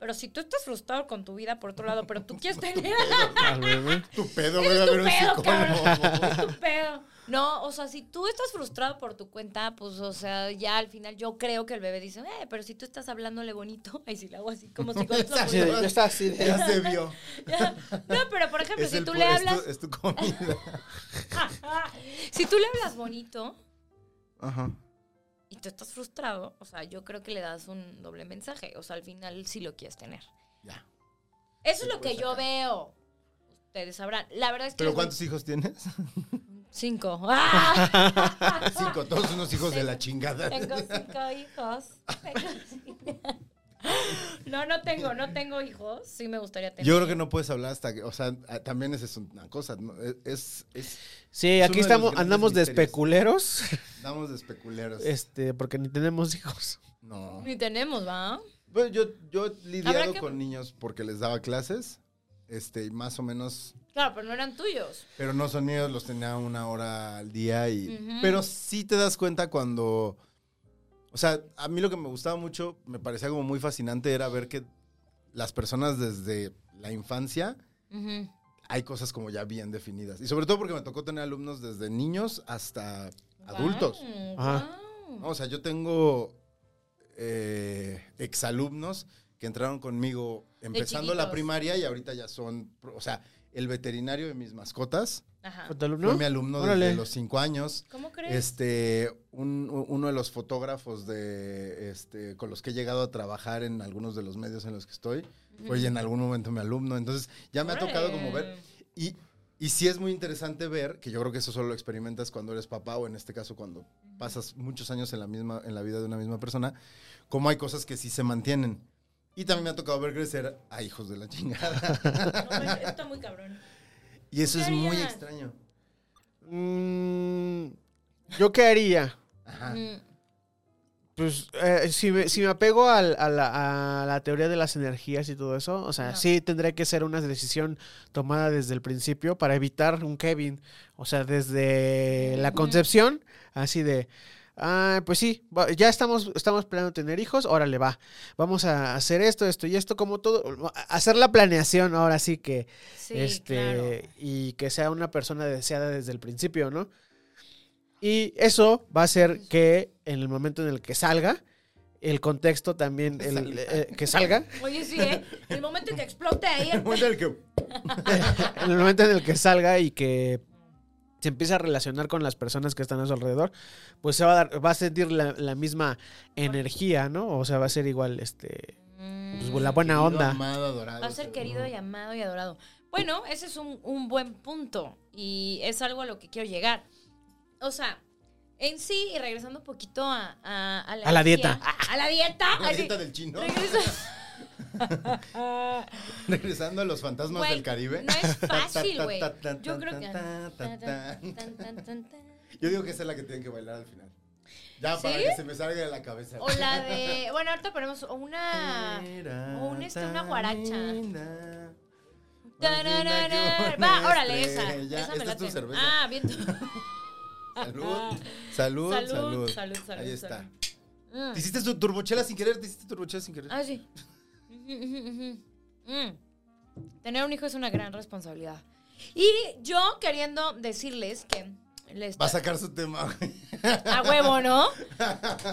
Speaker 5: Pero si tú estás frustrado con tu vida por otro lado, pero tú quieres tener a la
Speaker 2: Al bebé.
Speaker 4: Tu pedo, voy a ver un
Speaker 5: pedo,
Speaker 4: psicólogo.
Speaker 5: tu pedo. No, o sea, si tú estás frustrado por tu cuenta, pues, o sea, ya al final yo creo que el bebé dice, eh, pero si tú estás hablándole bonito, ay, si le hago así, como si pues,
Speaker 2: Sí, ya está así de-
Speaker 4: ya se vio.
Speaker 5: No, pero por ejemplo,
Speaker 4: Es
Speaker 5: si
Speaker 4: el
Speaker 5: tú
Speaker 4: pu-
Speaker 5: le
Speaker 4: es
Speaker 5: hablas,
Speaker 4: tu- Es tu, comida.
Speaker 5: si tú le hablas bonito
Speaker 4: Ajá.
Speaker 5: y tú estás frustrado, o sea, yo creo que le das un doble mensaje. O sea, al final sí lo quieres tener.
Speaker 4: Ya.
Speaker 5: Eso es lo que yo veo. Ustedes sabrán. La verdad es que.
Speaker 4: ¿Pero cuántos hijos tienes?
Speaker 5: Cinco. ¡Ah!
Speaker 4: Cinco, todos unos hijos de la chingada.
Speaker 5: Tengo cinco hijos. Tengo cinco. No, no tengo, no tengo hijos. Sí me gustaría tener.
Speaker 4: Yo creo que no puedes hablar hasta que, o sea, a- también esa es una cosa, ¿no? E-, Es, es,
Speaker 2: Sí,
Speaker 4: Es
Speaker 2: aquí
Speaker 4: uno de los
Speaker 2: estamos,
Speaker 4: grandes
Speaker 2: andamos de
Speaker 4: misterios.
Speaker 2: especuleros,
Speaker 4: damos de especuleros.
Speaker 2: este, porque ni tenemos hijos.
Speaker 4: No.
Speaker 5: Ni tenemos, ¿va?
Speaker 4: Bueno, yo, yo he lidiado
Speaker 5: que-
Speaker 4: con niños porque les daba clases, este, y más o menos
Speaker 5: Claro, pero no eran tuyos.
Speaker 4: Pero no son míos, los tenía una hora al día y...
Speaker 5: Ujú.
Speaker 4: Pero sí te das cuenta cuando... O sea, a mí lo que me gustaba mucho, me parecía como muy fascinante, era ver que las personas desde la infancia
Speaker 5: Ujú.
Speaker 4: hay cosas como ya bien definidas. Y sobre todo porque me tocó tener alumnos desde niños hasta adultos.
Speaker 5: Guau,
Speaker 2: Ajá.
Speaker 5: guau.
Speaker 4: ¿no? O sea, yo tengo eh, exalumnos que entraron conmigo empezando la
Speaker 5: chiquitos.
Speaker 4: primaria y ahorita ya son... pro- O sea, el veterinario de mis mascotas
Speaker 5: Ajá.
Speaker 2: ¿Tu alumno?
Speaker 4: fue mi alumno
Speaker 2: Órale.
Speaker 4: desde los cinco años.
Speaker 5: ¿Cómo crees?
Speaker 4: Este, un- u- uno de los fotógrafos de, este, con los que he llegado a trabajar en algunos de los medios en los que estoy, fue en algún momento mi alumno. Entonces, ya me ha tocado como ver. Y, y sí es muy interesante ver, que yo creo que eso solo lo experimentas cuando eres papá o en este caso cuando pasas muchos años en la, misma, en la vida de una misma persona, cómo hay cosas que sí se mantienen. Y también me ha tocado ver crecer a hijos de la chingada.
Speaker 5: No, esto está muy cabrón.
Speaker 4: y eso es muy
Speaker 5: harías?
Speaker 4: extraño.
Speaker 2: Mm, ¿Yo qué haría?
Speaker 4: Ajá.
Speaker 5: Mm.
Speaker 2: Pues eh, si, me, si me apego al- a, la, a la teoría de las energías y todo eso, o sea,
Speaker 5: Ajá.
Speaker 2: sí tendría que ser una decisión tomada desde el principio para evitar un Kevin. O sea, desde la concepción, así de, ah, pues sí, va- ya estamos, estamos planeando tener hijos, órale, va. Vamos a hacer esto, esto y esto, como todo. a- Hacer la planeación ahora sí que,
Speaker 5: Sí,
Speaker 2: este,
Speaker 5: claro.
Speaker 2: y que sea una persona deseada desde el principio, ¿no? Y eso va a hacer que en el momento en el que salga, el contexto también, el- eh, que salga,
Speaker 5: Oye, sí, ¿eh? El momento en que explote ahí.
Speaker 4: El momento en el que
Speaker 2: en el momento en el que salga y que se empieza a relacionar con las personas que están a su alrededor, pues se va a dar, va a sentir la, la misma energía, ¿no? O sea, va a ser igual, este, pues, la buena
Speaker 4: Querido,
Speaker 2: onda.
Speaker 4: amado, adorado.
Speaker 5: Va a ser querido y amado y adorado. Bueno, ese es un, un buen punto y es algo a lo que quiero llegar. O sea, en sí, y regresando un poquito a, a- la,
Speaker 2: A la
Speaker 5: energía,
Speaker 2: dieta.
Speaker 5: A la dieta.
Speaker 4: La
Speaker 5: así,
Speaker 4: dieta del chino.
Speaker 5: regreso-
Speaker 4: Regresando a los fantasmas
Speaker 5: Güey,
Speaker 4: del Caribe.
Speaker 5: No es fácil,
Speaker 4: Ta,
Speaker 5: güey.
Speaker 4: ta, ta,
Speaker 5: Yo
Speaker 4: ta,
Speaker 5: creo que.
Speaker 4: ta, ta, ta.
Speaker 5: Tan, tan, tan, tan.
Speaker 4: Yo digo que esa es la que tienen que bailar al final. Ya, para
Speaker 5: ¿Sí?
Speaker 4: que se me salga de la cabeza.
Speaker 5: O la de. Bueno, ahorita ponemos o una.
Speaker 4: Era
Speaker 5: o un, este, una guaracha.
Speaker 4: Marina,
Speaker 5: Tararara.
Speaker 4: Marina, qué
Speaker 5: Va,
Speaker 4: buena
Speaker 5: órale, esa.
Speaker 4: estrella.
Speaker 5: Esa me
Speaker 4: Esta
Speaker 5: la
Speaker 4: es tu cerveza.
Speaker 5: Ah, bien.
Speaker 4: pues, Salud, salud,
Speaker 5: Salud,
Speaker 4: salud, salud.
Speaker 5: salud, salud,
Speaker 4: Ahí está.
Speaker 5: salud. Mm.
Speaker 4: Te hiciste tu turbochela sin querer, te hiciste turbochela sin querer.
Speaker 5: Ah, sí. Ujú, ujú, ujú. Mm. Tener un hijo es una gran responsabilidad. Y yo queriendo decirles que. Les
Speaker 4: Va a sacar su tema. güey.
Speaker 5: A huevo, ¿no?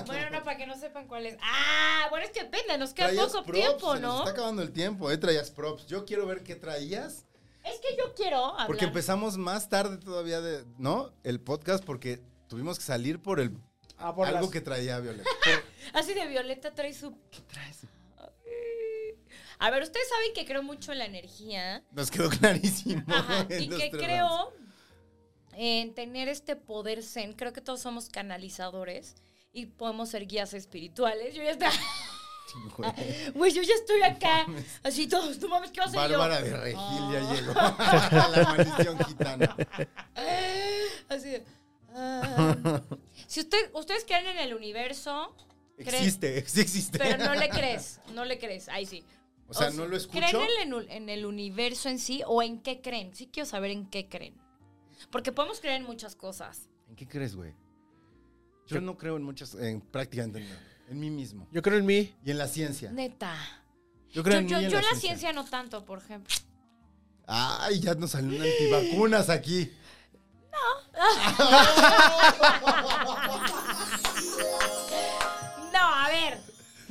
Speaker 5: Bueno, no, para que no sepan cuál es. Ah, bueno, es que depende, nos queda
Speaker 4: Traías
Speaker 5: poco
Speaker 4: props,
Speaker 5: tiempo,
Speaker 4: se nos
Speaker 5: ¿no?
Speaker 4: Está acabando el tiempo, eh, traías props. Yo quiero ver qué traías.
Speaker 5: Es que yo quiero hablar.
Speaker 4: Porque empezamos más tarde todavía de, ¿no? El podcast porque tuvimos que salir por el
Speaker 2: Ah, por
Speaker 4: algo
Speaker 2: las-
Speaker 4: que traía Violeta.
Speaker 5: Así de Violeta trae su. ¿Qué traes? A ver, ustedes saben que creo mucho en la energía.
Speaker 4: Nos quedó clarísimo.
Speaker 5: Ajá.
Speaker 4: en
Speaker 5: Y
Speaker 4: los
Speaker 5: que
Speaker 4: tres rounds.
Speaker 5: creo en tener este poder zen. Creo que todos somos canalizadores y podemos ser guías espirituales. Yo ya está.
Speaker 4: Güey,
Speaker 5: Güey, yo ya estoy acá. Así todos, tú mames, ¿qué vas a hacer yo? Oh.
Speaker 4: Bárbara de Regil ya llegó. la maldición gitana.
Speaker 5: Así de, ah. si usted, ustedes creen en el universo, creen-
Speaker 4: Existe, sí existe.
Speaker 5: pero no le crees, no le crees, ahí sí.
Speaker 4: O sea,
Speaker 5: O
Speaker 4: no
Speaker 5: si-
Speaker 4: lo escucho.
Speaker 5: ¿Creen en el, en el universo en sí o en qué creen? Sí quiero saber en qué creen. Porque podemos creer en muchas cosas.
Speaker 4: ¿En qué crees, güey? Yo no creo en muchas, en prácticamente nada. En mí mismo.
Speaker 2: Yo creo en mí.
Speaker 4: Y en la ciencia.
Speaker 5: Neta.
Speaker 4: Yo creo
Speaker 5: Yo,
Speaker 4: en
Speaker 5: yo,
Speaker 4: mí y en
Speaker 5: yo
Speaker 4: la,
Speaker 5: la
Speaker 4: ciencia.
Speaker 5: ciencia no tanto, por ejemplo.
Speaker 4: Ay, ya nos salen antivacunas aquí.
Speaker 5: No, a ver.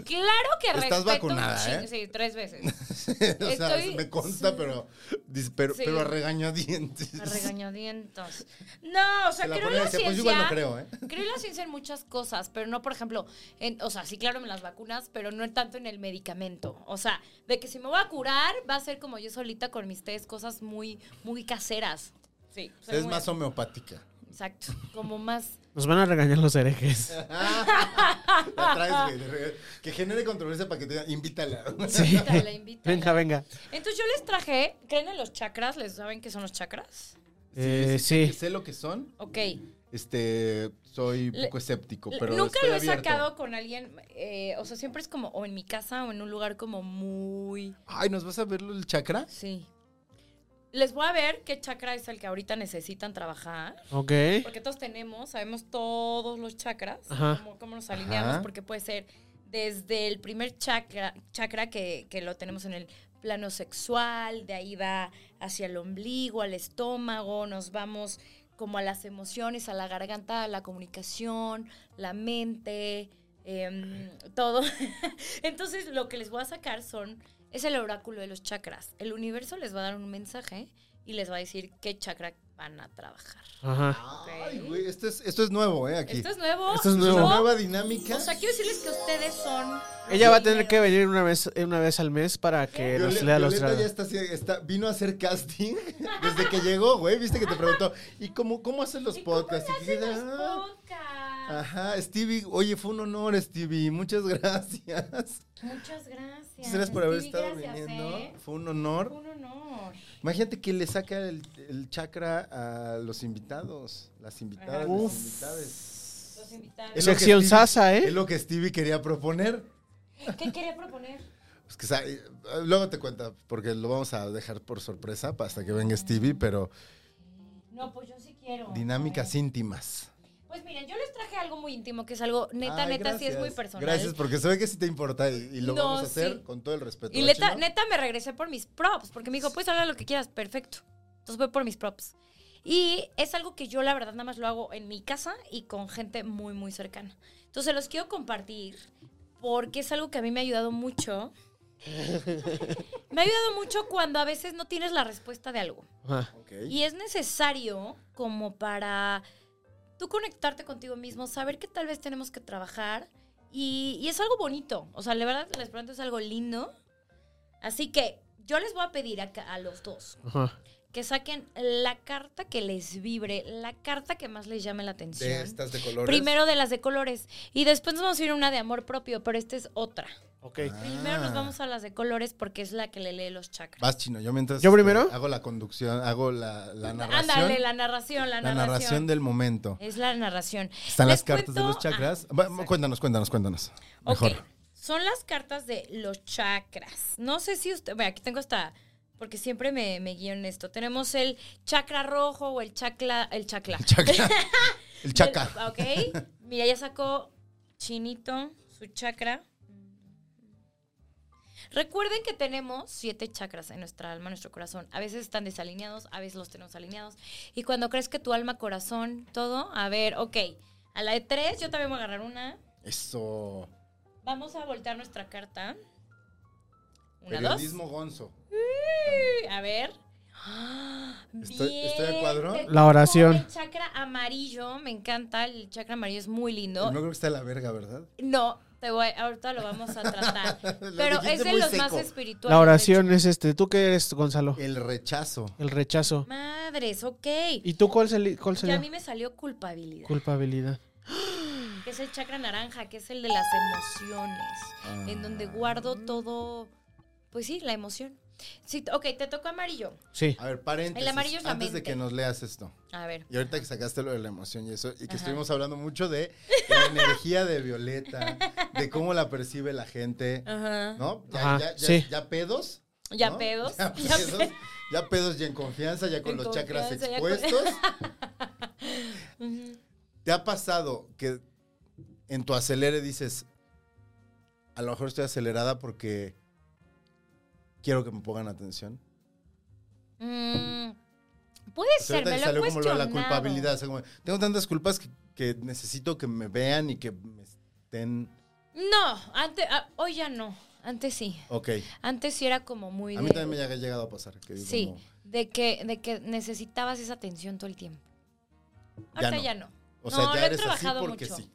Speaker 5: Claro que
Speaker 4: Estás
Speaker 5: respeto un
Speaker 4: vacunada,
Speaker 5: chingo-
Speaker 4: ¿eh?
Speaker 5: Sí, tres veces.
Speaker 4: o sea,
Speaker 5: Estoy-
Speaker 4: me consta, pero, dis- pero,
Speaker 5: Sí.
Speaker 4: pero a regañadientes.
Speaker 5: A regañadientos. No, o sea,
Speaker 4: Te la
Speaker 5: creo en
Speaker 4: ponen
Speaker 5: la
Speaker 4: así,
Speaker 5: ciencia.
Speaker 4: Pues yo igual no creo, ¿eh?
Speaker 5: Creo en la ciencia en muchas cosas, pero no, por ejemplo, en, o sea, sí, claro, en las vacunas, pero no en tanto en el medicamento. O sea, de que si me voy a curar, va a ser como yo solita con mis test, cosas muy, muy caseras. Sí. soy
Speaker 4: Es
Speaker 5: muy-
Speaker 4: más homeopática.
Speaker 5: Exacto. Como más.
Speaker 2: Nos van a regañar los herejes.
Speaker 4: La traes, güey, de regreso. Que genere controversia para que te digan, invítala.
Speaker 2: Sí.
Speaker 5: Invítala, invítala.
Speaker 2: Venga, venga.
Speaker 5: Entonces yo les traje, ¿creen en los chakras? ¿Les saben qué son los chakras?
Speaker 2: Eh,
Speaker 4: Sé
Speaker 2: sí.
Speaker 4: que- Sé lo que son.
Speaker 5: Ok.
Speaker 4: Este, soy un
Speaker 5: Le-
Speaker 4: poco escéptico,
Speaker 5: L-
Speaker 4: pero
Speaker 5: Nunca
Speaker 4: estoy
Speaker 5: lo he
Speaker 4: abierto.
Speaker 5: sacado con alguien, eh, o sea, siempre es como o en mi casa o en un lugar como muy...
Speaker 4: Ay, ¿nos vas a ver el chakra?
Speaker 5: Sí. Les voy a ver qué chakra es el que ahorita necesitan trabajar.
Speaker 2: Ok.
Speaker 5: Porque todos tenemos, sabemos todos los chakras,
Speaker 2: Ajá.
Speaker 5: cómo, cómo nos alineamos,
Speaker 4: Ajá.
Speaker 5: porque puede ser desde el primer chakra, chakra que, que lo tenemos en el plano sexual, de ahí va hacia el ombligo, al estómago, nos vamos como a las emociones, a la garganta, a la comunicación, la mente, em, todo. Entonces lo que les voy a sacar son, es el oráculo de los chakras. El universo les va a dar un mensaje y les va a decir qué chakra van a trabajar.
Speaker 2: Ajá.
Speaker 4: Ay, güey, esto es, esto es nuevo, ¿eh? Aquí.
Speaker 5: Esto es nuevo.
Speaker 2: Esto es
Speaker 4: Es
Speaker 2: nuevo.
Speaker 4: una nueva dinámica.
Speaker 5: O sea, quiero decirles que ustedes son.
Speaker 2: Ella va a tener que venir una vez, eh, una vez al mes para que
Speaker 4: Viole-
Speaker 2: nos lea los
Speaker 4: Violeta ya
Speaker 5: este.
Speaker 2: dramas.
Speaker 4: está, así- está- vino a hacer casting desde que llegó, güey. Viste que te preguntó, ¿y cómo, cómo hacen los
Speaker 5: ¿Y cómo
Speaker 4: podcasts?
Speaker 5: le hacen
Speaker 4: dije,
Speaker 5: los
Speaker 4: "Ah".
Speaker 5: podcasts?
Speaker 4: Ajá, Stevie, oye, fue un honor, Stevie. Muchas gracias.
Speaker 5: Muchas gracias.
Speaker 4: Muchas gracias por haber
Speaker 5: Stevie,
Speaker 4: estado
Speaker 5: gracias,
Speaker 4: viniendo.
Speaker 5: ¿eh?
Speaker 4: Fue un
Speaker 5: Fue
Speaker 4: honor.
Speaker 5: Un honor.
Speaker 4: Imagínate que le saca el, el chakra a los invitados, las invitadas, los
Speaker 2: Uf.
Speaker 4: invitades.
Speaker 5: Los invitados.
Speaker 4: Es lo que
Speaker 2: Sección
Speaker 4: Stevie-
Speaker 2: Sasa,
Speaker 4: Es
Speaker 2: ¿eh?
Speaker 4: lo que Stevie quería proponer.
Speaker 5: ¿Qué quería proponer?
Speaker 4: Pues que sa- eh, luego te cuenta, porque lo vamos a dejar por sorpresa pa- hasta que venga Stevie, pero
Speaker 5: No, pues yo sí quiero.
Speaker 4: dinámicas
Speaker 5: eh.
Speaker 4: íntimas.
Speaker 5: Pues miren, yo les traje algo muy íntimo, que es algo neta,
Speaker 4: Ay,
Speaker 5: neta, sí es
Speaker 4: gracias.
Speaker 5: muy personal.
Speaker 4: Gracias, porque se ve que sí te importa y, y lo
Speaker 5: No,
Speaker 4: vamos a hacer
Speaker 5: sí.
Speaker 4: con todo el respeto.
Speaker 5: Y
Speaker 4: ¿va,
Speaker 5: neta,
Speaker 4: chino?
Speaker 5: neta me regresé por mis props, porque me dijo, puedes hablar lo que quieras, perfecto. Entonces voy por mis props. Y es algo que yo la verdad nada más lo hago en mi casa y con gente muy, muy cercana. Entonces los quiero compartir porque es algo que a mí me ha ayudado mucho. me ha ayudado mucho cuando a veces no tienes la respuesta de algo.
Speaker 2: Ajá.
Speaker 4: Ok.
Speaker 5: Y es necesario como para tú conectarte contigo mismo, saber que tal vez tenemos que trabajar. Y, y es algo bonito. O sea, la verdad, les pregunto, es algo lindo. Así que yo les voy a pedir a, ca- a los dos
Speaker 2: Ajá.
Speaker 5: que saquen la carta que les vibre, la carta que más les llame la atención.
Speaker 4: De estas de colores.
Speaker 5: Primero de las de colores. Y después nos vamos a ir a una de amor propio, pero esta es otra.
Speaker 2: Ok.
Speaker 5: Primero
Speaker 4: Ah.
Speaker 5: nos vamos a las de colores porque es la que le lee los chakras.
Speaker 4: Vas chino, yo mientras.
Speaker 2: ¿Yo primero?
Speaker 4: este, hago la conducción, hago la, la narración.
Speaker 5: Ándale, la narración, la,
Speaker 4: la
Speaker 5: narración.
Speaker 4: narración del momento.
Speaker 5: Es la narración.
Speaker 4: Están
Speaker 5: Les
Speaker 4: las cartas de
Speaker 5: cuento-
Speaker 4: los chakras.
Speaker 5: Ah,
Speaker 4: Va,
Speaker 5: exacto.
Speaker 4: cuéntanos, cuéntanos, cuéntanos.
Speaker 5: Ok,
Speaker 4: Mejor.
Speaker 5: Son las cartas de los chakras. No sé si usted. Bueno, aquí tengo hasta. Porque siempre me, me guío en esto. Tenemos el chakra rojo o el chakra. El chakra.
Speaker 4: Chakra. El chaca.
Speaker 5: Ok. Mira, ya sacó Chinito su chakra. Recuerden que tenemos siete chakras en nuestra alma, en nuestro corazón. A veces están desalineados, a veces los tenemos alineados. Y cuando crees que tu alma, corazón, todo, a ver, ok. A la de tres, yo también voy a agarrar una.
Speaker 4: Eso.
Speaker 5: Vamos a voltear nuestra carta. Una, dos.
Speaker 4: Periodismo gonzo.
Speaker 5: Uy, A ver.
Speaker 4: Estoy-
Speaker 5: Bien,
Speaker 4: estoy de cuadro.
Speaker 5: te
Speaker 4: La
Speaker 2: La oración.
Speaker 5: El chakra amarillo, me encanta. El chakra amarillo es muy lindo.
Speaker 4: No creo que está de la verga, ¿verdad?
Speaker 5: No, te voy, ahorita lo vamos a tratar.
Speaker 4: Lo
Speaker 5: pero
Speaker 4: dijiste
Speaker 5: es de
Speaker 4: muy
Speaker 5: los más
Speaker 4: seco.
Speaker 5: espirituales.
Speaker 2: La oración
Speaker 5: de
Speaker 2: es este. ¿Tú qué eres, Gonzalo?
Speaker 4: El rechazo.
Speaker 2: El rechazo.
Speaker 5: hecho. Madres, ok.
Speaker 2: ¿Y tú cuál, sali- cuál
Speaker 5: Y a
Speaker 2: sería?
Speaker 5: mí me salió culpabilidad,
Speaker 2: Culpabilidad.
Speaker 5: que es el chakra naranja, que es el de las emociones, en
Speaker 4: Ah.
Speaker 5: donde guardo todo, pues sí, la emoción. Sí, ok, te tocó amarillo.
Speaker 2: Sí.
Speaker 4: A ver, paréntesis.
Speaker 5: El amarillo es la
Speaker 4: antes de
Speaker 5: mente.
Speaker 4: que nos leas esto.
Speaker 5: A ver.
Speaker 4: Y ahorita que sacaste lo de la emoción y eso, y que
Speaker 5: Ajá.
Speaker 4: estuvimos hablando mucho de la energía de Violeta, de cómo la percibe la gente,
Speaker 5: Ajá.
Speaker 4: ¿no? Ya,
Speaker 2: Ajá,
Speaker 4: ya- ya-
Speaker 2: sí.
Speaker 4: ya pedos.
Speaker 5: Ah. Ya
Speaker 4: ¿no?
Speaker 5: pedos.
Speaker 4: Ya
Speaker 5: ya
Speaker 4: pedos.
Speaker 5: pedos.
Speaker 4: Ya pedos y en confianza, ya con
Speaker 5: En
Speaker 4: los chakras
Speaker 5: confianza, ya con-
Speaker 4: expuestos.
Speaker 5: Ujú.
Speaker 4: ¿Te ha pasado que en tu acelere dices, a lo mejor estoy acelerada porque quiero que me pongan atención?
Speaker 5: Mm, puede
Speaker 4: O sea,
Speaker 5: ser,
Speaker 4: Pues ahorita
Speaker 5: me
Speaker 4: que
Speaker 5: lo he
Speaker 4: salió como lo de la
Speaker 5: cuestionado.
Speaker 4: culpabilidad. o sea, como, tengo tantas culpas que, que necesito que me vean y que me estén.
Speaker 5: No, antes, ah, hoy ya no. Antes sí.
Speaker 4: Ok.
Speaker 5: Antes sí era como muy
Speaker 4: A
Speaker 5: de-
Speaker 4: mí también me ha llegado a pasar. Que digo
Speaker 5: Sí,
Speaker 4: como,
Speaker 5: de que, de que necesitabas esa atención todo el tiempo.
Speaker 4: Ya
Speaker 5: Ahorita
Speaker 4: no.
Speaker 5: ya no.
Speaker 4: o sea,
Speaker 5: no, lo
Speaker 4: ya
Speaker 5: he
Speaker 4: eres así
Speaker 5: trabajado
Speaker 4: porque
Speaker 5: mucho.
Speaker 4: sí.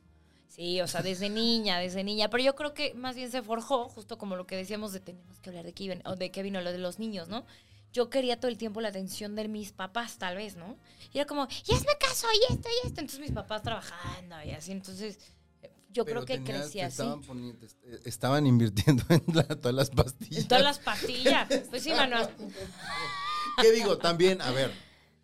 Speaker 5: Sí, o sea, desde niña, desde niña. Pero yo creo que más bien se forjó, justo como lo que decíamos de tenemos que hablar de Kevin, o de Kevin o lo de los niños, ¿no? Yo quería todo el tiempo la atención de mis papás, tal vez, ¿no? Y era como, y hazme caso, y esto, y esto. Entonces mis papás trabajando y así. Entonces, yo
Speaker 4: Pero
Speaker 5: creo que
Speaker 4: tenías-
Speaker 5: crecí
Speaker 4: te
Speaker 5: así.
Speaker 4: Estaban, poni- te est- eh, estaban invirtiendo en la- todas las pastillas.
Speaker 5: En todas las pastillas. Pues sí, Manuel.
Speaker 4: ¿Qué digo? También, a ver,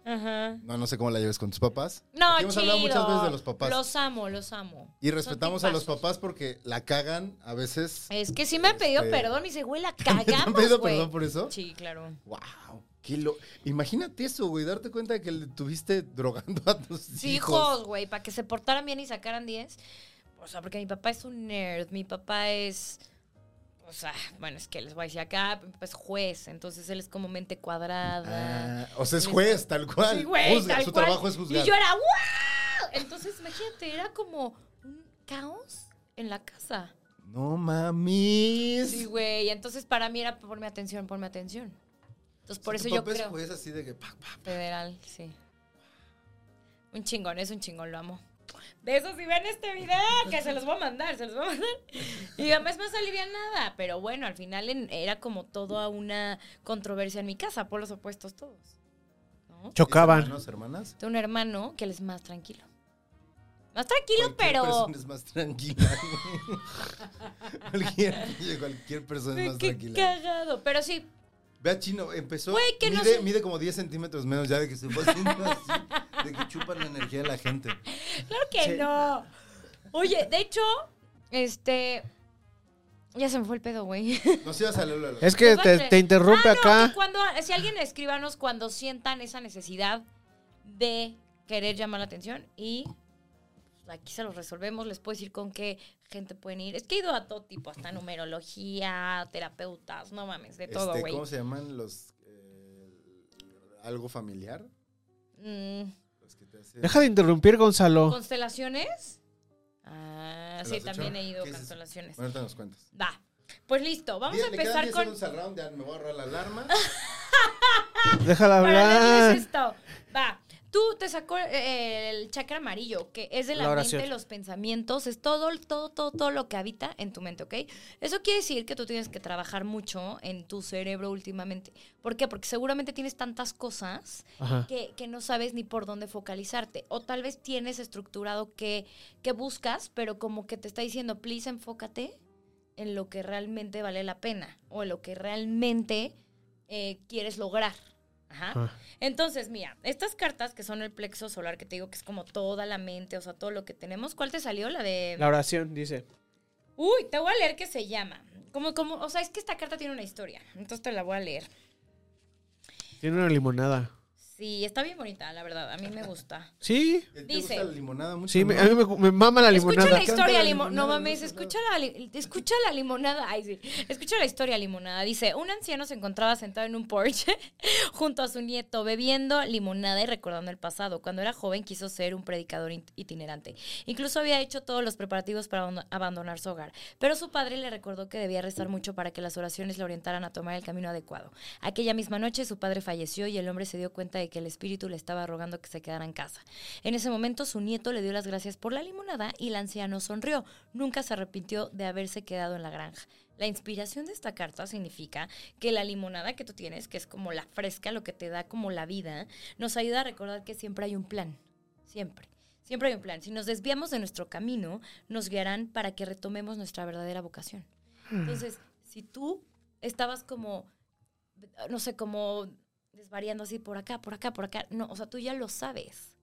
Speaker 5: Ajá.
Speaker 4: no, no sé cómo la lleves con tus papás.
Speaker 5: No,
Speaker 4: Aquí hemos hablado
Speaker 5: chido.
Speaker 4: muchas veces de los papás.
Speaker 5: Los amo, los amo.
Speaker 4: y
Speaker 5: Son
Speaker 4: respetamos a los
Speaker 5: tipazos.
Speaker 4: papás porque la cagan a veces.
Speaker 5: Es que sí me han pedido
Speaker 4: Este-
Speaker 5: perdón y se güey, la
Speaker 4: ¿Te
Speaker 5: cagamos,
Speaker 4: han pedido
Speaker 5: güey".
Speaker 4: perdón por eso?
Speaker 5: Sí, claro.
Speaker 4: ¡Wow! Qué lo... Imagínate eso, güey, darte cuenta de que le tuviste drogando a tus
Speaker 5: Sí, hijos, güey, para que se portaran bien y sacaran 10. O sea, porque mi papá es un nerd, mi papá es... O sea, bueno, es que les voy a decir acá, mi papá es juez, entonces él es como mente cuadrada.
Speaker 4: Ah, o sea, es juez, tal cual.
Speaker 5: Sí, güey,
Speaker 4: Juzga,
Speaker 5: tal
Speaker 4: su
Speaker 5: cual.
Speaker 4: trabajo es juzgar.
Speaker 5: Y yo era ¡wow! Entonces, imagínate, era como un caos en la casa.
Speaker 4: No mames.
Speaker 5: Sí, güey, entonces para mí era ponme atención, ponme atención. Entonces, por
Speaker 4: O sea,
Speaker 5: eso
Speaker 4: tu
Speaker 5: yo
Speaker 4: papá es
Speaker 5: creo...
Speaker 4: juez así de que pa, pa,
Speaker 5: Federal, sí. Un chingón, es un chingón, lo amo. De eso si ven este video, que se los voy a mandar, se los voy a mandar. Y mi mamá es más alivianada, pero bueno, al final en- era como toda una controversia en mi casa, por los opuestos todos. ¿no?
Speaker 2: Chocaban.
Speaker 4: Hermanos, hermanas.
Speaker 5: Tengo un hermano que él es más tranquilo. Más tranquilo,
Speaker 4: Cualquier
Speaker 5: pero...
Speaker 4: persona es más tranquila. güey. cualquier, cualquier persona es
Speaker 5: Ay,
Speaker 4: más
Speaker 5: Qué
Speaker 4: tranquila.
Speaker 5: cagado, pero sí.
Speaker 4: Ve a Chino, empezó.
Speaker 5: Güey, que no
Speaker 4: mide,
Speaker 5: sé.
Speaker 4: mide como 10 centímetros menos ya de que se fue haciendo así. De que chupan la energía de la gente.
Speaker 5: Claro que no. Oye, de hecho, este... Ya se me fue el pedo, güey.
Speaker 4: Nos ibas a leerlo. a los-
Speaker 2: Es que
Speaker 5: Pues
Speaker 2: te,
Speaker 5: vale.
Speaker 2: te interrumpe
Speaker 5: Ah, no,
Speaker 2: acá.
Speaker 5: que cuando, si alguien escríbanos cuando sientan esa necesidad de querer llamar la atención y pues, aquí se los resolvemos. Les puedo decir con qué gente pueden ir. Es que he ido a todo tipo, hasta numerología, terapeutas, no mames, de todo,
Speaker 4: Este,
Speaker 5: güey.
Speaker 4: ¿Cómo se llaman los. eh, algo familiar?
Speaker 5: Mm,
Speaker 4: Los que te hacen.
Speaker 2: Deja de interrumpir, Gonzalo.
Speaker 5: ¿Constelaciones? Ah,
Speaker 4: ¿Te
Speaker 5: sí,
Speaker 4: las has
Speaker 5: también
Speaker 4: hecho?
Speaker 5: he ido a
Speaker 4: ¿Qué es eso?
Speaker 5: constelaciones.
Speaker 4: Bueno, ahorita nos cuentas.
Speaker 5: Va. Pues listo, vamos a
Speaker 4: Diez- le quedan
Speaker 5: empezar
Speaker 4: 10
Speaker 5: con...
Speaker 4: segundos al round, ya me voy a ahorrar la alarma.
Speaker 2: Déjala
Speaker 5: Para
Speaker 2: hablar.
Speaker 5: darles esto. Va. Tú Tú te sacó eh, el chakra amarillo, que es de la,
Speaker 2: La oración.
Speaker 5: mente, los pensamientos, es todo, todo, todo, todo lo que habita en tu mente, ¿ok? Eso quiere decir que tú tienes que trabajar mucho en tu cerebro últimamente. ¿Por qué? Porque seguramente tienes tantas cosas
Speaker 2: Ajá.
Speaker 5: que, que no sabes ni por dónde focalizarte. O tal vez tienes estructurado que, que buscas, pero como que te está diciendo, please enfócate en lo que realmente vale la pena o en lo que realmente eh, quieres lograr. Ajá.
Speaker 2: Ajá.
Speaker 5: Entonces, mira, estas cartas que son el plexo solar, que te digo que es como toda la mente, o sea, todo lo que tenemos. ¿Cuál te salió? La de.
Speaker 2: La oración dice.
Speaker 5: Uy, te voy a leer que se llama. Como, como, o sea, es que esta carta tiene una historia. Entonces te la voy a leer.
Speaker 2: Tiene una limonada.
Speaker 5: Sí, está bien bonita, la verdad. A mí me gusta.
Speaker 2: Sí,
Speaker 4: ¿Te gusta
Speaker 5: Dice.
Speaker 4: la limonada mucho?
Speaker 2: sí, me-
Speaker 4: no?
Speaker 2: a mí me, me mama la
Speaker 5: Escucha
Speaker 2: limonada.
Speaker 5: la
Speaker 4: Canta
Speaker 5: historia
Speaker 4: la
Speaker 5: limonada. No
Speaker 4: limonada,
Speaker 5: mames,
Speaker 4: limonada.
Speaker 5: escucha la, li- escucha la limonada. Ay, sí. Escucha la historia limonada. Dice, un anciano se encontraba sentado en un porche junto a su nieto bebiendo limonada y recordando el pasado. Cuando era joven quiso ser un predicador in- itinerante. Incluso había hecho todos los preparativos para abando- abandonar su hogar. Pero su padre le recordó que debía rezar mucho para que las oraciones le orientaran a tomar el camino adecuado. Aquella misma noche su padre falleció y el hombre se dio cuenta de que el espíritu le estaba rogando que se quedara en casa. En ese momento su nieto le dio las gracias por la limonada y el anciano sonrió. Nunca se arrepintió de haberse quedado en la granja. La inspiración de esta carta significa que la limonada que tú tienes, que es como la fresca, lo que te da como la vida, nos ayuda a recordar que siempre hay un plan. Siempre. Siempre hay un plan. Si nos desviamos de nuestro camino, nos guiarán para que retomemos nuestra verdadera vocación. Entonces, si tú estabas como, no sé, como desvariando así por acá, por acá, por acá, no, o sea, tú ya lo sabes.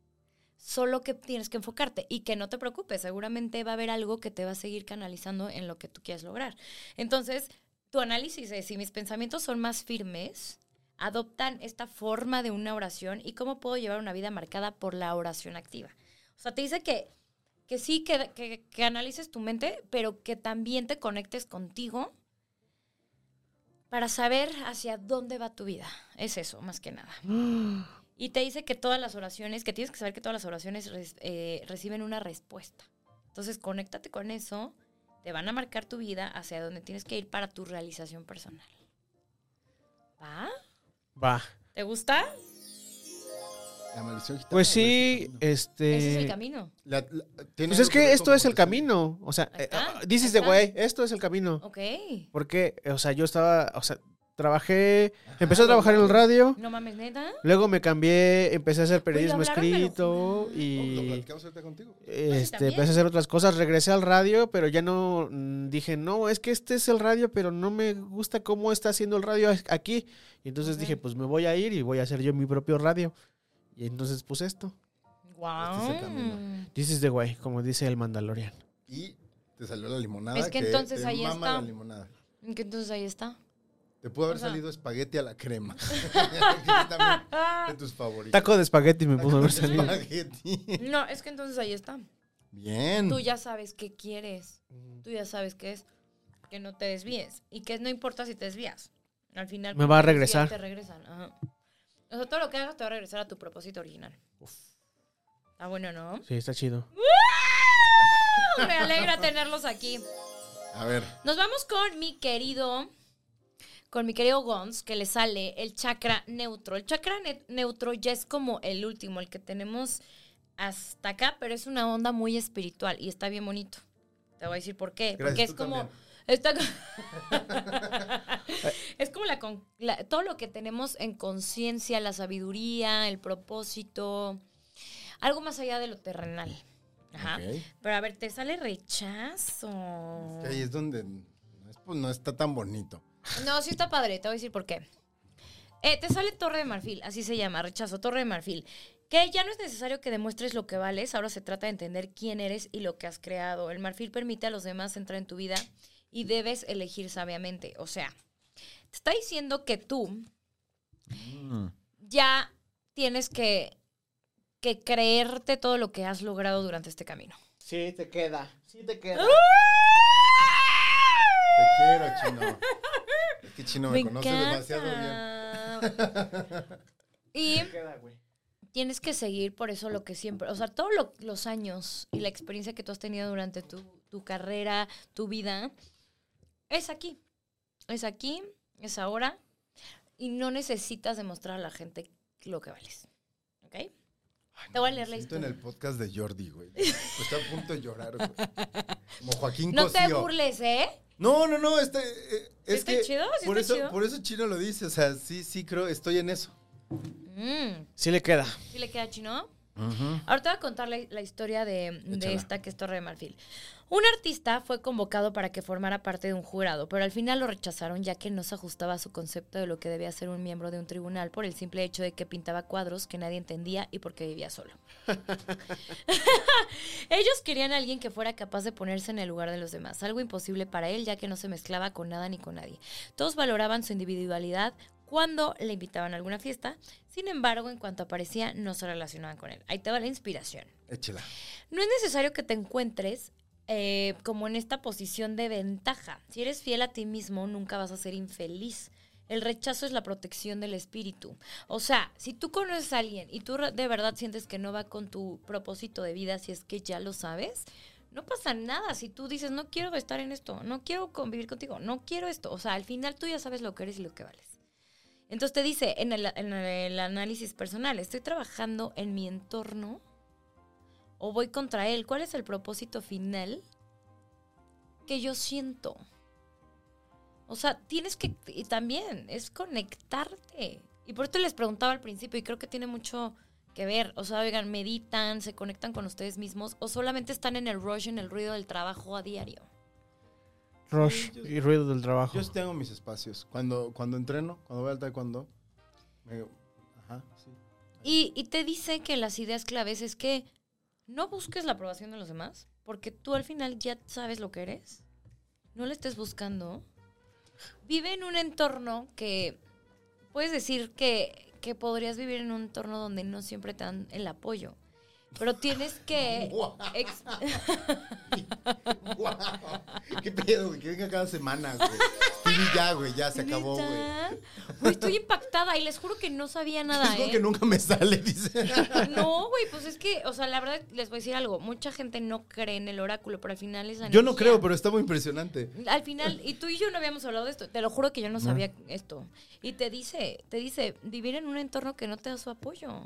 Speaker 5: Solo que tienes que enfocarte y que no te preocupes, seguramente va a haber algo que te va a seguir canalizando en lo que tú quieres lograr. Entonces, tu análisis es si mis pensamientos son más firmes, adoptan esta forma de una oración y cómo puedo llevar una vida marcada por la oración activa. O sea, te dice que, que sí, que, que, que analices tu mente, pero que también te conectes contigo para saber hacia dónde va tu vida. Es eso, más que nada. Y te dice que todas las oraciones, que tienes que saber que todas las oraciones res- eh, reciben una respuesta. Entonces, conéctate con eso. Te van a marcar tu vida hacia dónde tienes que ir para tu realización personal. ¿Va?
Speaker 2: Va.
Speaker 5: ¿Te gusta?
Speaker 4: La maldición gitana.
Speaker 2: Pues
Speaker 4: ¿o
Speaker 2: sí,
Speaker 4: ese
Speaker 2: este.
Speaker 5: Ese es el camino.
Speaker 4: La- la- tiene
Speaker 2: Pues
Speaker 4: algo
Speaker 2: es
Speaker 4: ver
Speaker 2: que esto
Speaker 4: con
Speaker 2: es el
Speaker 4: maldición.
Speaker 2: camino. O sea,
Speaker 5: Ahí está,
Speaker 2: eh, ah, dices
Speaker 5: ahí
Speaker 2: de
Speaker 5: está.
Speaker 2: güey, esto es el camino.
Speaker 5: Ok.
Speaker 2: Porque, o sea, yo estaba, o sea, trabajé, empecé a trabajar en el radio,
Speaker 5: No mames, neta.
Speaker 2: luego me cambié, empecé a hacer periodismo
Speaker 5: hablaron de
Speaker 2: escrito
Speaker 5: Luján.
Speaker 4: Lo
Speaker 2: y
Speaker 4: platicamos ahorita contigo.
Speaker 2: este,
Speaker 5: también.
Speaker 2: empecé a hacer otras cosas, regresé al radio, pero ya no mm, dije, no, es que este es el radio, pero no me gusta cómo está haciendo el radio a- aquí. Y entonces
Speaker 5: Ok.
Speaker 2: dije, pues me voy a ir y voy a hacer yo mi propio radio. Y entonces puse esto.
Speaker 5: Wow.
Speaker 4: Este es el camino.
Speaker 2: Dices de güey, como dice el Mandalorian.
Speaker 4: Y te salió la limonada.
Speaker 5: Es que entonces
Speaker 4: te
Speaker 5: ahí
Speaker 4: mama
Speaker 5: está.
Speaker 4: la limonada.
Speaker 5: Que entonces ahí está.
Speaker 4: Te pudo haber
Speaker 5: O sea-
Speaker 4: salido espagueti a la crema. También de tus favoritos.
Speaker 2: Taco de espagueti me puso a ver salido.
Speaker 4: espagueti.
Speaker 5: No, es que entonces ahí está.
Speaker 4: Bien.
Speaker 5: Tú ya sabes qué quieres. Tú ya sabes qué es. Que no te desvíes. Y que no importa si te desvías. Al final.
Speaker 2: Me va a
Speaker 5: cuando te desvías,
Speaker 2: regresar.
Speaker 5: Te regresan. Ajá. O sea, todo lo que hagas te va a regresar a tu propósito original. Está bueno, ¿no?
Speaker 2: Sí, está chido.
Speaker 5: Me alegra tenerlos aquí.
Speaker 4: A ver,
Speaker 5: Nos vamos con mi querido, con mi querido Gons, que le sale el chakra neutro. El chakra ne- neutro ya es como el último, el que tenemos hasta acá, pero es una onda muy espiritual y está bien bonito. Te voy a decir por qué.
Speaker 4: Gracias,
Speaker 5: Porque es
Speaker 4: tú
Speaker 5: como.
Speaker 4: también.
Speaker 5: está co- es como la, con- la- todo lo que tenemos en conciencia, la sabiduría, el propósito, algo más allá de lo terrenal. Ajá.
Speaker 4: Ok.
Speaker 5: Pero a ver, te sale rechazo.
Speaker 4: ahí es donde no es- pues, no está tan bonito.
Speaker 5: No, sí está padre, te voy a decir por qué. Eh, te sale Torre de Marfil, así se llama, rechazo, Torre de Marfil. Que ya no es necesario que demuestres lo que vales, ahora se trata de entender quién eres y lo que has creado. El marfil permite a los demás entrar en tu vida y debes elegir sabiamente. O sea, te está diciendo que tú ya tienes que, que creerte todo lo que has logrado durante este camino.
Speaker 2: Sí, te queda. Sí, te queda.
Speaker 5: Ah.
Speaker 4: Te quiero, chino. Es que chino me,
Speaker 5: Me
Speaker 4: conoce demasiado bien.
Speaker 5: encanta. Y tienes que seguir por eso lo que siempre, o sea, todos lo- los años y la experiencia que tú has tenido durante tu, tu carrera, tu vida, es aquí. Es aquí, es ahora. Y no necesitas demostrar a la gente lo que vales. ¿Ok? Te voy a leer la
Speaker 4: Siento en
Speaker 5: historia.
Speaker 4: el podcast de Jordi, güey. Está a punto de llorar, güey. Como Joaquín
Speaker 5: No te
Speaker 4: Cosío.
Speaker 5: burles, ¿eh?
Speaker 4: No, no, no, este, eh, es
Speaker 5: está
Speaker 4: que
Speaker 5: chido? ¿Sí
Speaker 4: por
Speaker 5: está
Speaker 4: eso
Speaker 5: chido?
Speaker 4: por eso Chino lo dice, o sea, sí sí creo, estoy en eso.
Speaker 5: Mm,
Speaker 2: Sí le queda.
Speaker 5: ¿Sí le queda chino? Ahora te voy a contar la, la historia de, de
Speaker 4: Échala.
Speaker 5: esta que es Torre de Marfil. Un artista fue convocado para que formara parte de un jurado, pero al final lo rechazaron ya que no se ajustaba a su concepto de lo que debía ser un miembro de un tribunal por el simple hecho de que pintaba cuadros que nadie entendía y porque vivía solo. Ellos querían a alguien que fuera capaz de ponerse en el lugar de los demás, algo imposible para él ya que no se mezclaba con nada ni con nadie. Todos valoraban su individualidad cuando le invitaban a alguna fiesta, sin embargo, en cuanto aparecía, no se relacionaban con él. Ahí te va la inspiración.
Speaker 4: Échela.
Speaker 5: No es necesario que te encuentres eh, como en esta posición de ventaja. Si eres fiel a ti mismo, nunca vas a ser infeliz. El rechazo es la protección del espíritu. O sea, si tú conoces a alguien y tú re- de verdad sientes que no va con tu propósito de vida, si es que ya lo sabes, no pasa nada. Si tú dices, no quiero estar en esto, no quiero convivir contigo, no quiero esto. O sea, al final tú ya sabes lo que eres y lo que vales. Entonces te dice en el, en el análisis personal, estoy trabajando en mi entorno o voy contra él? ¿Cuál es el propósito final que yo siento? O sea, tienes que, y también es conectarte. Y por esto les preguntaba al principio, y creo que tiene mucho que ver. O sea, oigan, meditan, se conectan con ustedes mismos, o solamente están en el rush, en el ruido del trabajo a diario.
Speaker 2: Rush y ruido del trabajo.
Speaker 4: Yo sí tengo mis espacios. Cuando cuando entreno, cuando voy al taekwondo, me- ajá, sí.
Speaker 5: Y, y te dice que las ideas claves es que no busques la aprobación de los demás, porque tú al final ya sabes lo que eres. No la estés buscando. Vive en un entorno que puedes decir que, que podrías vivir en un entorno donde no siempre te dan el apoyo. Pero tienes que. ex-
Speaker 4: Guau. ¿Qué pedo, güey? Que venga cada semana, güey. Stevie ya, güey, ya se acabó, güey.
Speaker 5: ¿Neta? Güey, estoy impactada y les juro que no sabía nada.
Speaker 4: Es como
Speaker 5: ¿eh?
Speaker 4: que nunca me sale, dice.
Speaker 5: No, güey, pues es que, o sea, la verdad les voy a decir algo. Mucha gente no cree en el oráculo, pero al final es
Speaker 4: Yo no
Speaker 5: energía.
Speaker 4: creo, pero está muy impresionante.
Speaker 5: Al final, y tú y yo no habíamos hablado de esto, te lo juro que yo no sabía esto. Y te dice, te dice, vivir en un entorno que no te da su apoyo.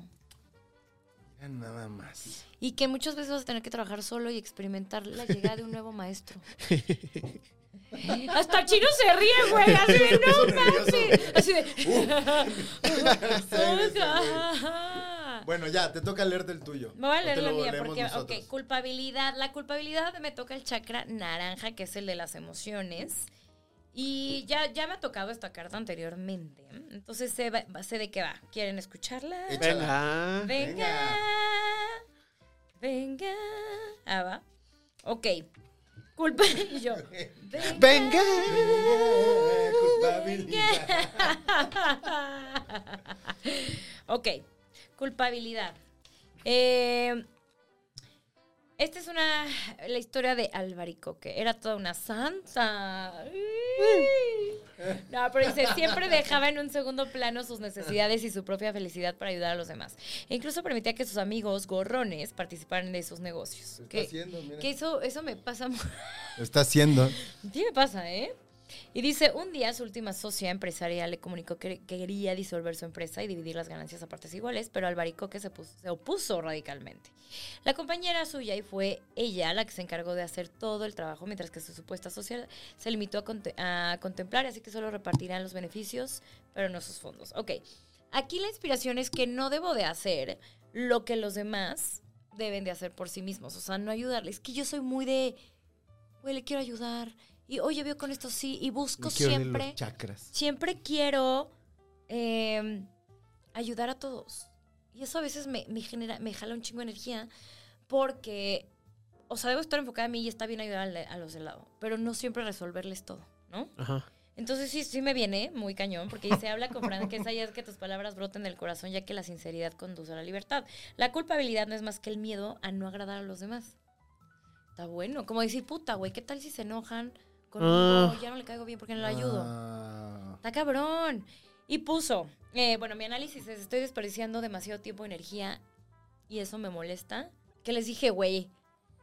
Speaker 4: Mira Nada más.
Speaker 5: Y que muchas veces vas a tener que trabajar solo y experimentar la llegada de un nuevo maestro. Hasta Chino se ríe, güey. Así de, no mames. Así de. Ajá.
Speaker 4: Bueno, ya, te toca leer del tuyo.
Speaker 5: Me voy a
Speaker 4: O
Speaker 5: leer
Speaker 4: te
Speaker 5: la
Speaker 4: lo
Speaker 5: mía
Speaker 4: leemos
Speaker 5: porque,
Speaker 4: nosotros.
Speaker 5: ok, culpabilidad. La culpabilidad me toca el chakra naranja, que es el de las emociones. Y ya, ya me ha tocado esta carta anteriormente. Entonces sé, va- sé de qué va. ¿Quieren escucharla?
Speaker 4: Échala.
Speaker 2: Venga.
Speaker 5: Venga. Venga. Ah, va. Ok. Culpa. Y yo.
Speaker 2: Venga.
Speaker 4: Eh, culpabilidad.
Speaker 5: ok, culpabilidad. Eh, esta es una la historia de Alvarico, que era toda una santa. No, pero dice, siempre dejaba en un segundo plano sus necesidades y su propia felicidad para ayudar a los demás. E incluso permitía que sus amigos gorrones participaran de sus negocios.
Speaker 4: Se está
Speaker 5: Que,
Speaker 4: haciendo, mira.
Speaker 5: que eso, eso me pasa mucho.
Speaker 4: Está haciendo.
Speaker 5: Sí me pasa, ¿eh? Y dice, un día su última socia empresarial le comunicó que quería disolver su empresa y dividir las ganancias a partes iguales, pero Albaricoque se, pus- se opuso radicalmente. La compañera era suya y fue ella la que se encargó de hacer todo el trabajo, mientras que su supuesta socia se limitó a, conte- a contemplar, así que solo repartirán los beneficios, pero no sus fondos. Ok, aquí la inspiración es que no debo de hacer lo que los demás deben de hacer por sí mismos, o sea, no ayudarles. Es que yo soy muy de güey, le quiero ayudar. Y oye, veo con esto sí. Y busco siempre.
Speaker 4: chakras.
Speaker 5: Siempre quiero eh, ayudar a todos. Y eso a veces me, me genera, me jala un chingo de energía. Porque, o sea, debo estar enfocada a mí y está bien ayudar al de- a los del lado. Pero no siempre resolverles todo, ¿no?
Speaker 2: Ajá.
Speaker 5: Entonces sí, sí me viene muy cañón, porque dice, habla con franqueza y es que tus palabras broten del corazón, ya que la sinceridad conduce a la libertad. La culpabilidad no es más que el miedo a no agradar a los demás. Está bueno. Como decir, puta, güey, ¿qué tal si se enojan conmigo?
Speaker 2: Ah.
Speaker 5: Ya no le caigo bien porque no le ayudo.
Speaker 4: Ah.
Speaker 5: Está cabrón. Y puso, eh, bueno, mi análisis es, estoy desperdiciando demasiado tiempo y energía y eso me molesta. Que les dije, güey,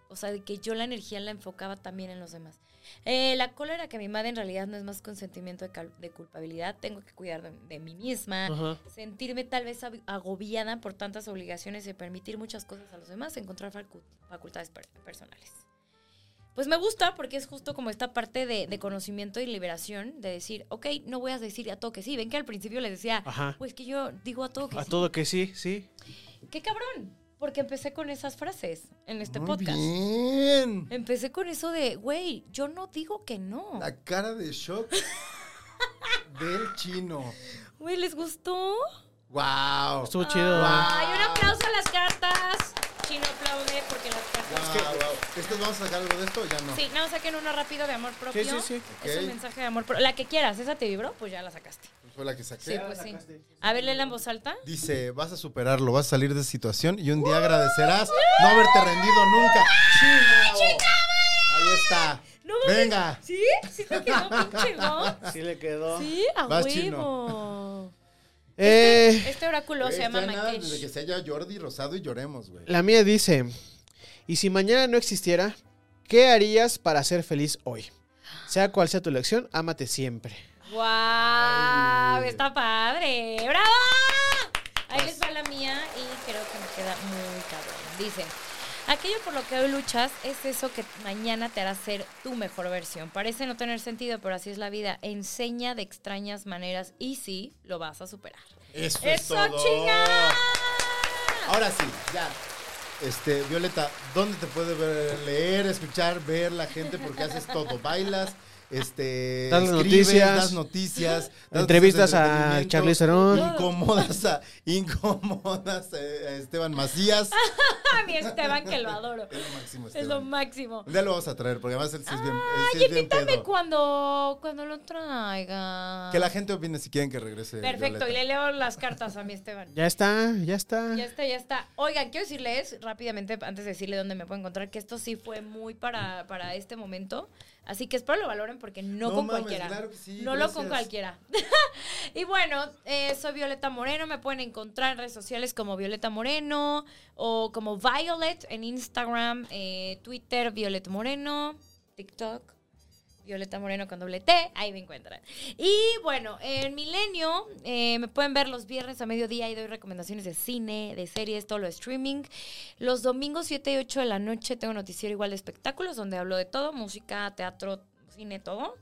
Speaker 5: O sea, de que yo la energía la enfocaba también en los demás. Eh, la cólera que mi madre en realidad no es más consentimiento de, cal- de culpabilidad. Tengo que cuidar de, de mí misma.
Speaker 2: Ajá.
Speaker 5: Sentirme tal vez ab- agobiada por tantas obligaciones y permitir muchas cosas a los demás. Encontrar facu- facultades per- personales. Pues me gusta porque es justo como esta parte de, de conocimiento y liberación. De decir, ok, no voy a decir a todo que sí. Ven que al principio les decía,
Speaker 2: Ajá.
Speaker 5: pues que yo digo a todo que
Speaker 2: A
Speaker 5: sí.
Speaker 2: todo que sí, sí.
Speaker 5: ¡Qué cabrón! Porque empecé con esas frases en este podcast.
Speaker 4: Bien.
Speaker 5: Empecé con eso de, güey, yo no digo que no.
Speaker 4: La cara de shock del chino.
Speaker 5: Güey, ¿les gustó?
Speaker 4: Wow.
Speaker 5: Ah.
Speaker 2: Estuvo chido.
Speaker 5: ¡Ay, un aplauso a las cartas! Chino aplaude porque las cartas...
Speaker 4: ¿Estos vamos a sacar algo de esto o ya no?
Speaker 5: Sí, no, saquen una rápido de amor propio.
Speaker 2: Sí, sí, sí.
Speaker 5: Es un
Speaker 4: Ok.
Speaker 5: mensaje de amor propio. La que quieras, esa te vibró, pues ya la sacaste.
Speaker 4: Fue la que saqué.
Speaker 5: Sí, pues sí. A ver, léela en voz alta.
Speaker 4: Dice, vas a superarlo, vas a salir de esa situación y un día agradecerás no haberte rendido nunca. ¡Chino! Ahí está.
Speaker 5: No mames.
Speaker 4: Venga.
Speaker 5: ¿Sí? ¿Sí te quedó bien chingón?
Speaker 2: Sí le quedó.
Speaker 5: Sí, a
Speaker 4: Vas,
Speaker 5: huevo.
Speaker 2: Eh,
Speaker 5: Este oráculo se
Speaker 4: Güey,
Speaker 5: llama
Speaker 4: está nada Desde que
Speaker 5: Makesh.
Speaker 4: se haya Jordi Rosado y lloremos, güey.
Speaker 2: la mía dice, y si mañana no existiera, ¿qué harías para ser feliz hoy? Sea cual sea tu elección, ámate siempre.
Speaker 5: ¡Wow! Está padre. ¡Bravo! Ahí les va la mía y creo que me queda muy cabrón. Dice, aquello por lo que hoy luchas es eso que mañana te hará ser tu mejor versión. Parece no tener sentido, pero así es la vida. Enseña de extrañas maneras y sí, lo vas a superar.
Speaker 4: Eso, es
Speaker 5: ¡Eso,
Speaker 4: todo.
Speaker 5: chinga!
Speaker 4: Ahora sí, ya. Este, Violeta, ¿dónde te puede ver, leer, escuchar, ver la gente? Porque haces todo. Bailas, este.
Speaker 2: Das noticias.
Speaker 4: das noticias. das
Speaker 2: Entrevistas
Speaker 4: noticias de
Speaker 2: a
Speaker 4: entretenimiento,
Speaker 2: Charlize Theron.
Speaker 4: Incomodas a, incomodas a- a Esteban Macías.
Speaker 5: A mi Esteban, que lo adoro.
Speaker 4: Es lo máximo,
Speaker 5: Es lo
Speaker 4: Esteban.
Speaker 5: máximo.
Speaker 4: Un día lo vamos a traer, porque además él sí es bien, él sí
Speaker 5: Ay,
Speaker 4: es bien
Speaker 5: invítame
Speaker 4: pedo.
Speaker 5: cuando, cuando lo traiga.
Speaker 4: Que la gente opine si quieren que regrese.
Speaker 5: Perfecto,
Speaker 4: Violeta.
Speaker 5: y le leo las cartas a mi Esteban.
Speaker 2: Ya está, ya está.
Speaker 5: Ya está, ya está. Oigan, quiero decirles rápidamente, antes de decirle dónde me puedo encontrar, que esto sí fue muy para, para este momento. Así que espero lo valoren porque no,
Speaker 4: No
Speaker 5: con
Speaker 4: mames,
Speaker 5: cualquiera.
Speaker 4: claro que sí,
Speaker 5: no lo con
Speaker 4: gracias.
Speaker 5: cualquiera. y bueno, eh, soy Violeta Moreno. Me pueden encontrar en redes sociales como Violeta Moreno o como Violet en Instagram, eh, Twitter, Violet Moreno, TikTok. Violeta Moreno con doble T, ahí me encuentran. Y bueno, en Milenio eh, me pueden ver los viernes a mediodía y doy recomendaciones de cine, de series, todo lo de streaming. Los domingos 7 y 8 de la noche tengo noticiero igual de espectáculos donde hablo de todo, música, teatro, cine, todo.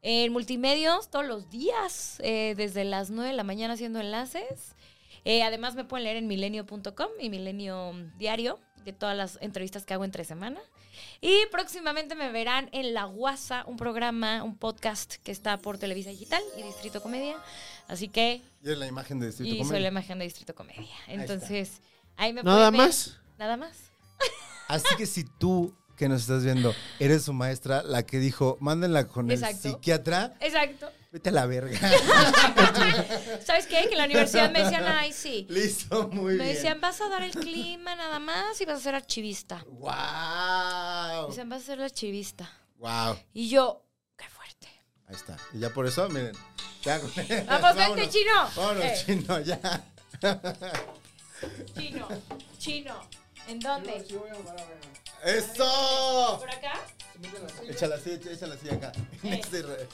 Speaker 5: En multimedios todos los días, eh, desde las 9 de la mañana haciendo enlaces. Eh, además me pueden leer en milenio.com y milenio diario de todas las entrevistas que hago entre semana. Y próximamente me verán en La Guasa, un programa, un podcast que está por Televisa Digital y Distrito Comedia. Así que,
Speaker 4: Y es la imagen de Distrito
Speaker 5: y soy
Speaker 4: Comedia.
Speaker 5: la imagen de Distrito Comedia. Entonces, ahí, me
Speaker 2: ¿Nada
Speaker 5: pueden ver.
Speaker 2: más?
Speaker 5: Nada más.
Speaker 4: Así que si tú que nos estás viendo eres su maestra, la que dijo, mándenla con
Speaker 5: Exacto.
Speaker 4: el psiquiatra,
Speaker 5: Exacto.
Speaker 4: vete a la verga.
Speaker 5: ¿Sabes qué? Que en la universidad me decían, ay, sí.
Speaker 4: Listo, muy
Speaker 5: Me
Speaker 4: bien.
Speaker 5: decían, vas a dar el clima nada más y vas a ser archivista. Me
Speaker 4: ¡Wow!
Speaker 5: decían, vas a ser la archivista.
Speaker 4: ¡Wow!
Speaker 5: Y yo, qué fuerte.
Speaker 4: Ahí está. Y ya por eso, miren. ya con-
Speaker 5: Vamos, vente, chino.
Speaker 4: Vámonos,
Speaker 5: Eh.
Speaker 4: chino, ya.
Speaker 5: Chino, chino. ¿En dónde?
Speaker 4: ¡Eso!
Speaker 5: ¿Por acá?
Speaker 4: Échala así, éch- échala así acá.
Speaker 5: Eh.
Speaker 4: En ese re-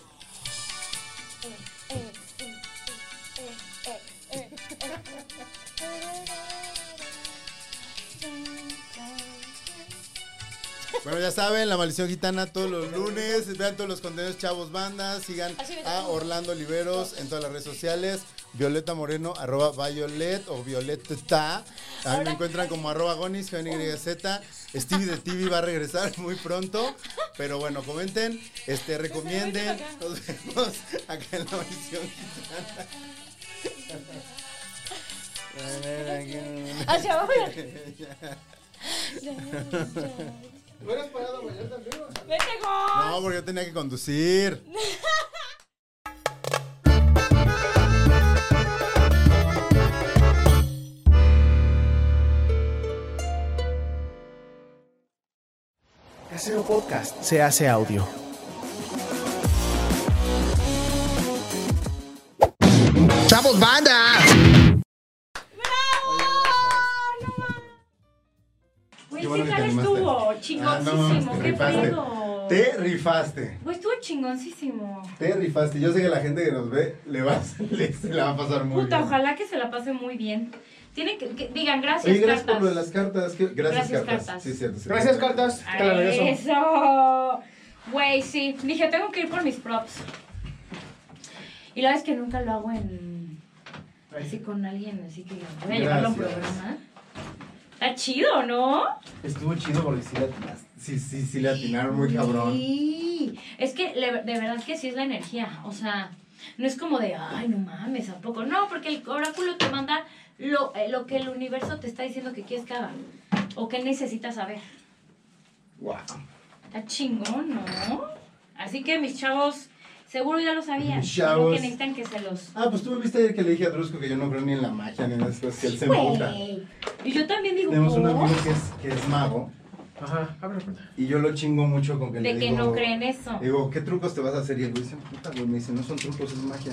Speaker 4: Bueno, ya saben, La Maldición Gitana todos los lunes. Vean todos los contenidos Chavos Bandas. Sigan a Orlando Oliveros en todas las redes sociales. Violeta Moreno, arroba Violet o Violeta. A mí me encuentran como arroba Gonis, g y z Stevie de TV va a regresar muy pronto. Pero bueno, comenten, este, recomienden. Nos vemos acá en La Maldición Gitana.
Speaker 5: Hacia abajo. Vete, go.
Speaker 4: No, porque yo tenía que conducir.
Speaker 2: Casero Podcast se hace audio.
Speaker 3: ¡Chavos, banda!
Speaker 4: Qué bueno que te animaste. Ah.
Speaker 5: Claro.
Speaker 4: Te rifaste.
Speaker 5: Güey, estuvo chingoncísimo.
Speaker 4: Te rifaste. Yo sé que la gente que nos ve le va a, le- se la va a pasar muy
Speaker 5: Puta,
Speaker 4: bien.
Speaker 5: ojalá que se la pase muy bien. Tienen que, que- digan gracias,
Speaker 4: Oye, gracias
Speaker 5: cartas.
Speaker 4: por lo de las cartas. que- Gracias,
Speaker 5: Gracias,
Speaker 4: cartas.
Speaker 5: cartas.
Speaker 4: Sí, cierto, cierto.
Speaker 2: Gracias, cartas. Te la regreso.
Speaker 5: Eso. Güey, sí. Dije, tengo que ir por mis props. Y la vez que nunca lo hago en. Así con alguien, así que voy a llevarlo a un
Speaker 4: Gracias.
Speaker 5: programa. Está chido, ¿no?
Speaker 4: Estuvo chido porque sí le atinaste. Sí, sí, sí le atinaron muy cabrón.
Speaker 5: Sí. Es que le- de verdad que sí es la energía. O sea, no es como de, ay, no mames, ¿a poco? No, porque el oráculo te manda lo, eh, lo que el universo te está diciendo que quieres que haga o que necesitas saber.
Speaker 4: Wow.
Speaker 5: Está chingón, ¿no? Así que mis chavos, seguro ya lo sabían.
Speaker 4: Mis chavos.
Speaker 5: Solo que necesitan que se los.
Speaker 4: Ah, pues tú me viste ayer que le dije a Drusco que yo no creo ni en la magia ni en las cosas que él se emputa.
Speaker 5: Güey. Y yo también digo, "Oh",
Speaker 4: Tenemos un
Speaker 5: ¿por?
Speaker 4: amigo que es, que es mago
Speaker 2: Ajá, abre la puerta.
Speaker 4: y yo lo chingo mucho con que le
Speaker 5: de que
Speaker 4: digo... "Eh".
Speaker 5: no creen eso.
Speaker 4: Digo, ¿qué trucos te vas a hacer? Y el güey dice, puta, güey, me dice, no son trucos, es magia.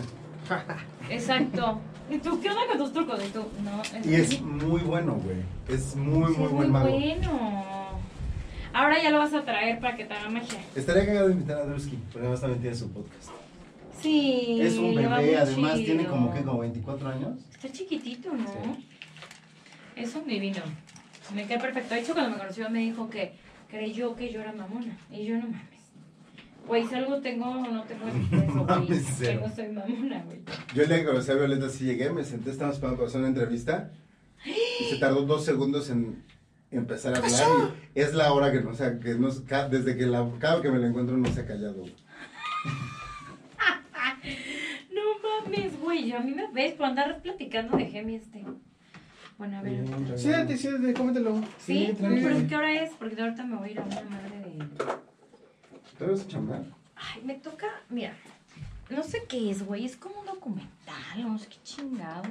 Speaker 5: Exacto. ¿Y tú qué onda con tus trucos? Y tú, no.
Speaker 4: Y es muy bueno, güey. Es muy,
Speaker 5: Sí,
Speaker 4: muy
Speaker 5: es
Speaker 4: buen mago.
Speaker 5: bueno. Ahora ya lo vas a traer para que te haga magia.
Speaker 4: Estaría cagado invitar a Drusky, porque además también tiene su podcast.
Speaker 5: Sí.
Speaker 4: es un
Speaker 5: le va
Speaker 4: bebé,
Speaker 5: muy
Speaker 4: además tiene
Speaker 5: chido.
Speaker 4: como que como 24 años.
Speaker 5: Está chiquitito, ¿no?
Speaker 4: Sí.
Speaker 5: Es un divino. Me quedé perfecto. De hecho, cuando me conoció me dijo que creyó que yo era mamona. Y yo no mames. Güey, si algo tengo o no tengo es eso, güey.
Speaker 4: Mames,
Speaker 5: que
Speaker 4: cero.
Speaker 5: no soy mamona, güey.
Speaker 4: Yo el día que conocí a Violeta sí llegué, me senté, estábamos esperando para hacer una entrevista y se tardó dos segundos en empezar a hablar. y es la hora que no se ha- que no, se- ca- desde que la, cada que me la encuentro no se ha callado. güey.
Speaker 5: No mames, güey. A mí me ves por andar platicando de Gemi este. Bueno, a ver.
Speaker 2: Siéntate, siéntate, cómetelo.
Speaker 5: Sí,
Speaker 4: tranquila.
Speaker 5: pero ¿qué hora es? Porque ahorita me voy a ir a una madre de...
Speaker 4: ¿Te vas a chambear?
Speaker 5: Ay, me toca, mira, no sé qué es, güey, es como un documental, no sé qué chingados.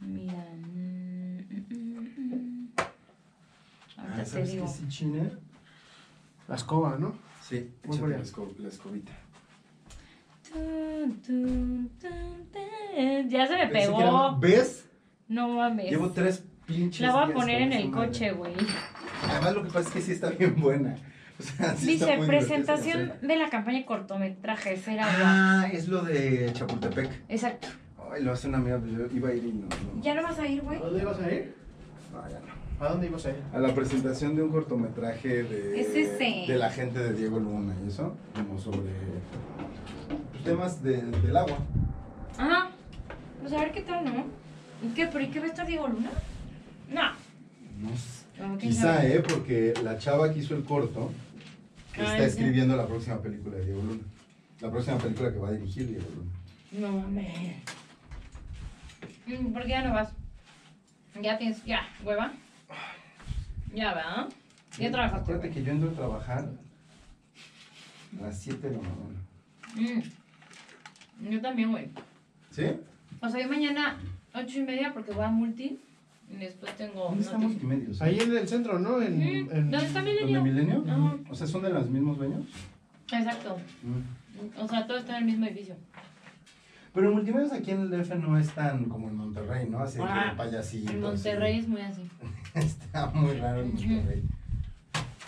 Speaker 5: Mira, mm, mm, mm, mm. ahorita
Speaker 4: Ah,
Speaker 5: te
Speaker 4: ¿Sabes qué
Speaker 5: digo.
Speaker 4: sí, China?
Speaker 2: La escoba, ¿no?
Speaker 4: Sí,
Speaker 2: Muy
Speaker 4: échate
Speaker 2: buena.
Speaker 4: la, esco- la escobita.
Speaker 5: Tun, tun, tun, tun. Ya se me
Speaker 4: Pensé que era-
Speaker 5: pegó.
Speaker 4: ¿Ves?
Speaker 5: No mames.
Speaker 4: Llevo tres pinches.
Speaker 5: La voy a
Speaker 4: días
Speaker 5: poner
Speaker 4: con
Speaker 5: en
Speaker 4: esa
Speaker 5: el
Speaker 4: madre.
Speaker 5: coche, güey.
Speaker 4: Además, lo que pasa es que sí está bien buena. O sea, sí está
Speaker 5: Dice,
Speaker 4: muy divertida esa
Speaker 5: presentación
Speaker 4: canción.
Speaker 5: de la campaña de cortometrajes, era guau.
Speaker 4: Ah, es lo de Chapultepec.
Speaker 5: Exacto.
Speaker 4: Ay, lo hace una amiga, pero yo iba a ir y no. no.
Speaker 5: ¿Ya no vas a ir,
Speaker 2: ¿A
Speaker 5: güey?
Speaker 2: dónde ibas a ir?
Speaker 4: No, ya no.
Speaker 2: ¿A dónde ibas a ir?
Speaker 4: A la presentación de un cortometraje de,
Speaker 5: Es ese.
Speaker 4: de la gente de Diego Luna y eso, como sobre pues, temas de- del agua.
Speaker 5: Ajá. Pues a ver qué tal, ¿no? ¿Y qué? ¿Pero y qué va a estar Diego Luna? No.
Speaker 4: No sé.
Speaker 5: Como que
Speaker 4: Quizá,
Speaker 5: no.
Speaker 4: ¿eh? Porque la chava que hizo el corto
Speaker 5: Ah,
Speaker 4: está
Speaker 5: ya.
Speaker 4: escribiendo la próxima película de Diego Luna. La próxima película que va a dirigir Diego Luna.
Speaker 5: No mames. Mm, ¿Por qué ya no vas? Ya tienes, ya, hueva. Ya va. Ya trabajaste.
Speaker 4: Acuérdate que yo entro a trabajar a las 7 de la mañana.
Speaker 5: Mm. Yo también, güey.
Speaker 4: ¿Sí?
Speaker 5: O sea, yo mañana ocho y media porque voy a multi. Y después tengo.
Speaker 4: ¿Dónde estamos
Speaker 5: noticias.
Speaker 4: y medios?
Speaker 2: Ahí en el centro, ¿no? En,
Speaker 5: Mm,
Speaker 2: en-
Speaker 5: ¿Dónde está mi
Speaker 4: ¿Donde
Speaker 5: niño?
Speaker 4: Milenio?
Speaker 5: Ajá.
Speaker 4: O sea, ¿son de los mismos dueños? Mm.
Speaker 5: Exacto. O sea, todo está en el mismo edificio.
Speaker 4: Pero multimedios aquí en el DF no es tan como en Monterrey, ¿no? Así de que
Speaker 5: Ah,
Speaker 4: payasito.
Speaker 5: En Monterrey es muy así.
Speaker 4: así. Está muy raro en Monterrey.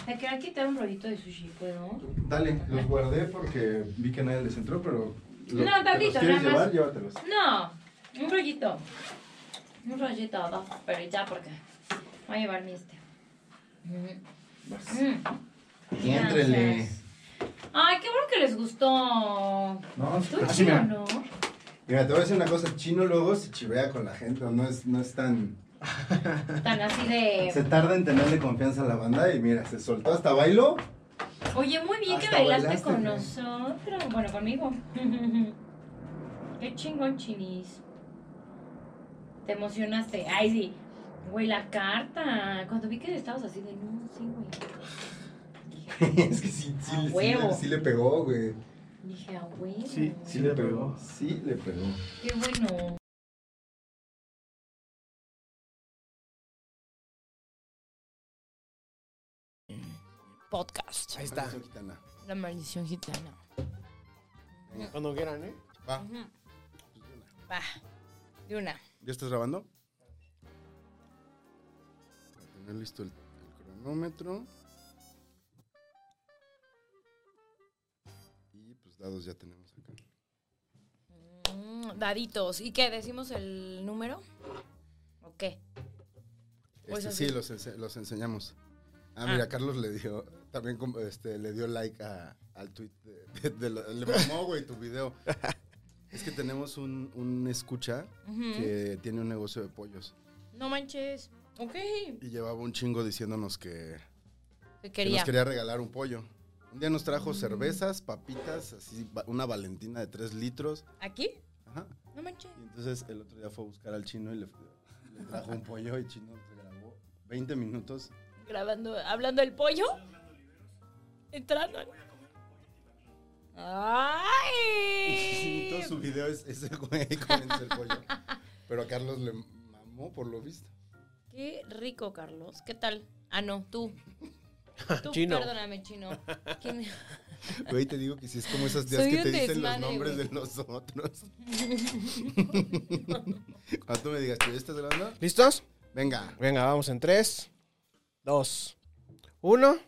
Speaker 5: Me quería quitar un rollito de sushi, pues, ¿puedo?
Speaker 4: Dale, los guardé porque vi que nadie les entró, pero.
Speaker 5: No,
Speaker 4: ¿te los
Speaker 5: tantito,
Speaker 4: ¿Quieres
Speaker 5: nada más.
Speaker 4: llevar? Llévatelos.
Speaker 5: No, un rollito. Un rollito, dos, pero ya porque voy a llevar mi este. Mm.
Speaker 4: Vas.
Speaker 5: Mm.
Speaker 4: Y éntrele.
Speaker 5: Gracias. Ay, qué bueno que les gustó.
Speaker 4: No,
Speaker 5: Estuvo
Speaker 4: pero sí, mira.
Speaker 5: chido, ¿no?
Speaker 4: Mira, te voy a decir una cosa. Chino luego se chivea con la gente, no es, no es tan.
Speaker 5: Tan así
Speaker 4: Se
Speaker 5: de.
Speaker 4: tarda en tenerle confianza a la banda y mira, se soltó hasta bailo.
Speaker 5: Oye, muy bien que
Speaker 4: Hasta
Speaker 5: bailaste
Speaker 4: bailaste,
Speaker 5: con
Speaker 4: ¿no?
Speaker 5: nosotros. Bueno, conmigo. Qué chingón, chinis. Te emocionaste. Ay, sí. Güey, la carta. Cuando vi que estabas así de no, sí, güey.
Speaker 4: es que sí, sí,
Speaker 5: A
Speaker 4: sí,
Speaker 5: huevo.
Speaker 4: le, sí le pegó, güey.
Speaker 5: Dije, ah, güey.
Speaker 2: Sí,
Speaker 4: Sí le pegó. Sí le pegó.
Speaker 5: Qué bueno.
Speaker 6: Podcast.
Speaker 2: Ahí está.
Speaker 4: Gitana.
Speaker 6: La maldición gitana.
Speaker 2: Cuando quieran, ¿eh?
Speaker 4: Va. Pues
Speaker 6: Va. De una.
Speaker 4: ¿Ya estás grabando? Para tener listo el, el cronómetro. pues, dados ya tenemos acá?
Speaker 5: Mm, daditos. ¿Y qué? ¿Decimos el número? ¿O qué? Pues
Speaker 4: Este,
Speaker 5: así.
Speaker 4: sí, los, ense- los enseñamos. Ah, mira, Carlos le dio, también com- este, le dio like a- al tweet. de- de- de lo- le mamó, güey, tu video. Es que tenemos un, un escucha que tiene un negocio de pollos
Speaker 5: No manches. Ok.
Speaker 4: y llevaba un chingo diciéndonos que,
Speaker 5: ¿Qué
Speaker 4: que
Speaker 5: quería? Mm.
Speaker 4: nos quería regalar un pollo. Un día nos trajo cervezas, papitas, así, va- una valentina de 3 litros.
Speaker 5: ¿Aquí?
Speaker 4: Ajá.
Speaker 5: No manches.
Speaker 4: Y entonces el otro día fue a buscar al chino y le, le trajo un pollo y chino se grabó 20 minutos
Speaker 5: Grabando, hablando del pollo. Entrando.
Speaker 4: Sí,
Speaker 5: ¡Ay!
Speaker 4: todo su video es ese güey comiéndose el pollo. Pero a Carlos le mamó por lo visto.
Speaker 5: Qué rico, Carlos. ¿Qué tal? Ah, no, tú. Tú,
Speaker 2: Chino.
Speaker 5: perdóname, chino. ¿Quién-
Speaker 4: Güey, te digo que si es como esos días
Speaker 5: Soy
Speaker 4: que
Speaker 5: un
Speaker 4: te dicen los
Speaker 5: desmadre,
Speaker 4: nombres
Speaker 5: güey.
Speaker 4: de los otros. Cuando tú me digas, ¿tú ya estás grabando?
Speaker 2: ¿Listos?
Speaker 4: Venga.
Speaker 2: Venga, vamos en 3, 2, 1.